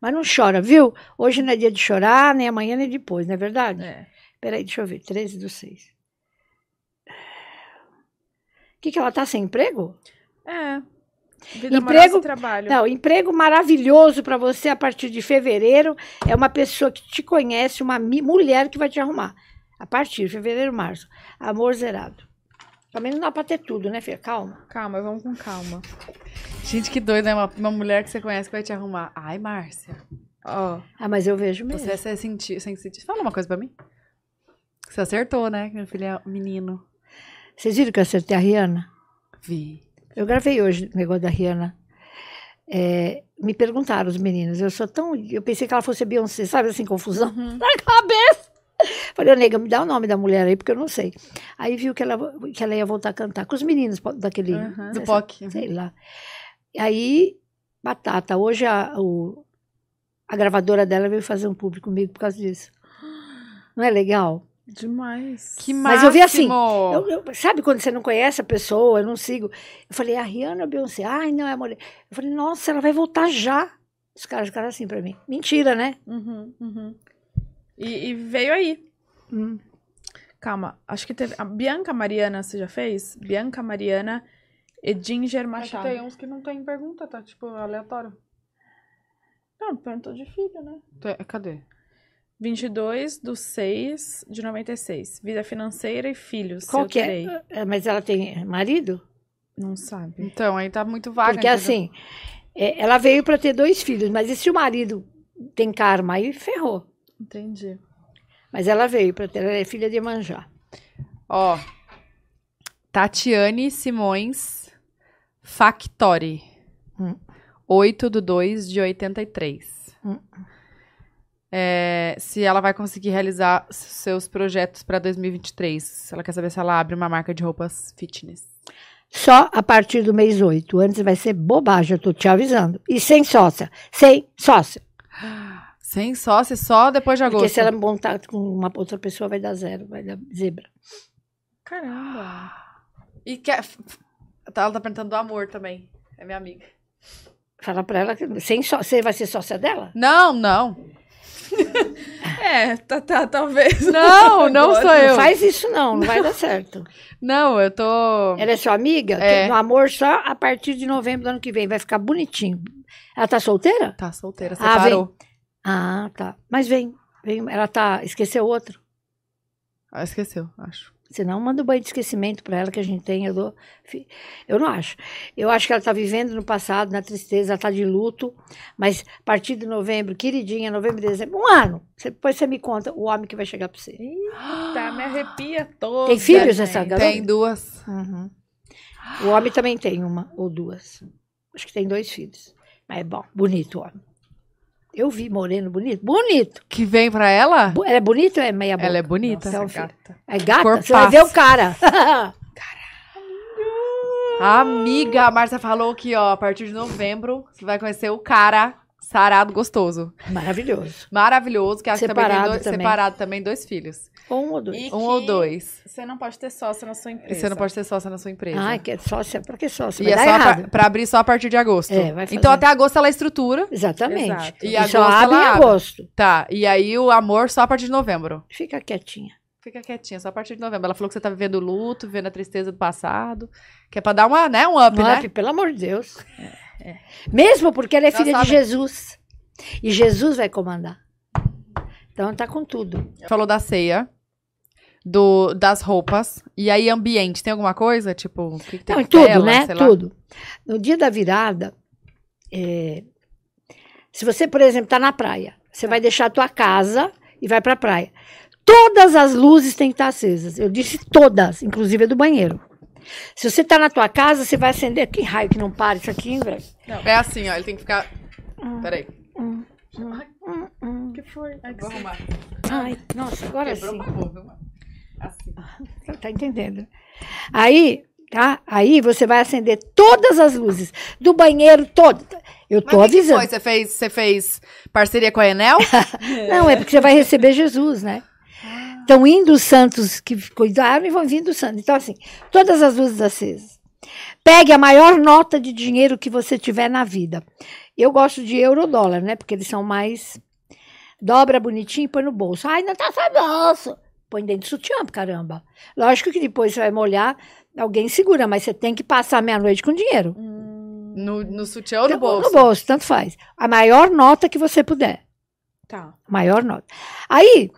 C: Mas não chora, viu? Hoje não é dia de chorar, nem amanhã, nem depois, não é verdade?
A: É.
C: Peraí, deixa eu ver, 13 do 6. O que que ela tá sem emprego?
A: É. Vida
C: Emprego-
A: amorosa e trabalho.
C: Não, emprego maravilhoso para você a partir de fevereiro. É uma pessoa que te conhece, uma mi- mulher que vai te arrumar. A partir de fevereiro, março. Amor zerado. Também não dá para ter tudo, né, filha? Calma.
A: Calma, vamos com calma.
B: Gente, que doido, né? Uma, uma mulher que você conhece que vai te arrumar. Ai, Márcia.
A: Ó.
C: Ah, mas eu vejo mesmo.
B: Você vai ser senti- sem sentido. Fala uma coisa pra mim. Você acertou, né? que Meu filho é um menino.
C: Vocês viram que eu acertei a Rihanna?
B: Vi.
C: Eu gravei hoje o negócio da Rihanna. É, me perguntaram os meninos, eu sou tão. Eu pensei que ela fosse Beyoncé, sabe assim, confusão
A: Uhum.
C: na cabeça. Falei, ô nega, me dá o nome da mulher aí, porque eu não sei. Aí viu que ela, que ela ia voltar a cantar com os meninos po- daquele.
A: Aham.
B: Do
C: dessa-
B: POC.
C: sei lá. E aí, batata. Hoje a, o- a gravadora dela veio fazer um público comigo por causa disso. Não é legal?
A: Demais.
B: Que
C: Mas eu vi assim,
B: máximo!
C: Eu- eu- sabe quando você não conhece a pessoa, eu não sigo? Eu falei, a Rihanna ou a Beyoncé? Ai, não, é a mulher. Eu falei, nossa, ela vai voltar já. Os caras ficaram assim pra mim. Mentira, né?
A: Uhum, uhum. E, e veio aí.
C: Hum.
A: Calma. Acho que teve. A Bianca Mariana, você já fez? Bianca Mariana e Ginger Machado.
B: uns que não tem pergunta, tá? Tipo, aleatório.
A: Não, perguntou de filho, né?
B: Cadê?
A: 22 do 6 de 96. Vida financeira e filhos.
C: Qual
A: eu
C: que é?
A: tirei.
C: É, Mas ela tem marido?
A: Não sabe.
B: Então, aí tá muito vaga.
C: Porque
B: entendeu?
C: assim, é, ela veio pra ter dois filhos, mas e se o marido tem karma? Aí ferrou.
A: Entendi.
C: Mas ela veio pra ter, ela é filha de Manjá.
B: Ó. Tatiane Simões Factori.
C: Hum.
B: 8 do 2 de 83.
C: Hum.
B: É, se ela vai conseguir realizar s- seus projetos pra 2023. Ela quer saber se ela abre uma marca de roupas fitness.
C: Só a partir do mês 8. Antes vai ser bobagem, eu tô te avisando. E sem sócia. Sem sócia.
B: Sem sócio, só depois de agosto.
C: Porque se ela montar com uma outra pessoa, vai dar zero, vai dar zebra.
A: Caramba.
B: E quer... f- f- tá- Ela tá perguntando do amor também. É minha amiga.
C: Fala pra ela que sem só, você vai ser sócia dela?
B: Não, não.
A: É, tá, tá, talvez.
B: Não, não sou
C: Não
B: eu.
C: faz isso não, não vai dar certo.
B: Não, eu tô...
C: Ela é sua amiga?
B: É.
C: Tem No amor só a partir de novembro do ano que vem, vai ficar bonitinho. Ela tá solteira?
B: Tá solteira,
C: Ah,
B: separou.
C: Ah, tá. Mas vem, vem. Ela tá, esqueceu outro?
A: Ah, esqueceu, acho.
C: Senão, manda um banho de esquecimento para ela que a gente tem. Eu, dou... fi- eu não acho. Eu acho que ela está vivendo no passado, na tristeza, ela está de luto. Mas a partir de novembro, queridinha, novembro, dezembro, um ano. Você- Depois você me conta o homem que vai chegar para você.
A: Tá, me arrepia toda.
C: Tem filhos nessa
A: gente.
C: garota?
B: Tem duas.
C: O homem também tem uma ou duas. Acho que tem dois filhos. Mas é bom, bonito o homem. Eu vi moreno bonito. Bonito!
B: Que vem pra ela?
C: Bu- Ela é bonita ou é meia boca?
B: Ela é bonita.
C: Nossa, é um filho.
A: gata.
C: É gata?
B: Corpaço.
C: Você vai ver o cara.
B: Amiga, a Márcia falou que, ó, a partir de novembro, você vai conhecer o cara sarado gostoso.
C: Maravilhoso.
B: Maravilhoso, que acho que também
C: Separado
B: tem dois,
C: também.
B: separado também, dois filhos.
C: Ou um ou dois.
A: E
B: Um ou
A: que
B: dois.
A: Você não pode ter sócio na sua
B: E
A: empresa.
B: você não pode ser sócia na sua empresa.
C: Ah, que é sócia. Pra que sócia?
B: e
C: Vai
B: é
C: dar
B: só pra,
C: errado.
B: pra abrir só a partir de agosto.
C: É, vai fazer.
B: então até agosto ela estrutura.
C: Exatamente.
A: Exato.
B: E
C: E só
B: agosto
C: abre em
B: ela abre.
C: agosto.
B: Tá. E aí o amor só a partir de novembro.
C: Fica quietinha.
B: Fica quietinha, só a partir de novembro. Ela falou que você tá vivendo o luto, vivendo a tristeza do passado. Que é pra dar uma, né, um up,
C: Não, é?
B: né?
C: Pepe, pelo amor de Deus. Mesmo porque ela é
B: Nós
C: filha de
B: sabe-
C: Jesus. E Jesus vai comandar. Então tá com tudo.
B: Falou da ceia, do, das roupas. E aí, ambiente, tem alguma coisa? Tipo, o que, que tem?
C: Não, em tudo,
B: Tela,
C: né?
B: sei lá.
C: Tudo. No dia da virada, é, se você, por exemplo, tá na praia, você vai deixar a tua casa e vai pra praia. Todas as luzes têm que estar acesas. Eu disse todas, inclusive a do banheiro. Se você tá na tua casa, você vai acender. Que raio que não para isso aqui, hein, velho?
B: É assim, ó, ele tem que ficar. Peraí,
C: Hum, hum, hum, hum.
A: O que foi? Ai, que
B: vou arrumar.
C: Ai, nossa, agora sim.
B: pavor, viu, mano? Assim.
C: Tá- Tá entendendo? Aí, tá? Aí você vai acender todas as luzes do banheiro todo. Eu
B: Mas
C: tô
B: o que que
C: avisando.
B: foi? Você fez, você fez parceria com a Enel?
C: Não, é porque você vai receber Jesus, né?
B: Ah.
C: Estão indo os santos que cuidaram e vão vindo os santos. Então, assim, todas as luzes acesas. Pegue a maior nota de dinheiro que você tiver na vida. Eu gosto de euro-dólar, né? Porque eles são mais. Dobra bonitinho e põe no bolso. Ai, não tá só bolso. Põe dentro do sutiã, caramba. Lógico que depois você vai molhar, alguém segura, mas você tem que passar meia-noite com dinheiro.
A: Hum,
B: No, no sutiã ou no
C: Então,
B: bolso?
C: No bolso, tanto faz. A maior nota que você puder
A: tá.
C: maior nota. Aí,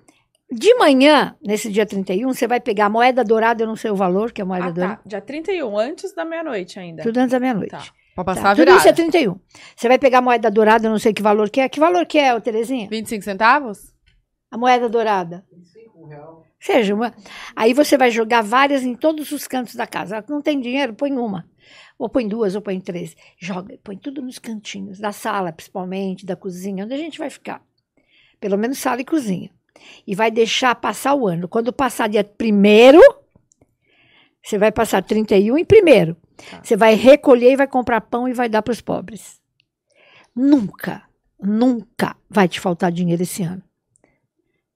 C: de manhã, nesse dia 31, você vai pegar a moeda dourada, eu não sei o valor, que é a moeda
A: Ah,
C: dourada.
A: tá. Dia 31, antes da meia-noite ainda.
C: Tudo antes da meia-noite.
A: Tá.
B: Pra
C: Tá,
B: passar a
C: Tudo
B: virada.
C: isso é 31. Você vai pegar a moeda dourada, eu não sei que valor que é. Que valor que é, ô Terezinha?
B: 25 centavos?
C: A moeda dourada. Seja uma. Aí você vai jogar várias em todos os cantos da casa. Ah, Não tem dinheiro? Põe uma. Ou põe duas, ou põe três. Joga, põe tudo nos cantinhos, da sala, principalmente, da cozinha, onde a gente vai ficar. Pelo menos sala e cozinha. E vai deixar passar o ano. Quando passar dia primeiro, você vai passar 31 em primeiro.
A: Tá.
C: Você vai recolher e vai comprar pão e vai dar para os pobres. Nunca, nunca vai te faltar dinheiro esse ano.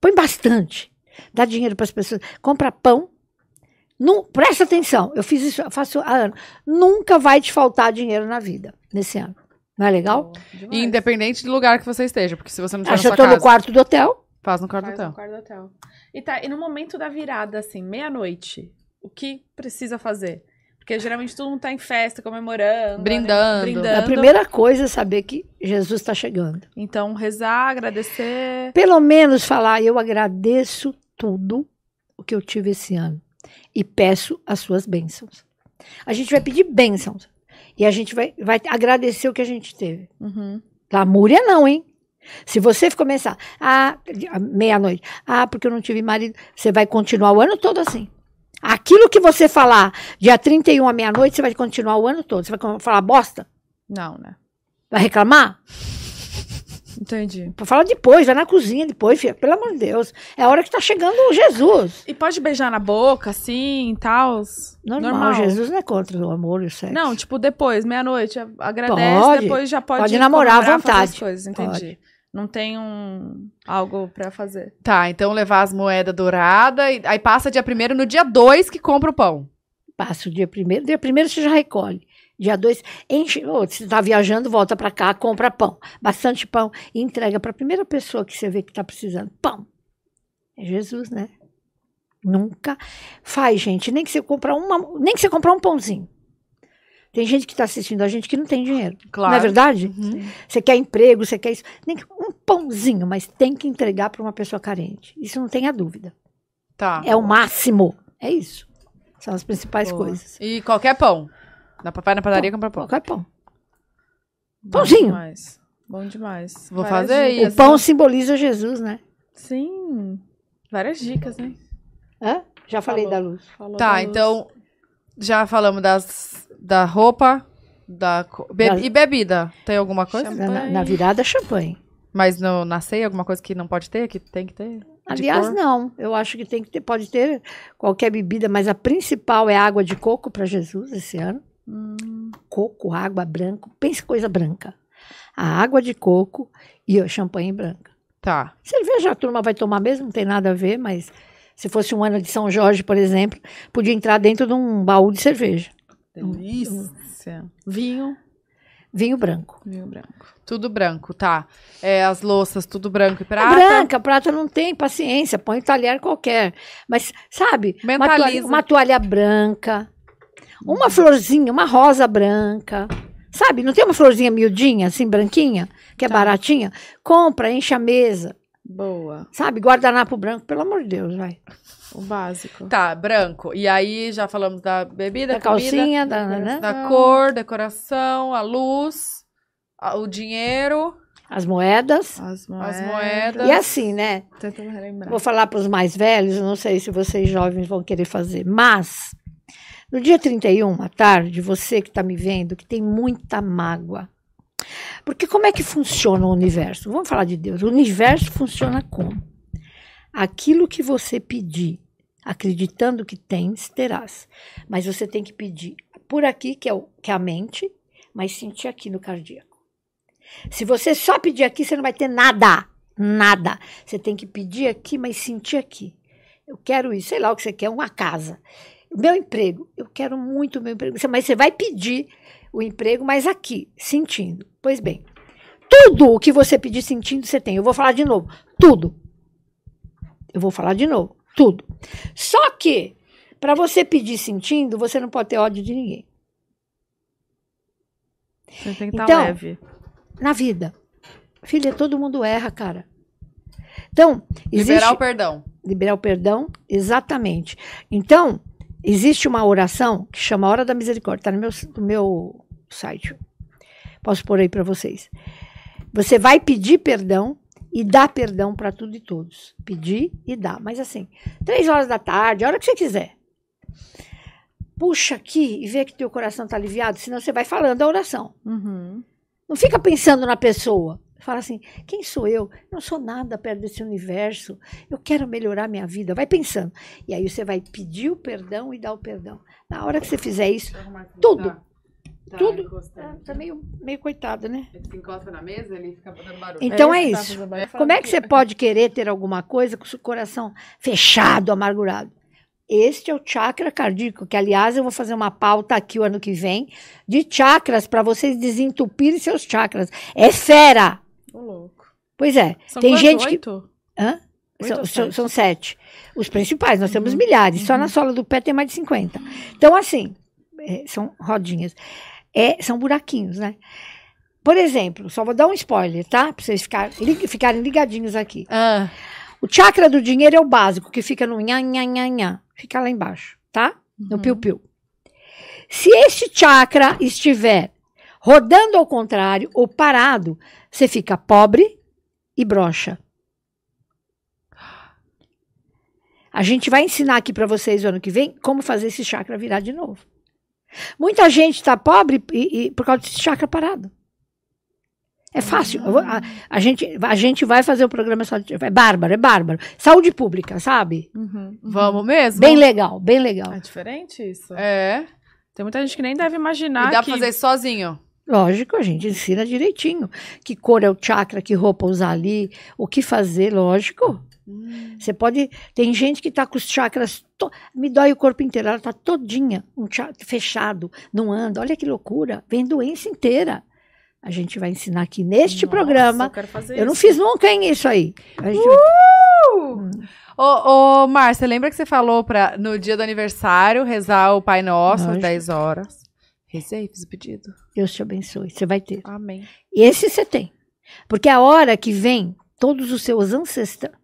C: Põe bastante. Dá dinheiro para as pessoas. Compra pão. Não, presta atenção. Eu fiz isso, eu faço há anos. Nunca vai te faltar dinheiro na vida nesse ano. Não é legal?
A: Demais.
B: E Independente do lugar que você esteja, porque se você não
C: Ah,
B: estiver
C: se eu
B: na sua
C: estou
B: casa,
C: no quarto do hotel,
B: faz no quarto
A: Faz
B: do
A: no quarto do hotel. E tá, e no momento da virada, assim, meia-noite, o que precisa fazer? Porque geralmente todo mundo tá em festa, comemorando. né?
B: Brindando.
C: É a
A: Brindando.
C: primeira coisa é saber que Jesus está chegando.
A: Então, rezar, agradecer.
C: Pelo menos falar, eu agradeço tudo o que eu tive esse ano e peço as suas bênçãos. A gente vai pedir bênçãos e a gente vai, vai agradecer o que a gente teve.
A: Uhum.
C: Lamúria não, hein? Se você começar, ah, de- à meia-noite, ah, porque eu não tive marido, você vai continuar o ano todo assim. Aquilo que você falar dia 31 à meia-noite, você vai continuar o ano todo. Você vai com- falar bosta?
A: Não, né?
C: Vai reclamar?
A: Entendi.
C: Fala depois, vai na cozinha depois, filha. Pelo amor de Deus. É a hora que tá chegando o Jesus.
A: E pode beijar na boca, assim, e tal.
C: Normal, Jesus não é contra o amor e o sexo.
A: Não, tipo, depois, meia-noite, a- agradece,
C: Pode.
A: depois já pode.
C: Pode namorar à
A: comemorar, fazer
C: vontade.
A: as Coisas, entendi. Não tem um algo pra fazer.
B: Tá, então levar as moedas douradas, e- aí passa dia primeiro no dia 2 que compra o pão.
C: Passa o dia primeiro. Dia primeiro você já recolhe. Dia dois, enche. Ou se está viajando, volta para cá, compra pão. Bastante pão. E entrega para a primeira pessoa que você vê que está precisando. Pão. É Jesus, né? Nunca. Faz, gente. Nem que você comprar uma. Nem que você comprar um pãozinho. Tem gente que está assistindo a gente que não tem dinheiro.
B: Claro.
C: Não é verdade?
B: Uhum.
C: Você quer emprego, você quer isso. Nem que um pãozinho, mas tem que entregar para uma pessoa carente. Isso não tenha dúvida.
B: Tá.
C: É o máximo. É isso. São as principais
B: Boa.
C: coisas.
B: E qualquer pão. Na papai na padaria compra pão.
C: Qualquer pão. Pãozinho.
A: Bom demais. Bom demais.
B: Vou
A: Várias
B: fazer
A: dicas.
B: isso.
C: O pão simboliza Jesus, né?
A: Sim. Várias dicas, né? hein?
C: Hã? Já falei
A: bom.
C: da luz.
A: Falou da
B: Tá,
A: luz.
B: então já falamos das da roupa, da co- be-
C: Da-
B: e bebida. Tem alguma coisa?
A: Chama-
C: Na- Na,
A: Champanhe.
C: na virada, champanhe.
B: Mas no, na ceia alguma coisa que não pode ter, que tem que ter? De
C: Aliás,
B: cor?
C: não. Eu acho que tem que ter, pode ter qualquer bebida, mas a principal é água de coco para Jesus esse ano.
A: Hum,
C: Coco, água branca. Pensa em coisa branca. A água de coco e o champanhe branca.
B: Tá.
C: Cerveja a turma vai tomar mesmo, não tem nada a ver, mas se fosse um ano de São Jorge, por exemplo, podia entrar dentro de um baú de cerveja.
A: delícia. Vinho.
C: Vinho branco.
A: Vinho branco.
B: Tudo branco, tá. É, as louças, tudo branco e
C: É
B: prata.
C: branca, prata não tem, paciência, põe um talher qualquer. Mas, sabe, uma
B: Mentaliza.
C: toalha, uma toalha branca, uma florzinha, uma rosa branca. Sabe, não tem uma florzinha miudinha, assim, branquinha, que é
A: Tá.
C: baratinha? Compra, enche a mesa,
A: Boa.
C: sabe? Guardanapo branco, pelo amor de Deus, vai.
A: O básico.
B: Tá, branco. E aí já falamos da bebida,
C: Da
B: comida,
C: calcinha, da, né?
B: da cor, decoração, a luz, a- o dinheiro.
C: as moedas.
A: As moedas.
B: As moedas.
C: E assim, né?
A: Tentando relembrar.
C: Vou falar para os mais velhos, não sei se vocês jovens vão querer fazer, mas no dia 31 à tarde, você que está me vendo, que tem muita mágoa. Porque como é que funciona o universo? Vamos falar de Deus. O universo funciona como? Aquilo que você pedir, acreditando que tens, terás. Mas você tem que pedir por aqui, que é, o, que é a mente, mas sentir aqui no cardíaco. Se você só pedir aqui, você não vai ter nada. Nada. Você tem que pedir aqui, mas sentir aqui. Eu quero isso, sei lá o que você quer, uma casa. O Meu emprego, eu quero muito o meu emprego. Você- Mas você vai pedir o emprego, mas aqui, sentindo. Pois bem, tudo o que você pedir sentindo, você tem. Eu vou falar de novo. Tudo. Eu vou falar de novo. Tudo. Só que, para você pedir sentindo, você não pode ter ódio de ninguém.
A: Você tem que estar
C: Então,
A: leve.
C: Na vida. Filha, todo mundo erra, cara. Então, existe...
B: Liberar o perdão.
C: liberar o perdão, exatamente. Então, existe uma oração que chama Hora da Misericórdia, está no meu, no meu site. Posso pôr aí para vocês. Você vai pedir perdão e dar perdão para tudo e todos. Pedir e dar. Mas assim, três horas da tarde, a hora que você quiser. Puxa aqui e vê que teu coração está aliviado, senão você vai falando a oração.
A: Uhum.
C: Não fica pensando na pessoa. Fala assim: quem sou eu? Não sou nada perto desse universo. Eu quero melhorar minha vida. Vai pensando. E aí você vai pedir o perdão e dar o perdão. Na hora que você fizer isso, Tudo.
B: tá.
C: Tudo. ah, tá meio, meio coitado, né?
B: Ele encosta na mesa, ele fica fazendo barulho.
C: Então é
A: que tá
C: isso.
A: fazendo barulho.
C: Como é que você pode querer ter alguma coisa com o seu coração fechado, amargurado? Este é o chakra cardíaco, que aliás eu vou fazer uma pauta aqui o ano que vem de chakras para vocês desentupirem seus chakras. É fera!
A: Ô, louco.
C: Pois é.
A: São
C: Tem
A: quanto?
C: gente que-
A: Oito?
C: Hã?
A: Oito
C: São,
A: ou
C: são-
A: sete?
C: são sete. Os principais, nós temos
A: Uhum,
C: milhares. Só
A: uhum.
C: na sola do pé tem mais de 50. Então, assim, é, são rodinhas. É, são buraquinhos, né? Por exemplo, só vou dar um spoiler, tá? Pra vocês ficar- li- ficarem ligadinhos aqui.
B: Ah,
C: O chakra do dinheiro é o básico, que fica no nha, nha, nha, nha. Fica lá embaixo, tá? No
A: Uhum.
C: piu-piu. Se este chakra estiver rodando ao contrário ou parado, você fica pobre e broxa. A gente vai ensinar aqui para vocês o ano que vem como fazer esse chakra virar de novo. Muita gente está pobre e- e por causa desse chakra parado. É fácil. Eu vou- a, a gente, a gente vai fazer o programa só de, é bárbaro, é bárbaro. Saúde pública, sabe?
A: Uhum, uhum.
B: vamos mesmo?
C: Bem legal, bem legal.
A: É diferente isso?
B: É.
A: Tem muita gente que nem deve
C: Tá
A: imaginar
B: E dá
A: que...
B: pra fazer isso sozinho.
C: Lógico, a gente ensina direitinho. Que cor é o chakra, que roupa usar ali, o que fazer, lógico. Você pode. Tem gente que tá com os chakras. to- Me dói o corpo inteiro, ela tá todinha, um cha- fechado, não anda. Olha que loucura. Vem doença inteira. A gente vai ensinar aqui neste
A: Nossa,
C: programa.
A: Eu, quero fazer
C: Eu não
A: isso.
C: fiz nunca, hein, isso aí. A gente-
B: Ô, ô Márcia, lembra que você falou pra, no dia do aniversário, rezar o Pai Nosso às
C: Lógico.
B: 10 horas? Rezei, fiz o pedido.
C: Deus te abençoe. Você vai ter.
A: Amém.
C: Esse você tem. Porque a hora que vem todos os seus ancestrais.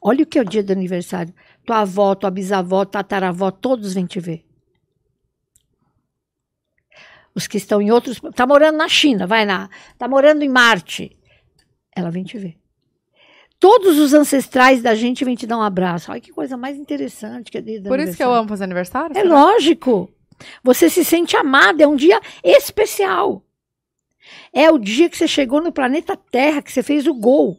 C: Olha o que é o dia do aniversário. Tua avó, tua bisavó, tataravó, todos vêm te ver. Os que estão em outros. Tá morando na China, vai lá. Tá morando em Marte. Ela vem te ver. Todos os ancestrais da gente vêm te dar um abraço. Olha que coisa mais interessante. Que é dia do
B: Por isso que eu
C: aniversário.
B: amo fazer aniversário.
C: É
B: será?
C: lógico. Você se sente amada, é um dia especial. É o dia que você chegou no planeta Terra, que você fez o gol.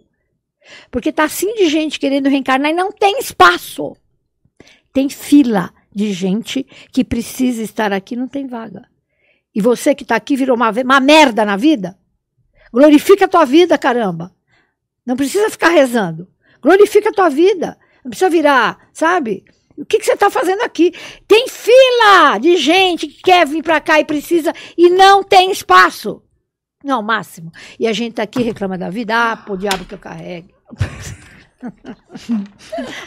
C: Porque tá assim de gente querendo reencarnar e não tem espaço. Tem fila de gente que precisa estar aqui, não tem vaga. E você que tá aqui virou uma, ve- uma merda na vida? Glorifica a tua vida, caramba. Não precisa ficar rezando. Glorifica a tua vida. Não precisa virar, sabe? O que, que você está fazendo aqui? Tem fila de gente que quer vir para cá e precisa e não tem espaço. Não, máximo. E a gente tá aqui reclama da vida. Ah, pô, diabo que eu carregue.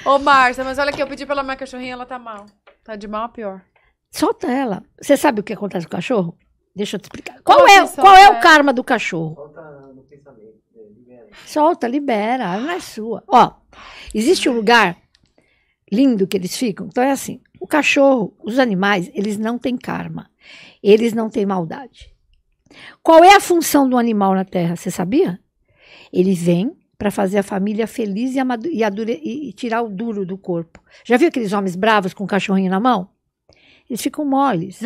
B: Ô, Márcia, mas olha aqui, eu pedi pela minha cachorrinha, ela tá mal. Tá de mal a pior.
C: Solta ela. Você sabe o que acontece com o cachorro? Deixa eu te explicar. Qual
B: que
C: é,
B: solta
C: qual é
B: ela?
C: o karma do cachorro?
D: Volta no pensamento. né? Libera.
C: Solta, libera, ela não é sua. Ó, existe um lugar lindo que eles ficam. Então é assim, o cachorro, os animais, eles não têm karma. Eles não têm maldade. Qual é a função do animal na Terra? Você sabia? Ele vem para fazer a família feliz e, amadu- e adure- e- e tirar o duro do corpo. Já viu aqueles homens bravos com o cachorrinho na mão? Eles ficam moles.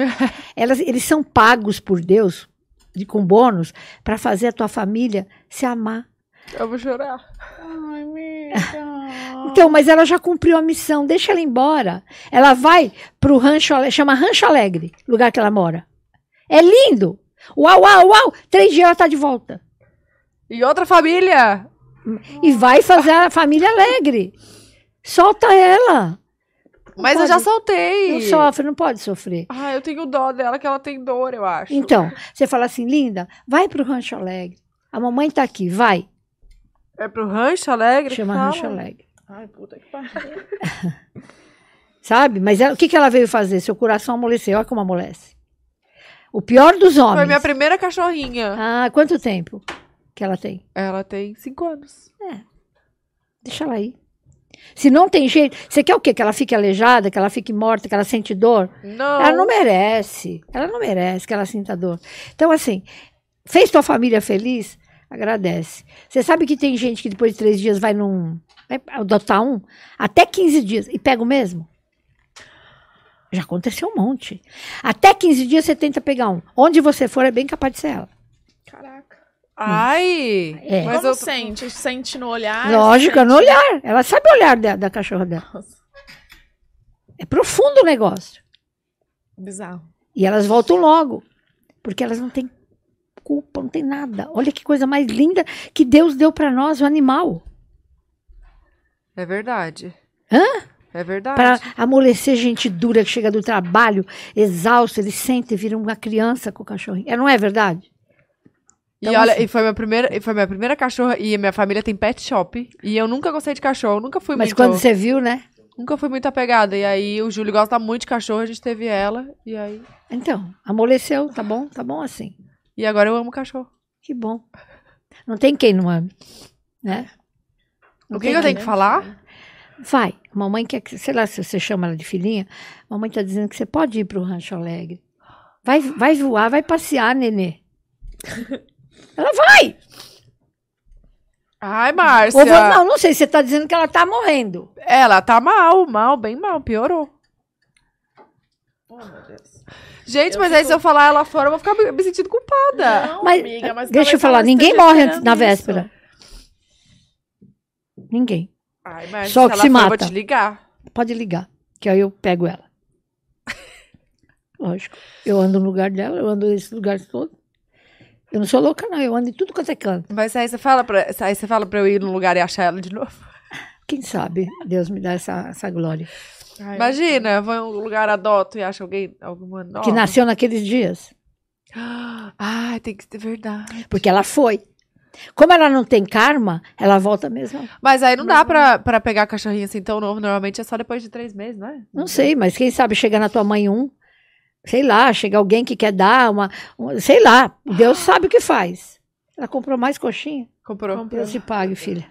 C: Elas- eles são pagos por Deus, de, com bônus, para fazer a tua família se amar.
B: Eu vou chorar. Ai, amiga.
C: Então, mas ela já cumpriu a missão, deixa ela embora. Ela vai pro rancho, Ale- chama Rancho Alegre, lugar que ela mora. É lindo! Uau, uau, uau! Três dias ela tá de volta.
B: E outra família.
C: E vai fazer a família alegre. Solta ela.
B: Mas eu
C: pode.
B: já soltei.
C: Não sofre, não pode sofrer.
B: Ah, eu tenho dó dela, que ela tem dor, eu acho.
C: Então, você fala assim, linda, vai pro Rancho Alegre. A mamãe tá aqui, vai.
B: É pro Rancho Alegre?
C: Chama
B: Fala.
C: Rancho Alegre.
B: Ai, puta que pariu.
C: Sabe? Mas ela- o que, que ela veio fazer? Seu coração amoleceu. Olha como amolece. O pior dos homens.
B: Foi minha primeira cachorrinha.
C: Ah, quanto tempo que ela tem?
B: Ela tem cinco anos.
C: Deixa ela aí. Se não tem jeito, você quer o quê? Que ela fique aleijada, que ela fique morta, que ela sente dor?
B: Não.
C: Ela não merece. Ela não merece que ela sinta dor. Então, assim, fez tua família feliz? Agradece. Você sabe que tem gente que depois de três dias vai num. Vai adotar um? Até 15 dias. E pega o mesmo? Já aconteceu um monte. Até 15 dias você tenta pegar um. Onde você for, é bem capaz de ser ela.
A: Caraca.
B: Ai.
C: É.
B: Mas
A: Como
B: eu...
A: sente? Sente no olhar?
C: Lógico, é
A: sente...
C: no olhar. Ela sabe o olhar da, da cachorra dela.
A: Nossa,
C: É profundo o negócio.
A: bizarro.
C: E elas voltam logo, porque elas não têm culpa, não têm nada. Olha que coisa mais linda que Deus deu para nós, o animal,
B: É verdade.
C: Hã?
B: É verdade.
C: para amolecer gente dura que chega do trabalho, exausto, ele sente e vira uma criança com o cachorrinho. É, não é verdade?
B: E
C: Então,
B: olha,
C: assim-
B: e foi minha primeira, e foi minha primeira cachorra e minha família tem pet shop e eu nunca gostei de cachorro, nunca fui
C: Mas
B: muito,
C: quando você viu, né?
B: nunca fui muito apegada. E aí o Júlio gosta muito de cachorro, a gente teve ela e aí
C: Então, amoleceu, tá bom? Tá bom assim.
B: e agora eu amo cachorro.
C: Que bom. Não tem quem não ame, né? Não
B: O que,
C: tem
B: que eu
C: quem
B: tenho que
A: né?
B: falar?
C: Vai, mamãe quer que, sei lá, se você chama ela de filhinha, mamãe tá dizendo que você pode ir pro Rancho Alegre. Vai, vai voar, vai passear, nenê. Ela vai!
B: Ai,
C: Ou
A: é
C: vo-
B: Márcia.
C: não, não sei, você tá dizendo que ela tá morrendo.
B: Ela tá mal, mal, bem mal, piorou.
A: Oh, meu Deus.
B: Gente,
A: Eu
B: mas aí
A: fico-
B: se eu falar ela fora, eu vou ficar me me sentindo culpada.
A: Não,
C: Mas, eh,
A: amiga, mas
C: deixa eu
A: talvez
C: falar,
A: ela
C: ninguém
A: esteja
C: morre
A: esperando
C: na
A: isso.
C: véspera. Ninguém.
B: Ai, Márcia,
C: Só
B: se
C: que
B: ela
C: se
B: for, eu vou
C: mata.
B: te ligar.
C: Pode ligar, que aí eu pego ela. Lógico. Eu ando no lugar dela, eu ando nesse lugar todo. Eu não sou louca, não. Eu ando em tudo quanto é canto.
B: Mas aí você fala para, aí você fala para eu ir num lugar e achar ela de novo.
C: Quem sabe Deus me dá essa, essa glória.
A: Ai,
B: Imagina, eu vou em um lugar adoto e acho alguém, alguma nova.
C: Que nasceu naqueles dias.
B: Ai, tem que ser verdade.
C: Porque ela foi. Como ela não tem karma, ela volta mesmo.
B: Mas aí não dá pra, pra pegar cachorrinho assim tão novo. Normalmente é só depois de três meses, não é?
C: Não sei, mas quem sabe chega na tua mãe um. Sei lá, chega alguém que quer dar uma. um- sei lá, Deus sabe o que faz. Ela comprou mais coxinha.
B: Comprou.
C: Deus te pague, filha.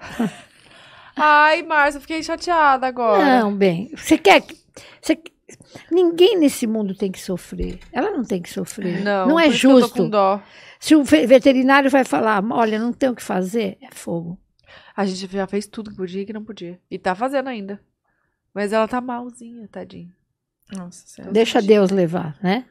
B: Ai, Márcia, eu fiquei chateada agora.
C: Não, bem, você quer que. você- Ninguém nesse mundo tem que sofrer. Ela não tem que sofrer. não é
B: por isso que eu tô com
C: justo.
B: dó.
C: Se o ve- veterinário vai falar, olha, não tem o que fazer, é fogo.
B: A gente já fez tudo que podia e que não podia. E tá fazendo ainda. Mas ela tá malzinha, tadinha.
A: Nossa Senhora.
C: Deixa Deus levar, né?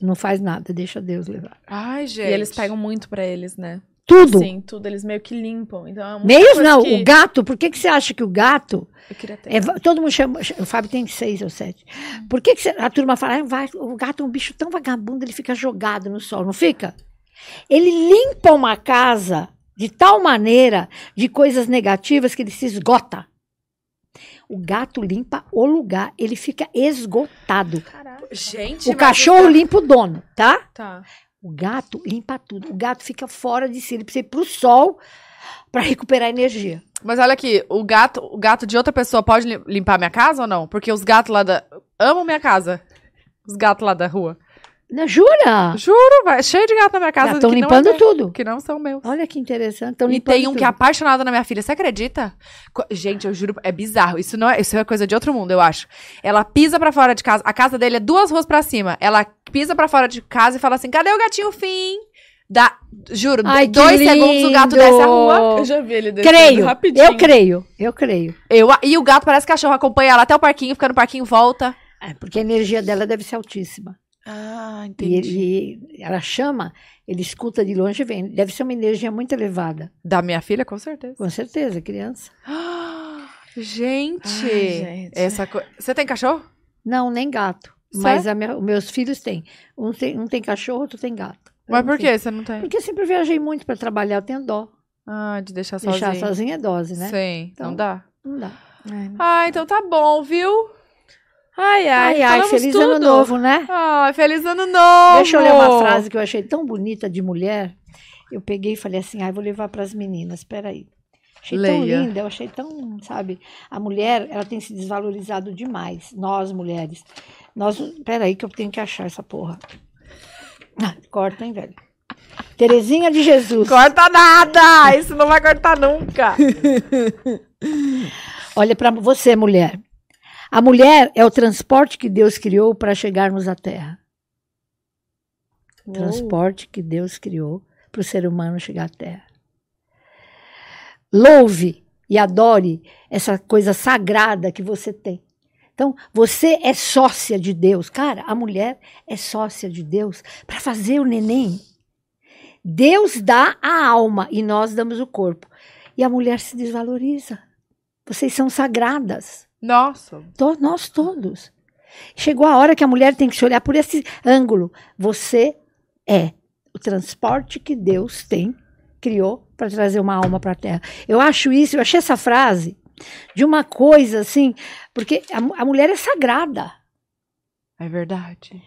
C: Não faz nada, deixa Deus levar.
B: Ai,
A: E
B: gente.
A: eles pegam muito pra eles, né?
C: Tudo.
A: Sim, tudo. Eles meio que limpam. Então, é
B: Hum,
A: muita
C: Mesmo
A: coisa
C: não,
A: que
C: o gato, por que, que você acha que o gato
A: Eu queria ter.
C: É, va- todo mundo chama. O Fábio tem seis ou sete.
B: Hum.
C: Por que, que cê- a turma fala, "Ah, vai, o gato é um bicho tão vagabundo, ele fica jogado no sol, não fica? Ele limpa uma casa de tal maneira de coisas negativas que ele se esgota. O gato limpa o lugar, ele fica esgotado.
A: Caraca.
B: Gente,
C: O
B: mas então
C: cachorro
B: isso-
C: limpa o dono, tá?
A: Tá.
C: O gato limpa tudo. O gato fica fora de si, ele precisa ir pro sol para recuperar energia.
B: Mas olha aqui, o gato, o gato de outra pessoa pode lim- limpar minha casa ou não? Porque os gatos lá da. Amam minha casa. Os gatos lá da rua.
C: Não, jura?
B: Juro, vai. Cheio de gato na minha casa.
C: Estão
B: que
C: limpando
B: não é meu,
C: tudo.
B: Que não são meus.
C: Olha que interessante. Tão
B: E
C: limpando
B: tem um
C: Então, tudo.
B: que é apaixonado na minha filha, você acredita? Co- Gente, eu juro, é bizarro. Isso não é, isso é coisa de outro mundo, eu acho. Ela pisa pra fora de casa, a casa dele é duas ruas pra cima. Ela pisa pra fora de casa e fala assim: "Cadê o gatinho fim?" Dá, juro,
C: Ai, que
B: dois segundos o gato desce a rua.
C: lindo.
A: Eu já vi ele descendo
C: Creio.
A: rapidinho.
C: Eu creio, eu creio.
B: Eu, e o gato parece cachorro, acompanha ela até o parquinho, fica no parquinho, volta.
C: É, porque a energia dela deve ser altíssima.
B: Ah, entendi.
C: E, ele- e ela chama, ele escuta de longe e vem. Deve ser uma energia muito elevada.
B: Da minha filha, com certeza.
C: Com certeza, criança.
B: Ah, gente,
A: Ai, gente.
B: essa co... Você tem cachorro?
C: Não, nem gato.
B: Só?
C: Mas a minha- os meus filhos têm. Um tem, um tem cachorro, outro tem gato.
B: Mas
C: Eu não
B: por
C: tenho.
B: que você não tem?
C: Porque eu sempre viajei muito para trabalhar, eu tenho dó.
B: Ah, de deixar sozinho.
C: Deixar sozinha é dose, né?
B: Sim, não
C: Então-
B: dá.
C: Não dá.
B: Ah, então tá bom, viu?
A: Ai, ai,
C: Ai, ai,
A: falamos
C: feliz
A: tudo.
C: ano novo, né?
B: Ah, feliz ano novo!
C: Deixa eu ler uma frase que eu achei tão bonita de mulher. Eu peguei e falei assim, ai, vou levar para as meninas, peraí. Achei tão
B: Leia.
C: linda, eu achei tão, sabe? A mulher, ela tem se desvalorizado demais, nós mulheres. Nós, peraí que eu tenho que achar essa porra. Ah, corta, hein, velho? Terezinha de Jesus.
B: Corta nada! Isso não vai cortar nunca!
C: Olha para você, mulher. A mulher é o transporte que Deus criou para chegarmos à Terra. transporte que Deus criou para o ser humano chegar à Terra. Louve e adore essa coisa sagrada que você tem. Então, você é sócia de Deus. Cara, a mulher é sócia de Deus para fazer o neném. Deus dá a alma e nós damos o corpo. E a mulher se desvaloriza. Vocês são sagradas.
B: Nossa!
C: To- nós todos. Chegou a hora que a mulher tem que se olhar por esse ângulo. Você é o transporte que Deus tem, criou para trazer uma alma para a Terra. Eu acho isso, eu achei essa frase de uma coisa assim, porque a, mu- a mulher é sagrada,
B: É verdade.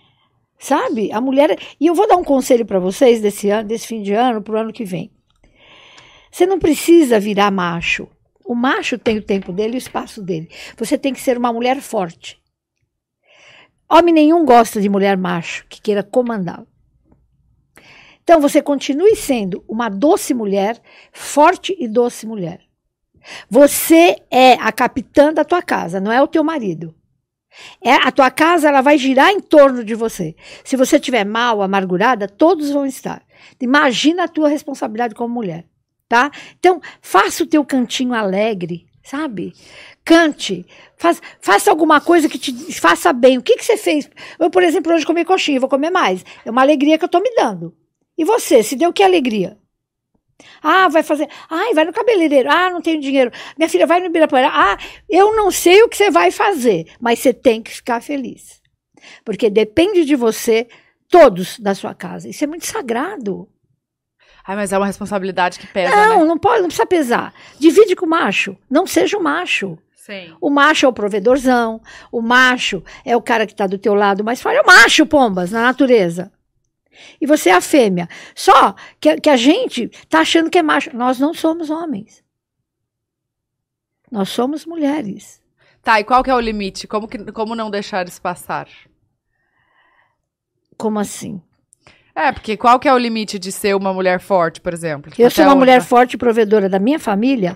C: sabe? A mulher. E eu vou dar um conselho para vocês desse ano, desse fim de ano, para o ano que vem. Você não precisa virar macho. O macho tem o tempo dele e o espaço dele. Você tem que ser uma mulher forte. Homem nenhum gosta de mulher macho que queira comandá-lo. Então você continue sendo uma doce mulher, forte e doce mulher. Você é a capitã da tua casa, não é o teu marido. É, a tua casa ela vai girar em torno de você. Se você estiver mal, amargurada, todos vão estar. Imagina a tua responsabilidade como mulher, tá? Então, faça o teu cantinho alegre, sabe? Cante, faz- faça alguma coisa que te faça bem. O que, que você fez? Eu, por exemplo, hoje comi coxinha, vou comer mais. É uma alegria que eu estou me dando. E você, se deu que alegria? Ah, vai fazer. Ai, vai no cabeleireiro. Ah, não tenho dinheiro. Minha filha, vai no Ibirapuera. Ah, eu não sei o que você vai fazer, mas você tem que ficar feliz. Porque depende de você, todos da sua casa. Isso é muito sagrado.
B: Ai, mas é uma responsabilidade que pesa, né?
C: Não, não pode, não precisa pesar. Divide com o macho. Não seja o macho.
B: Sim.
C: O macho é o provedorzão, o macho é o cara que está do teu lado, mas fala, é o macho, pombas, na natureza. E você é a fêmea. Só que, que a gente está achando que é macho. Nós não somos homens. Nós somos mulheres.
B: Tá, e qual que é o limite? Como, que, como não deixar isso passar?
C: Como assim?
B: É, porque qual que é o limite de ser uma mulher forte, por exemplo? Tipo,
C: Eu
B: Até né?
C: sou uma
B: onde
C: mulher
B: vai?
C: forte e provedora da minha família.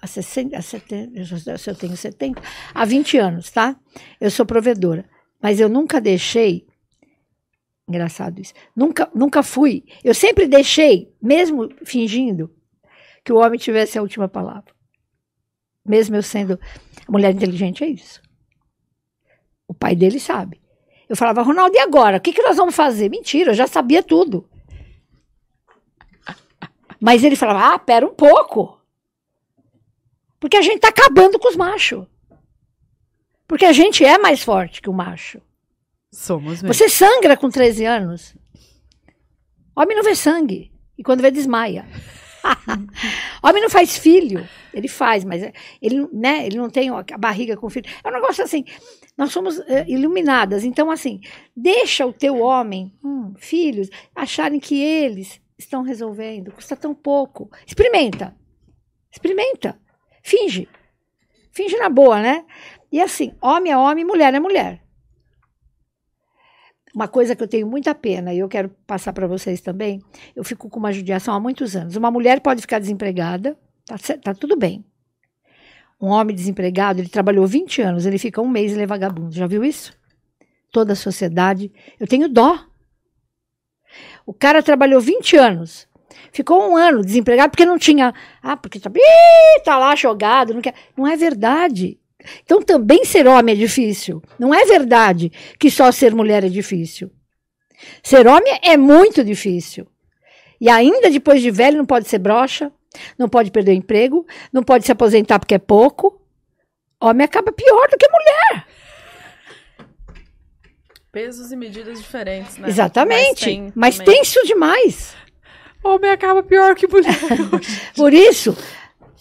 C: há 60, há 70, eu já- se eu tenho 70, há 20 anos, tá? Eu sou provedora, mas eu nunca deixei engraçado isso. Nunca, nunca fui. Eu sempre deixei, mesmo fingindo que o homem tivesse a última palavra. Mesmo eu sendo a mulher inteligente é isso. O pai dele sabe. Eu falava, Ronaldo, e agora? O que, que nós vamos fazer? Mentira, eu já sabia tudo. Mas ele falava, ah, pera um pouco. Porque a gente tá acabando com os machos. Porque a gente é mais forte que o macho.
B: Somos mesmo.
C: Você sangra com 13 anos. Homem não vê sangue. E quando vê, desmaia. Homem não faz filho. Ele faz, mas é- ele, não- né, ele não tem a barriga com filho. É um negócio assim. Nós somos é, iluminadas. Então, assim, deixa o teu homem, hum, filhos, acharem que eles estão resolvendo. Custa tão pouco. Experimenta. Experimenta. Finge. Finge na boa, né? E assim, homem é homem, mulher é mulher uma coisa que eu tenho muita pena e eu quero passar para vocês também. Eu fico com uma judiação há muitos anos. Uma mulher pode ficar desempregada, tá, cer- tá tudo bem. Um homem desempregado, ele trabalhou 20 anos, ele fica um mês e ele é vagabundo. Já viu isso? Toda a sociedade. Eu tenho dó. O cara trabalhou 20 anos. Ficou um ano desempregado porque não tinha. Ah, porque tá, Ih, tá lá jogado. Não, quer. não é verdade. Então também ser homem é difícil. Não é verdade que só ser mulher é difícil. Ser homem é muito difícil. E ainda depois de velho, não pode ser broxa, não pode perder o emprego, não pode se aposentar porque é pouco. Homem acaba pior do que mulher.
A: Pesos e medidas diferentes, né?
C: Exatamente. Mas,
A: também.
C: tem isso demais.
B: Homem acaba pior que mulher. hoje.
C: Por isso,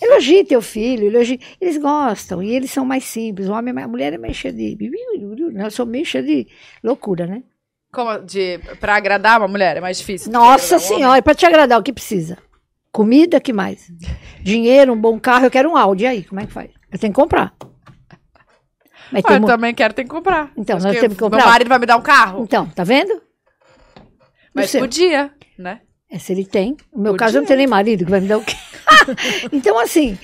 C: elogie teu filho, elogie. Eles gostam e eles são mais simples. O homem, é mais- a mulher é mais cheia de. Nós somos meio cheia de loucura, né?
B: Como de, pra agradar uma mulher é mais difícil. do que
C: Nossa
B: agradar um homem?
C: senhora, para te agradar, o que precisa? Comida, que mais? Dinheiro, um bom carro, eu quero um Audi e aí, como é que faz? Eu tenho que comprar. Mas
B: Ah,
C: É, tem
B: eu
C: mu-
B: também quero, tem que comprar.
C: Então,
B: Acho
C: nós temos que comprar.
B: Meu marido vai me dar um carro.
C: Então, tá vendo?
B: Mas
C: Você-
B: podia, né?
C: É, se ele tem. No meu
B: Podia.
C: caso, eu não tenho nem marido que vai me dar o quê? então, assim,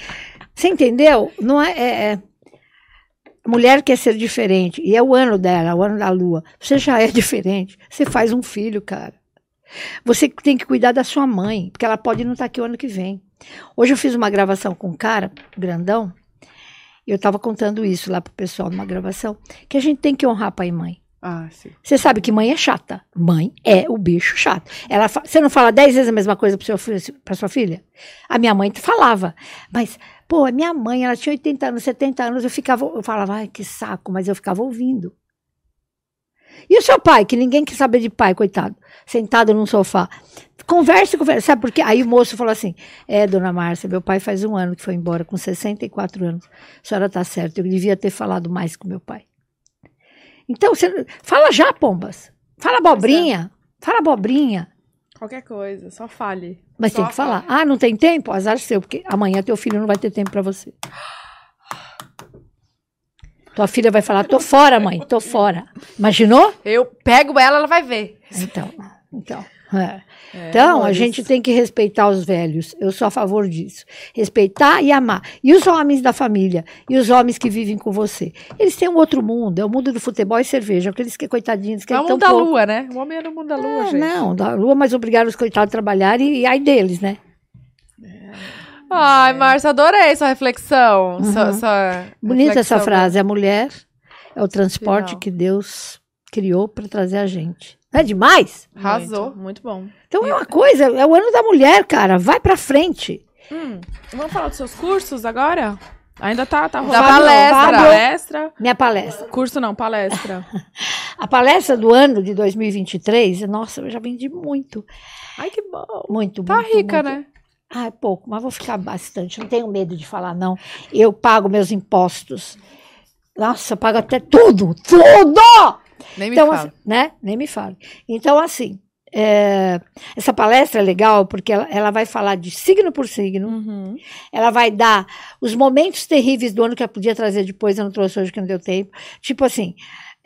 C: você entendeu? Não é, é- é- Mulher quer ser diferente. E é o ano dela, é o ano da lua. Você já é diferente. Você faz um filho, cara. Você tem que cuidar da sua mãe, porque ela pode não estar aqui o ano que vem. Hoje eu fiz uma gravação com um cara, grandão, e eu estava contando isso lá pro pessoal numa gravação, que a gente tem que honrar pai e mãe.
B: Ah, sim.
C: Você sabe que mãe é chata. Mãe é o bicho chato. Ela fa- Você não fala dez vezes a mesma coisa para sua filha? A minha mãe falava. Mas, pô, a minha mãe, ela tinha 80 anos, 70 anos, eu ficava, eu falava, ai, que saco, mas eu ficava ouvindo. E o seu pai, que ninguém quer saber de pai, coitado, sentado num sofá. Conversa, e conversa. Sabe por quê? Aí o moço falou assim: É, dona Márcia, meu pai faz um ano que foi embora, com 64 anos. A senhora tá certa, eu devia ter falado mais com meu pai. Então, você fala já, pombas. Fala
B: é.
C: abobrinha. Fala abobrinha.
A: Qualquer coisa, só fale.
C: Mas
B: Só
C: tem que falar. Ah, não tem tempo? Azar seu, porque amanhã teu filho não vai ter tempo pra você. Tua filha vai falar, tô fora, mãe, tô fora. Imaginou?
B: Eu pego ela, ela vai ver.
C: Então, então. é.
A: É,
C: Então, a
A: amores.
C: gente tem que respeitar os velhos. Eu sou a favor disso. Respeitar e amar. E os homens da família, e os homens que vivem com você. Eles têm um outro mundo, é o mundo do futebol e cerveja. Aqueles que, coitadinhos, que
B: é o
C: tão
B: mundo da
C: pouco.
B: lua, né? O homem é no mundo da lua,
C: É,
B: gente.
C: Não, da lua, mas obrigaram os coitados a trabalhar e, e ai deles, né?
B: Ai, Márcia, adorei sua reflexão. Sua,
C: É. Uhum.
B: sua
C: Bonita
B: reflexão.
C: essa frase. A mulher é o transporte
B: Legal.
C: que Deus criou para trazer a gente. Não é demais?
A: Muito,
B: Arrasou.
A: Muito bom.
C: Então é uma coisa, é o ano da mulher, cara. Vai pra frente.
A: Hum, vamos falar dos seus cursos agora? Ainda tá, tá rolando.
B: palestra. né?
A: Da palestra.
C: Minha palestra.
A: Curso não, palestra.
C: A palestra do ano de 2023, nossa, eu já vendi muito.
A: Ai, que bom.
C: Muito,
B: Tá
C: muito,
B: rica,
C: muito.
B: né?
C: Ah, é pouco, mas vou ficar bastante. Não tenho medo de falar, não. Eu pago meus impostos. Nossa, eu pago até tudo, tudo!
B: Nem me
C: então,
B: fala.
C: assim, né? Nem me fale. Então, assim, é, essa palestra é legal porque ela, ela vai falar de signo por signo,
A: Uhum.
C: ela vai dar os momentos terríveis do ano que eu podia trazer depois, eu não trouxe hoje que não deu tempo. Tipo assim,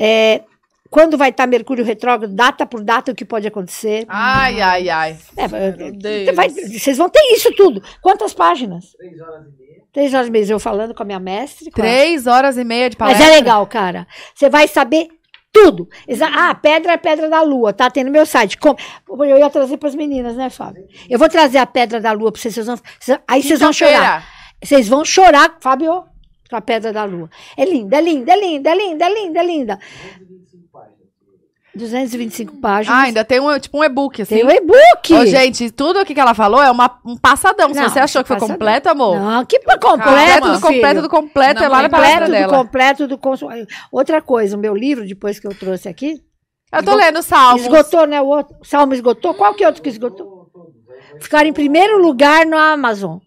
C: é, quando vai estar Mercúrio retrógrado, data por data, o que pode acontecer.
B: Ah, Ai, ai, ai.
C: É, vai-
A: meu Deus.
C: vai- vocês vão ter isso tudo. Quantas páginas?
D: Três horas e meia.
C: Três horas e meia, eu falando com a minha mestre. com a-
B: Três horas e meia de
C: Mas
B: palestra.
C: é legal, cara. Você vai saber tudo. Exa- ah, pedra é pedra da lua, tá? Tem no meu site. Com- Eu ia trazer pras meninas, né, Fábio? Eu vou trazer a pedra da lua pra vocês. vocês vão- vocês- aí vocês vão chorar.
B: Quinta-feira.
C: Vocês vão chorar, Fábio, com a pedra da lua. É linda, é linda, é linda, é linda, é linda, é linda.
D: 225 páginas.
C: 225 páginas.
B: Ah, ainda tem um, tipo um e-book, assim.
C: Tem o e-book.
B: Ô, gente, tudo aqui que ela falou é uma, um passadão. Se
C: Não,
B: você achou que foi
C: passadão.
B: completo, amor.
C: Não, que completo,
B: completo, do completo, do completo. É
A: Não,
B: lá na palestra
C: completo, do
B: dela.
C: completo, do consu- Outra coisa, o meu livro, depois que eu trouxe aqui,
B: Eu tô lendo o salmo.
C: esgotou, né? O outro, Salmo esgotou. Qual que é outro que esgotou?
D: Todos, aí vai-
C: Ficaram em primeiro lugar no Amazon.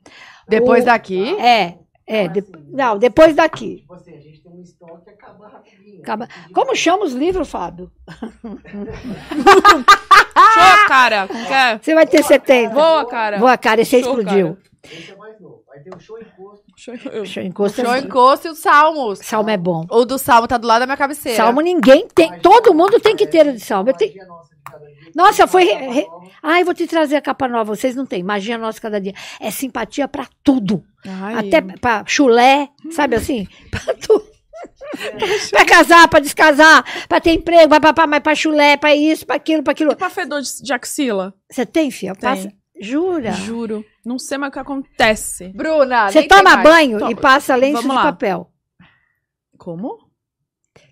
B: Depois
C: O-
B: daqui.
C: É, é. de- Não, depois daqui.
D: Tipo assim, a gente tem um estoque que acaba rapidinho.
C: Acaba- Como chama os livros, Fábio? Ah!
A: Show, cara. Quer?
C: Você vai ter 70.
A: Voa, cara.
C: Boa, cara, esse aí
A: Show,
C: explodiu.
D: Esse é mais novo. Aí tem o show em posto.
A: Show. Eu-
C: Show encosto.
B: Show
C: é bom.
B: encosto e os salmos.
C: Salmo é bom.
B: O do salmo tá do lado da minha cabeceira.
C: Salmo ninguém tem. Todo mundo tem que ter o de salmo. Eu tenho-
D: Nossa, de cada dia.
C: Nossa, foi re-
D: Acaba
C: re-
D: logo.
C: Ai, vou te trazer a capa nova. Vocês não têm. Magia nossa cada dia. É simpatia pra tudo.
B: Ai.
C: Até pra chulé, sabe assim? Pra tudo.
A: É.
C: pra casar, pra descasar, pra ter emprego, pra, pra, pra, mas pra chulé, pra isso, pra aquilo, pra aquilo.
A: E pra fedor de, de axila?
C: Você tem, filha? Passa... Jura?
A: Juro. Não sei mais o que acontece.
B: Bruna,
C: Você
B: nem tem
C: toma
B: mais.
C: banho
A: Toma.
C: e passa lenço
A: Vamos
C: de
A: lá.
C: papel.
A: Como?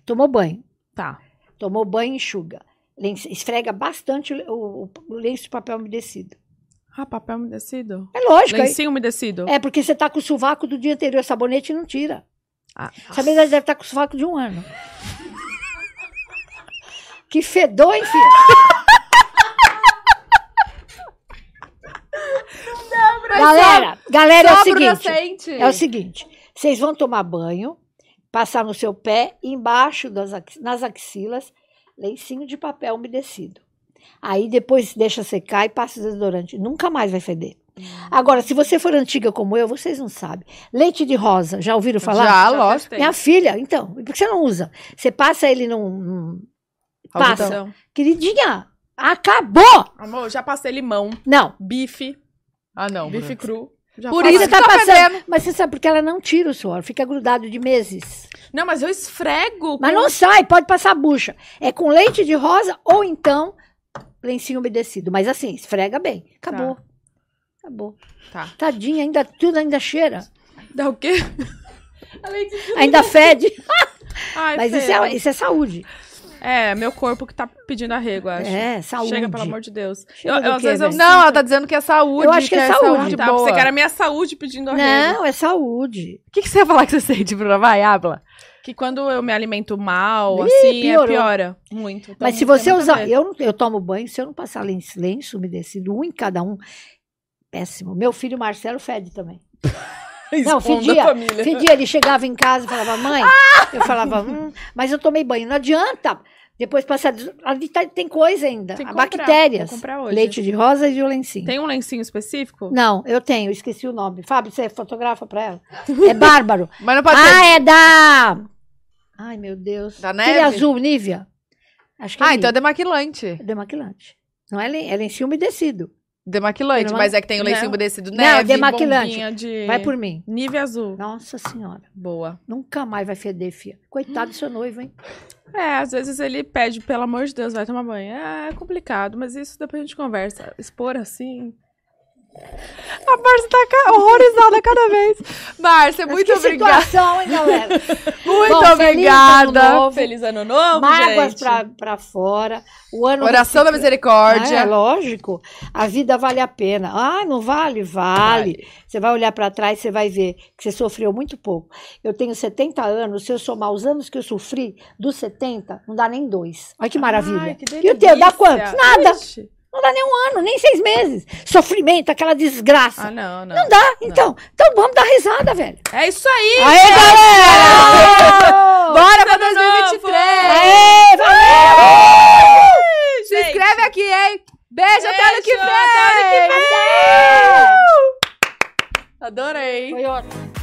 C: Tomou banho.
A: Tá.
C: Tomou banho e enxuga. Lenço- esfrega bastante o, o- o lenço de papel umedecido.
A: Ah, papel umedecido?
C: É lógico. aí-
A: Lencinho umedecido?
C: É porque você tá com o sovaco do dia anterior, sabonete não tira.
A: Ah,
C: Essa menina deve estar com o sovaco de um ano. Que fedor, hein, filha? galera, galera,
B: Só
C: é o
B: a Bruna
C: seguinte.
B: sente.
C: É o seguinte, vocês vão tomar banho, passar no seu pé, embaixo das, ax- nas axilas, lencinho de papel umedecido. Aí depois deixa secar e passa o desodorante. Nunca mais vai feder. Agora, se você for antiga como eu, vocês não sabem. Leite de rosa, já ouviram falar?
B: Já, lógico.
A: testei.
C: Ah, Minha filha, então, por que você não usa? Você passa ele num. num-
B: Algodão.
C: Passa. Queridinha, acabou!
A: Então, Amor, já passei limão,
C: Não.
A: bife,
B: Ah, não.
A: bife
B: Bruna.
A: cru. Já
B: Por
A: passei.
B: isso
C: Mas você
B: que
C: tá
B: tá
C: passando.
B: fedendo.
C: Mas você sabe porque ela não tira o suor, fica grudado de meses.
A: Não, mas eu esfrego.
C: Mas
A: com-
C: não sai, pode passar bucha. É com leite de rosa ou então lencinho umedecido. Mas assim, esfrega bem. Acabou. Acabou.
A: Tá.
C: Tadinha, ainda tudo ainda cheira.
A: Dá o quê? Além de-
C: Ainda fede.
A: Ai,
C: Mas isso
A: Pedro.
C: é, isso é saúde.
A: é... meu corpo que tá pedindo arrego, eu acho.
C: É, saúde.
A: Chega, pelo amor de Deus. Eu-
C: Chega
A: eu-
C: do
A: às
C: quê, né?
A: vezes eu
C: velho?
B: Não, ela tá dizendo que é saúde.
C: Eu acho que é saúde,
A: Ah,
C: de
A: tá, você quer a minha saúde pedindo arrego.
C: Não, é saúde.
B: O que, que você ia falar que você sente, Bruna? Vai, habla.
A: Que quando eu me alimento mal,
C: Ih,
A: assim, é,
C: piorou.
A: piora muito. Então,
C: Mas se
A: não tem
C: você
A: muito a
C: usar.
A: ver.
C: Eu, não- eu tomo banho, se eu não passar lenço, lenço umedecido, um em cada um, péssimo. Meu filho Marcelo fede também. Não,
A: Esconda
C: fedia.
A: a família.
C: Fedia, um ele chegava em casa e falava, mãe, eu falava, hum, mas eu tomei banho. Não adianta. Depois passar. des- Ali tá- tem coisa ainda.
A: Tem que
C: Há
A: comprar,
C: bactérias.
A: vou comprar hoje.
C: Leite de rosa e o lencinho.
A: Tem um lencinho específico?
C: Não, eu tenho, esqueci o nome. Fábio, você fotografa pra ela? É Bárbaro.
B: Mas não pode ter.
C: ah, é da. Ai, meu Deus.
B: Da
C: Aquele
B: neve?
C: azul, Nívia. Acho que é
B: Ah, então é
C: Nívea.
B: demaquilante.
C: é demaquilante. Não é, len... é lencinho umedecido.
B: Demaquilante,
C: Dema- Né?
B: mas é que tem o lencinho
A: Não.
B: umedecido
C: Não,
B: neve.
C: dema- demaquilante.
A: Bombinha de...
C: Vai por mim.
A: Nível azul.
C: Nossa Senhora.
A: Boa.
C: Nunca mais vai feder, fia. Coitado do seu noivo, hein?
A: É, às vezes ele pede, pelo amor de Deus, vai tomar banho. É, é complicado, mas isso depois a gente conversa. Expor assim.
B: A Márcia tá ca- horrorizada cada vez. Márcia,
C: Mas
B: muito
C: que
B: obrigada. tá
C: situação, hein, galera?
B: Muito
C: Bom, feliz ano
B: obrigada.
C: novo.
A: Feliz ano novo,
C: mágoas
A: gente.
C: pra, pra fora. O ano
B: Oração da
C: não se- Ah, É
B: misericórdia.
C: lógico, a vida vale a pena. Ah, não vale? Vale. Você vai olhar pra trás, você vai ver que você sofreu muito pouco. Eu tenho 70 anos, se eu somar os anos que eu sofri, dos 70, não dá nem dois. Olha que maravilha.
A: Ai, que
C: e o teu dá
A: delícia.
C: quantos? Nada.
A: Ixi.
C: Não dá nem um ano, nem seis meses. Sofrimento, aquela desgraça.
A: Ah, não, não.
C: não dá. Então, então vamos dar risada, velho.
A: É isso aí.
C: Aê, galera!
B: Bora pra
A: Ano novo!
B: 2023.
C: Aê, valeu!
B: Se inscreve aqui, hein? Beijo, até ano que
A: Beijo,
B: vem!
A: até ano
B: Adorei.
C: Foi ótimo.